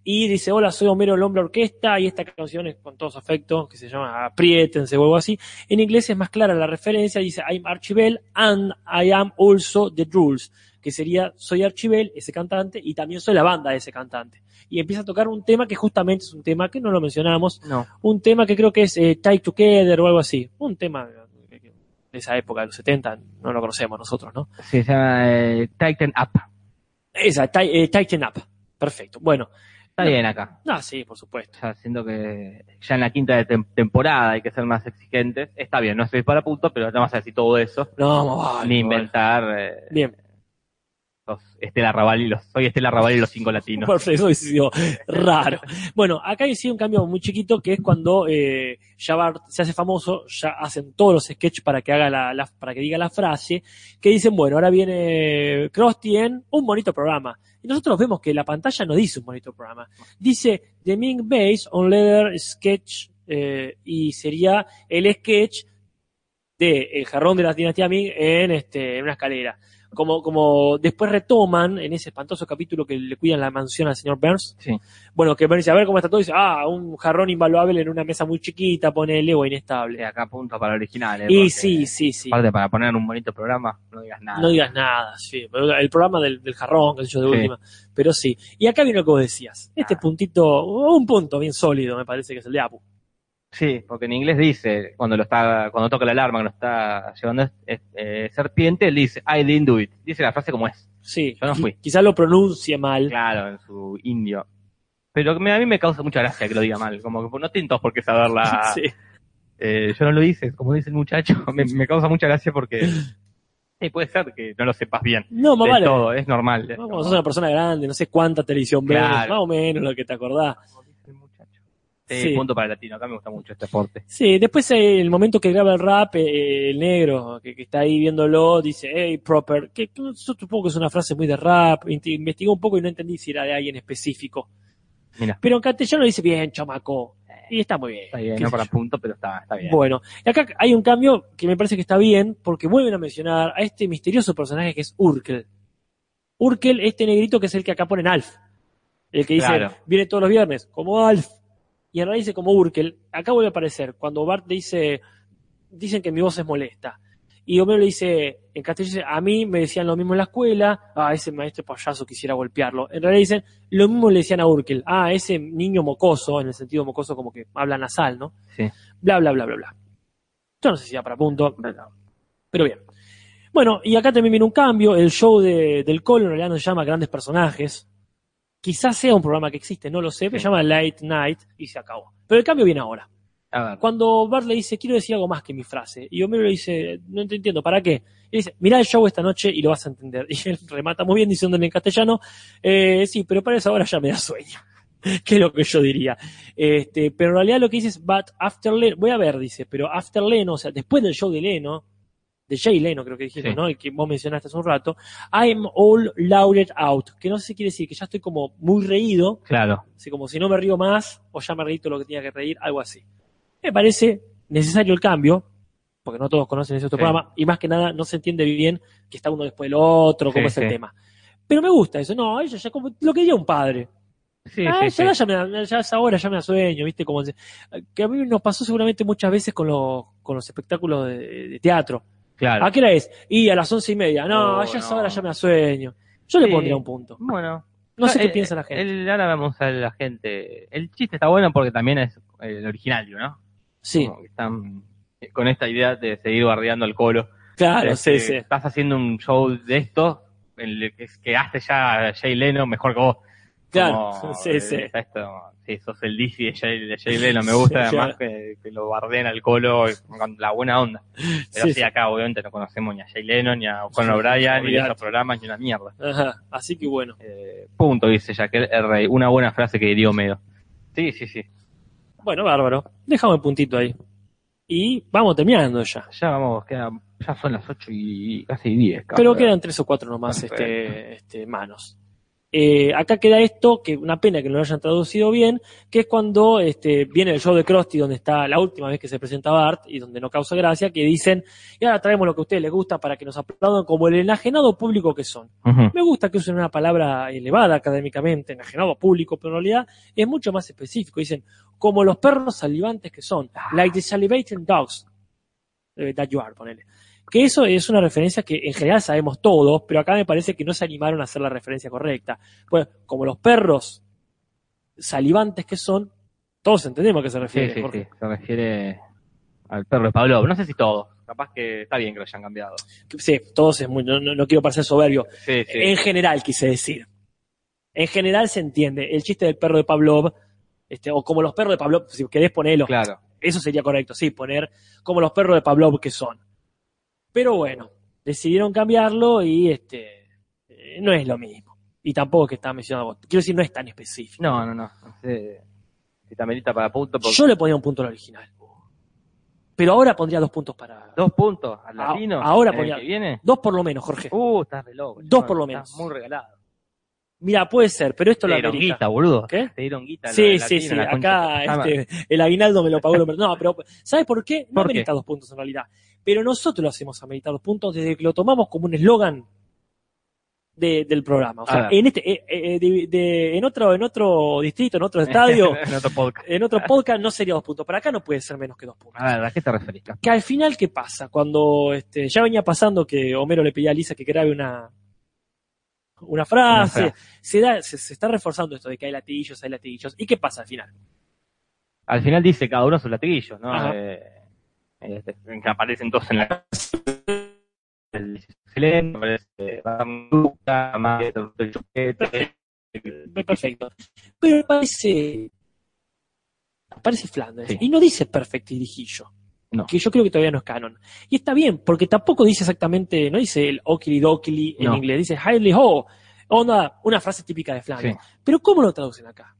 Speaker 3: Y dice, hola, soy Homero, el hombre orquesta, y esta canción es con todos afectos, que se llama Apriétense o algo así. En inglés es más clara la referencia, dice, I'm Archibel and I am also the Drools, que sería, soy Archibel, ese cantante, y también soy la banda de ese cantante. Y empieza a tocar un tema que justamente es un tema que no lo mencionamos,
Speaker 4: No.
Speaker 3: un tema que creo que es eh, Tie Together o algo así. Un tema de esa época, de los 70, no lo conocemos nosotros, ¿no?
Speaker 4: Se llama eh, Tighten Up.
Speaker 3: Esa, Tie- eh, Tighten Up. Perfecto. Bueno,
Speaker 4: Está
Speaker 3: No.
Speaker 4: bien acá.
Speaker 3: ah, sí, por supuesto.
Speaker 4: Ya siento que ya en la quinta de tem- temporada hay que ser más exigentes. Está bien, no estoy para punto, pero no vas a decir todo eso.
Speaker 3: No, más vale,
Speaker 4: ni
Speaker 3: más
Speaker 4: inventar
Speaker 3: vale.
Speaker 4: eh,
Speaker 3: Bien,
Speaker 4: los Estela Raval y los. Soy Estela Raval y los
Speaker 3: *laughs*
Speaker 4: cinco latinos.
Speaker 3: perfecto, eso hubiese sido raro. Bueno, acá hay sí un cambio muy chiquito que es cuando eh, ya Bart se hace famoso, ya hacen todos los sketches para que haga la, la- para que diga la frase, que dicen, bueno, ahora viene Krusty en un bonito programa. Y nosotros vemos que la pantalla no dice un bonito programa. Dice The Ming Base on Leather Sketch eh, y sería el sketch de el jarrón de la dinastía Ming en este en una escalera. como, como después retoman en ese espantoso capítulo que le cuidan la mansión al señor Burns.
Speaker 4: Sí.
Speaker 3: Bueno, que Burns dice, a ver cómo está todo, y dice, ah, un jarrón invaluable en una mesa muy chiquita, ponele, o
Speaker 4: Sí,
Speaker 3: inestable.
Speaker 4: acá punto para original. eh,
Speaker 3: Y
Speaker 4: porque,
Speaker 3: sí, sí, sí.
Speaker 4: Aparte, para poner un bonito programa, no digas nada.
Speaker 3: No digas nada, sí. Pero El programa del, del jarrón, que sé yo, de
Speaker 4: Ah. Sí.
Speaker 3: última. Pero sí. Y acá viene lo que vos decías. Este
Speaker 4: Ah.
Speaker 3: puntito, oh, un punto bien sólido, me parece que es el de Apu.
Speaker 4: Sí, porque en inglés dice, cuando lo está, cuando toca la alarma, que lo está llevando eh, eh, serpiente, él dice, I didn't do it. Dice la frase como es.
Speaker 3: Sí.
Speaker 4: Yo no fui.
Speaker 3: Quizás lo pronuncie mal.
Speaker 4: Claro, en su indio. Pero me- a mí me causa mucha gracia que lo diga mal. Como que pues, no tintos por qué saberla.
Speaker 3: *laughs* Sí.
Speaker 4: Eh, yo no lo hice, como dice el muchacho. *laughs* Me, me causa mucha
Speaker 3: *laughs*
Speaker 4: gracia porque eh, puede ser que no lo sepas bien.
Speaker 3: No, más
Speaker 4: De
Speaker 3: vale.
Speaker 4: todo, es normal.
Speaker 3: No, Como sos una persona grande, no sé cuánta televisión ves,
Speaker 4: Claro.
Speaker 3: más o menos lo que te acordás.
Speaker 4: Como dice el muchacho. Sí,
Speaker 3: Sí.
Speaker 4: punto para el latino. Acá me gusta mucho este deporte.
Speaker 3: Sí, después eh, el momento que graba el rap, eh, el negro que, que está ahí viéndolo, dice, hey, proper, que que yo supongo que es una frase muy de rap, Inti- investigué un poco y no entendí si era de alguien específico.
Speaker 4: Mirá.
Speaker 3: Pero en castellano dice, bien, chamaco, y está muy bien.
Speaker 4: Está bien,
Speaker 3: qué
Speaker 4: no
Speaker 3: sé
Speaker 4: para
Speaker 3: yo.
Speaker 4: punto, pero está, está bien.
Speaker 3: Bueno, y acá hay un cambio que me parece que está bien, porque vuelven a mencionar a este misterioso personaje que es Urkel. Urkel, este negrito que es el que acá ponen Alf. El que dice,
Speaker 4: Claro.
Speaker 3: viene todos los viernes, como Alf. Y en realidad dice como Urkel. Acá vuelve a aparecer, cuando Bart dice, dicen que mi voz es molesta. Y Homero le dice, en castellano dice, a mí me decían lo mismo en la escuela, ah, ese maestro payaso quisiera golpearlo. En realidad dicen, lo mismo le decían a Urkel, ah, ese niño mocoso, en el sentido mocoso como que habla nasal, ¿no?
Speaker 4: Sí.
Speaker 3: Bla, bla, bla, bla, bla. Yo no sé si da para punto, pero bien. Bueno, y acá también viene un cambio, el show de- del Colo en realidad no se llama Grandes Personajes, quizás sea un programa que existe, no lo sé, pero se llama Late Night y se acabó. Pero el cambio viene ahora.
Speaker 4: A ver.
Speaker 3: Cuando Bart le dice, quiero decir algo más que mi frase. Y Homero le dice, no te entiendo, ¿para qué? Y dice, mirá el show esta noche y lo vas a entender. *laughs* Y él remata muy bien diciéndole en castellano, eh, sí, pero para eso ahora ya me da sueño. *laughs* que es lo que yo diría. Este, pero en realidad lo que dice es, but after Leno, voy a ver, dice, pero after Leno, o sea, después del show de Leno, de Jay Leno creo que dijiste,
Speaker 4: Sí.
Speaker 3: ¿no? El que vos mencionaste hace un rato, I'm all louded out, que no sé si quiere decir que ya estoy como muy reído,
Speaker 4: Claro.
Speaker 3: Así como si no me río más, o ya me reí todo lo que tenía que reír, algo así. Me parece necesario el cambio, porque no todos conocen ese otro
Speaker 4: Sí.
Speaker 3: programa, y más que nada no se entiende bien que está uno después del otro, cómo
Speaker 4: Sí,
Speaker 3: es el
Speaker 4: sí.
Speaker 3: tema. Pero me gusta eso, no, ella ya como lo que diría un padre.
Speaker 4: Sí,
Speaker 3: ah,
Speaker 4: sí,
Speaker 3: ya, la-
Speaker 4: sí.
Speaker 3: ya me da- ya es ahora, ya me da sueño, ¿viste? Como, se- que a mí nos pasó seguramente muchas veces con los, con los espectáculos de, de teatro.
Speaker 4: Claro.
Speaker 3: ¿A qué hora es? Y a las once y media. No,
Speaker 4: Oh,
Speaker 3: ya es
Speaker 4: no.
Speaker 3: ahora, ya me da sueño. Yo le
Speaker 4: Sí.
Speaker 3: pondría un punto.
Speaker 4: Bueno.
Speaker 3: No sé qué
Speaker 4: eh,
Speaker 3: piensa la gente.
Speaker 4: el- ahora vamos a la gente. El chiste está bueno porque también es eh, el originario, ¿no?
Speaker 3: sí,
Speaker 4: Como que están eh, con esta idea de seguir bardeando al colo.
Speaker 3: claro,
Speaker 4: Este,
Speaker 3: sí, Ah, sí.
Speaker 4: Estás haciendo un show de esto, en el que, que hace ya a Jay Leno mejor que vos.
Speaker 3: Claro, *laughs*
Speaker 4: Como,
Speaker 3: sí,
Speaker 4: eh,
Speaker 3: sí.
Speaker 4: está Esto, sí, sos el DC de Jay, de Jay Leno. Me
Speaker 3: *laughs*
Speaker 4: gusta
Speaker 3: Sí,
Speaker 4: además que, que lo bardeen al colo eh, con la buena onda. Pero
Speaker 3: Sí,
Speaker 4: sí,
Speaker 3: sí.
Speaker 4: acá obviamente no conocemos ni a Jay Leno, ni a Conan
Speaker 3: Sí,
Speaker 4: O'Brien, ni
Speaker 3: olvidate.
Speaker 4: a esos programas, ni una mierda.
Speaker 3: Ajá, así que bueno.
Speaker 4: Eh, punto, dice Jaquel Rey. Una buena frase que diría Homero. Sí, sí, sí.
Speaker 3: Bueno, bárbaro. Dejamos el puntito ahí. Y vamos terminando ya.
Speaker 4: Ya vamos, queda- ya son las 8 y casi 10.
Speaker 3: Pero
Speaker 4: cabrón.
Speaker 3: quedan tres o cuatro nomás
Speaker 4: Perfecto.
Speaker 3: este, este, manos. Eh, acá queda esto, que una pena que no lo hayan traducido bien, que es cuando este, viene el show de Krusty, donde está la última vez que se presenta Bart y donde no causa gracia, que dicen, y ahora traemos lo que a ustedes les gusta para que nos aplaudan como el enajenado público que son.
Speaker 4: Ujú.
Speaker 3: Me gusta que usen una palabra elevada académicamente, enajenado a público, pero en realidad es mucho más específico. Dicen, como los perros salivantes que son,
Speaker 4: Ah.
Speaker 3: like the salivating dogs eh, that you are, ponele. Que eso es una referencia que en general sabemos todos, pero acá me parece que no se animaron a hacer la referencia correcta. Pues, como los perros salivantes que son, todos entendemos a qué se
Speaker 4: Sí,
Speaker 3: refiere,
Speaker 4: sí,
Speaker 3: Jorge.
Speaker 4: sí. Se refiere al perro de Pablo. No sé si todo. Capaz que está bien que lo hayan cambiado.
Speaker 3: Sí, todos es muy, no- no- no quiero parecer soberbio,
Speaker 4: Sí, sí.
Speaker 3: En general, quise decir. En general se entiende. El chiste del perro de Pavlov, este, o como los perros de Pavlov, si querés ponerlo,
Speaker 4: Claro.
Speaker 3: eso sería correcto, sí, poner como los perros de Pavlov que son. Pero bueno, decidieron cambiarlo y este eh, no es lo mismo. Y tampoco es que está mencionado. vos. Quiero decir, no es tan específico.
Speaker 4: No, no, no. No sé si está merita para punto. Porque...
Speaker 3: Yo le ponía un punto al original. Pero ahora pondría dos puntos para.
Speaker 4: Dos puntos al
Speaker 3: Ah,
Speaker 4: latino.
Speaker 3: ahora
Speaker 4: en el
Speaker 3: ponía-
Speaker 4: que viene.
Speaker 3: Dos por lo menos, Jorge.
Speaker 4: Uh, estás re loco.
Speaker 3: Dos
Speaker 4: chaval,
Speaker 3: por lo
Speaker 4: estás
Speaker 3: menos.
Speaker 4: muy regalado.
Speaker 3: Mira, puede ser, pero esto
Speaker 4: Te
Speaker 3: lo
Speaker 4: dieron
Speaker 3: amerita.
Speaker 4: guita, boludo.
Speaker 3: ¿Qué?
Speaker 4: Te dieron guita. lo
Speaker 3: Sí,
Speaker 4: del
Speaker 3: sí,
Speaker 4: latino,
Speaker 3: sí.
Speaker 4: la concha
Speaker 3: Acá
Speaker 4: de tu madre. *laughs*
Speaker 3: este, el aguinaldo me lo pagó. el hombre. No, pero ¿sabes por qué? No
Speaker 4: ¿Por qué?
Speaker 3: amerita dos puntos en realidad. Pero nosotros lo hacemos ameritar dos puntos desde que lo tomamos como un eslogan de- del programa. O
Speaker 4: A
Speaker 3: sea,
Speaker 4: ver.
Speaker 3: en, este, eh, eh, de- de- en, otro, en otro distrito, en otro
Speaker 4: *laughs*
Speaker 3: estadio,
Speaker 4: en otro podcast.
Speaker 3: en otro podcast no sería dos puntos. Para acá no puede ser menos que dos puntos.
Speaker 4: A ver, ¿a qué te referís? Casper?
Speaker 3: Que al final, ¿qué pasa? Cuando este, ya venía pasando que Homero le pedía a Lisa que grabe una, una frase,
Speaker 4: Una
Speaker 3: Se, da, se, se está reforzando esto de que hay latillos, hay latillos. ¿Y qué pasa al final?
Speaker 4: Al final dice cada uno sus latiguillos, ¿no?
Speaker 3: Ajá.
Speaker 4: Eh, este, que aparecen todos en la *laughs* el excelente, aparece Barnuta, Maestro del Choquete.
Speaker 3: Perfecto. Pero aparece, aparece Flanders
Speaker 4: Sí.
Speaker 3: y no dice perfectirijillo.
Speaker 4: No.
Speaker 3: Que yo creo que todavía no es canon. Y está bien, porque tampoco dice exactamente, no dice el okili dokili en
Speaker 4: No.
Speaker 3: inglés, dice highly ho. Onda, una frase típica de Flanders. Pero ¿cómo lo traducen acá?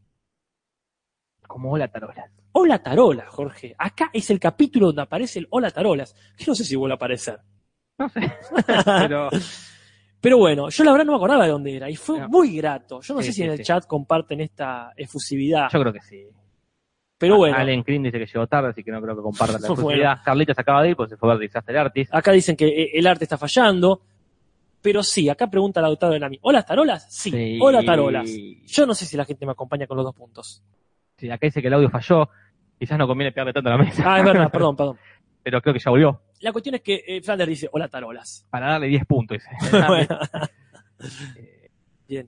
Speaker 4: Como hola tarola.
Speaker 3: Hola Tarolas, Jorge. Acá es el capítulo donde aparece el Hola Tarolas, que no sé si vuelve a aparecer. *laughs*
Speaker 4: No sé. Pero
Speaker 3: Pero bueno, yo la verdad no me acordaba de dónde era y fue
Speaker 4: No.
Speaker 3: muy grato. Yo no
Speaker 4: Sí,
Speaker 3: sé si
Speaker 4: sí,
Speaker 3: en el
Speaker 4: sí.
Speaker 3: chat comparten esta efusividad,
Speaker 4: yo creo que sí.
Speaker 3: pero bueno,
Speaker 4: Allen Green dice que llegó tarde, así que no creo que comparta la
Speaker 3: Bueno.
Speaker 4: posibilidad. Carlitos acaba de ir, pues se fue a ver Disaster Artist.
Speaker 3: acá dicen que eh, el arte está fallando, pero sí, acá pregunta la doctora de Nami. ¿Hola tarolas? Sí.
Speaker 4: Sí.
Speaker 3: Hola tarolas. Yo no sé si la gente me acompaña con los dos puntos.
Speaker 4: Sí, acá dice que el audio falló. Quizás no conviene pegarle tanto a la mesa.
Speaker 3: Ah, es *laughs*
Speaker 4: *laughs*
Speaker 3: verdad, perdón, perdón.
Speaker 4: Pero creo que ya volvió.
Speaker 3: La cuestión es que eh, Flanders dice, hola *laughs* tarolas. Ah,
Speaker 4: Para darle 10 puntos, dice.
Speaker 3: *laughs* Bueno, bien.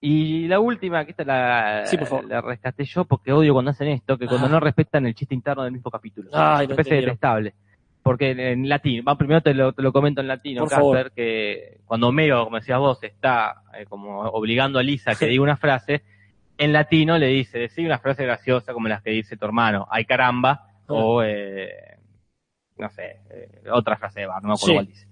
Speaker 4: Y la última, que esta la,
Speaker 3: Sí, por favor.
Speaker 4: la rescaté yo porque odio cuando hacen esto, que cuando
Speaker 3: Ah.
Speaker 4: no respetan el chiste interno del mismo capítulo.
Speaker 3: Ay,
Speaker 4: Me
Speaker 3: no
Speaker 4: parece
Speaker 3: entendieron.
Speaker 4: detestable. Porque en, en latín, va, primero te lo, te lo comento en latino,
Speaker 3: Por favor.
Speaker 4: Casper, que cuando Homero, como decías vos, está eh, como obligando a Lisa que diga una frase, en latino le dice, decir una frase graciosa como las que dice tu hermano, ay caramba,
Speaker 3: Ah.
Speaker 4: o eh, no sé, eh, otra frase de bar, no me acuerdo
Speaker 3: Sí.
Speaker 4: cuál dice.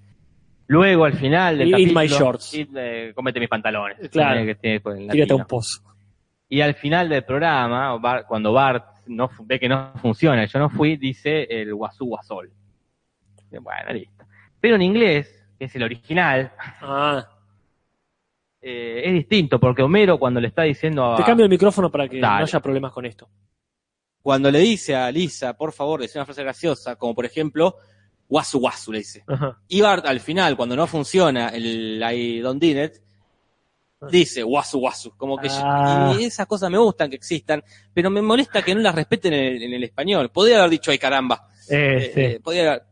Speaker 4: Luego al final del
Speaker 3: Eat
Speaker 4: capítulo,
Speaker 3: my shorts.
Speaker 4: eat, eh, cómete mis pantalones.
Speaker 3: Claro.
Speaker 4: eh, que tiene, pues, en
Speaker 3: Tírate a
Speaker 4: latino.
Speaker 3: un pozo.
Speaker 4: Y al final del programa, o Bart- cuando Bart no, fu- ve que no funciona, yo no fui, dice el guasú guasol. Y Bueno, listo. Pero en inglés, que es el original,
Speaker 3: Ah,
Speaker 4: eh, es distinto, porque Homero cuando le está diciendo a...
Speaker 3: te cambio el micrófono para que
Speaker 4: Dale.
Speaker 3: no haya problemas con esto.
Speaker 2: Cuando le dice a Lisa, por favor, decía una frase graciosa, como por ejemplo, guasu guasu, le dice.
Speaker 3: Ajá.
Speaker 2: Y Bart, al final, cuando no funciona el I don't did it,
Speaker 1: Ah.
Speaker 2: dice guasu guasu. Como que
Speaker 3: Ah.
Speaker 2: y esas cosas me gustan que existan, pero me molesta que no las respeten en el, en el español. Podría haber dicho ay caramba.
Speaker 1: Eh,
Speaker 2: Eh,
Speaker 1: sí.
Speaker 2: eh, podía haber-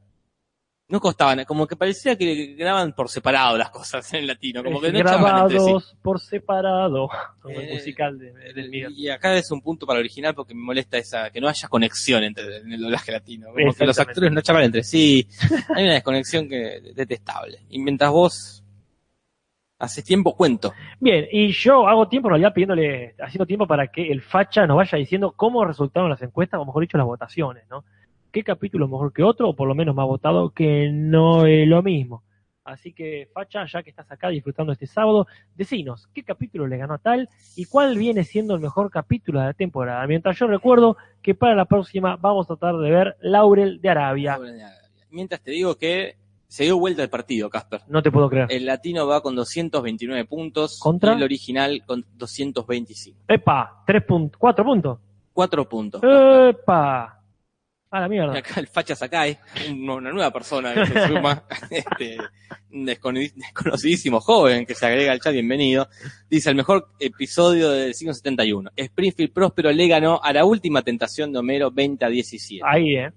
Speaker 2: no costaban, como que parecía que graban por separado las cosas en latino, como que no echaban entre sí.
Speaker 1: grabados por separado. Como el
Speaker 2: Eh,
Speaker 1: musical de, del Miguel.
Speaker 2: Y acá es un punto para el original porque me molesta esa que no haya conexión entre en el doblaje latino. Como que los
Speaker 1: Exactamente.
Speaker 2: actores no charlan
Speaker 1: *laughs*
Speaker 2: entre sí. Hay una desconexión que detestable. Y mientras vos haces tiempo, cuento.
Speaker 1: Bien, y yo hago tiempo en realidad pidiéndole, haciendo tiempo para que el facha nos vaya diciendo cómo resultaron las encuestas, o mejor dicho, las votaciones, ¿no? ¿Qué capítulo es mejor que otro, o por lo menos más votado, que no es lo mismo? Así que, facha, ya que estás acá disfrutando este sábado, decinos, ¿qué capítulo le ganó a tal y cuál viene siendo el mejor capítulo de la temporada? Mientras yo recuerdo que para la próxima vamos a tratar de ver Laurel de Arabia.
Speaker 2: Mientras te digo que se dio vuelta el partido, Casper.
Speaker 1: No te puedo creer.
Speaker 2: El latino va con 229 puntos
Speaker 1: ¿Contra?
Speaker 2: y el original con 225.
Speaker 1: ¡Epa! Tres puntos, cuatro puntos.
Speaker 2: Cuatro puntos.
Speaker 1: ¡Eh!
Speaker 2: Casper.
Speaker 1: ¡Epa! A Ah, la mierda.
Speaker 2: Y Acá el facha Sakai, un- una nueva persona que
Speaker 1: *laughs*
Speaker 2: se suma, este, un desconi- desconocidísimo joven que se agrega al chat, bienvenido. Dice, el mejor episodio del siglo 71. Springfield Próspero le ganó a la última tentación de Homero 20 a 17.
Speaker 1: Ahí, eh.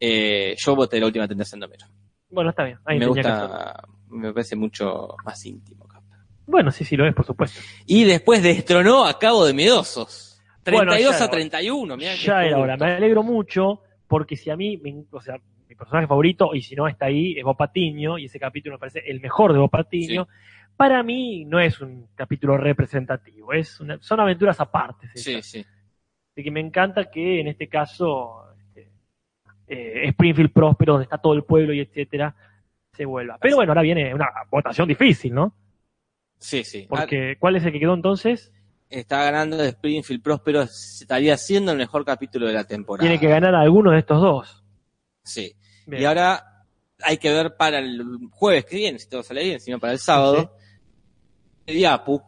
Speaker 2: Eh, yo voté la última tentación de Homero.
Speaker 1: Bueno, está bien. Ahí
Speaker 2: Me
Speaker 1: tenía que hacerlo.
Speaker 2: gusta, me parece mucho más íntimo. capaz.
Speaker 1: Bueno, sí, sí, lo es, por supuesto.
Speaker 2: Y después destronó a Cabo de Miedosos.
Speaker 1: Bueno,
Speaker 2: 32
Speaker 1: ya era
Speaker 2: a
Speaker 1: hora.
Speaker 2: 31, mirá qué
Speaker 1: ya era
Speaker 2: justo.
Speaker 1: hora. Me alegro mucho porque si a mí, me- o sea, mi personaje favorito, y si no está ahí, es Bob Patiño, y ese capítulo me parece el mejor de Bob Patiño. Para mí no es un capítulo representativo, es una- son aventuras aparte. es
Speaker 2: Sí,
Speaker 1: eso.
Speaker 2: sí.
Speaker 1: Así que me encanta que en este caso este, eh, Springfield Próspero, donde está todo el pueblo y etcétera, se vuelva. Pero bueno, ahora viene una votación difícil, ¿no?
Speaker 2: Sí, sí. Ah,
Speaker 1: Porque ¿cuál es el que quedó entonces?
Speaker 2: está ganando de Springfield Próspero, estaría siendo el mejor capítulo de la temporada.
Speaker 1: Tiene que ganar alguno de estos dos.
Speaker 2: Sí.
Speaker 1: Bien.
Speaker 2: Y ahora hay que ver para el jueves que viene, si todo sale bien, sino para el sábado. Diapu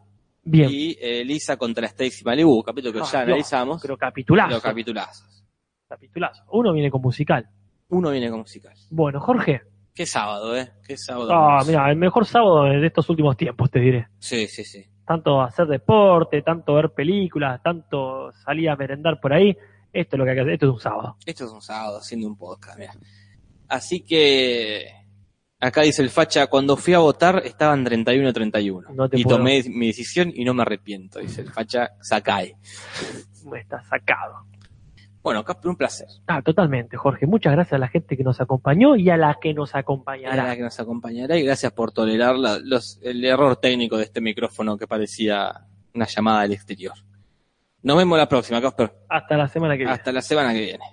Speaker 1: Bien.
Speaker 2: y eh, Lisa contra Stacy Malibu, capítulo que
Speaker 1: Ah,
Speaker 2: ya
Speaker 1: Dios,
Speaker 2: analizamos.
Speaker 1: Pero
Speaker 2: Los
Speaker 1: capitulazo.
Speaker 2: capitulazos.
Speaker 1: capitulazo. Uno viene con musical.
Speaker 2: Uno viene con musical.
Speaker 1: Bueno, Jorge,
Speaker 2: Qué sábado, ¿eh? Qué sábado.
Speaker 1: Ah, mira, el mejor sábado de estos últimos tiempos, te diré.
Speaker 2: Sí, sí, sí.
Speaker 1: Tanto hacer deporte, tanto ver películas, tanto salir a merendar por ahí. Esto es lo que hay que hacer. Esto es un sábado.
Speaker 2: Esto es un sábado haciendo un podcast, mira. Así que acá dice el facha, cuando fui a votar estaban 31-31.
Speaker 1: No te
Speaker 2: y
Speaker 1: puedo.
Speaker 2: tomé mi decisión y no me arrepiento, dice el facha Sakai.
Speaker 1: Está sacado.
Speaker 2: Bueno, Casper, un placer.
Speaker 1: Ah, totalmente, Jorge. Muchas gracias a la gente que nos acompañó y a la que nos
Speaker 2: Ahora
Speaker 1: acompañará.
Speaker 2: que nos acompañará y gracias por tolerar la- los- el error técnico de este micrófono que parecía una llamada del exterior. Nos vemos la próxima, Casper.
Speaker 1: Hasta la semana que viene.
Speaker 2: Hasta la semana que viene.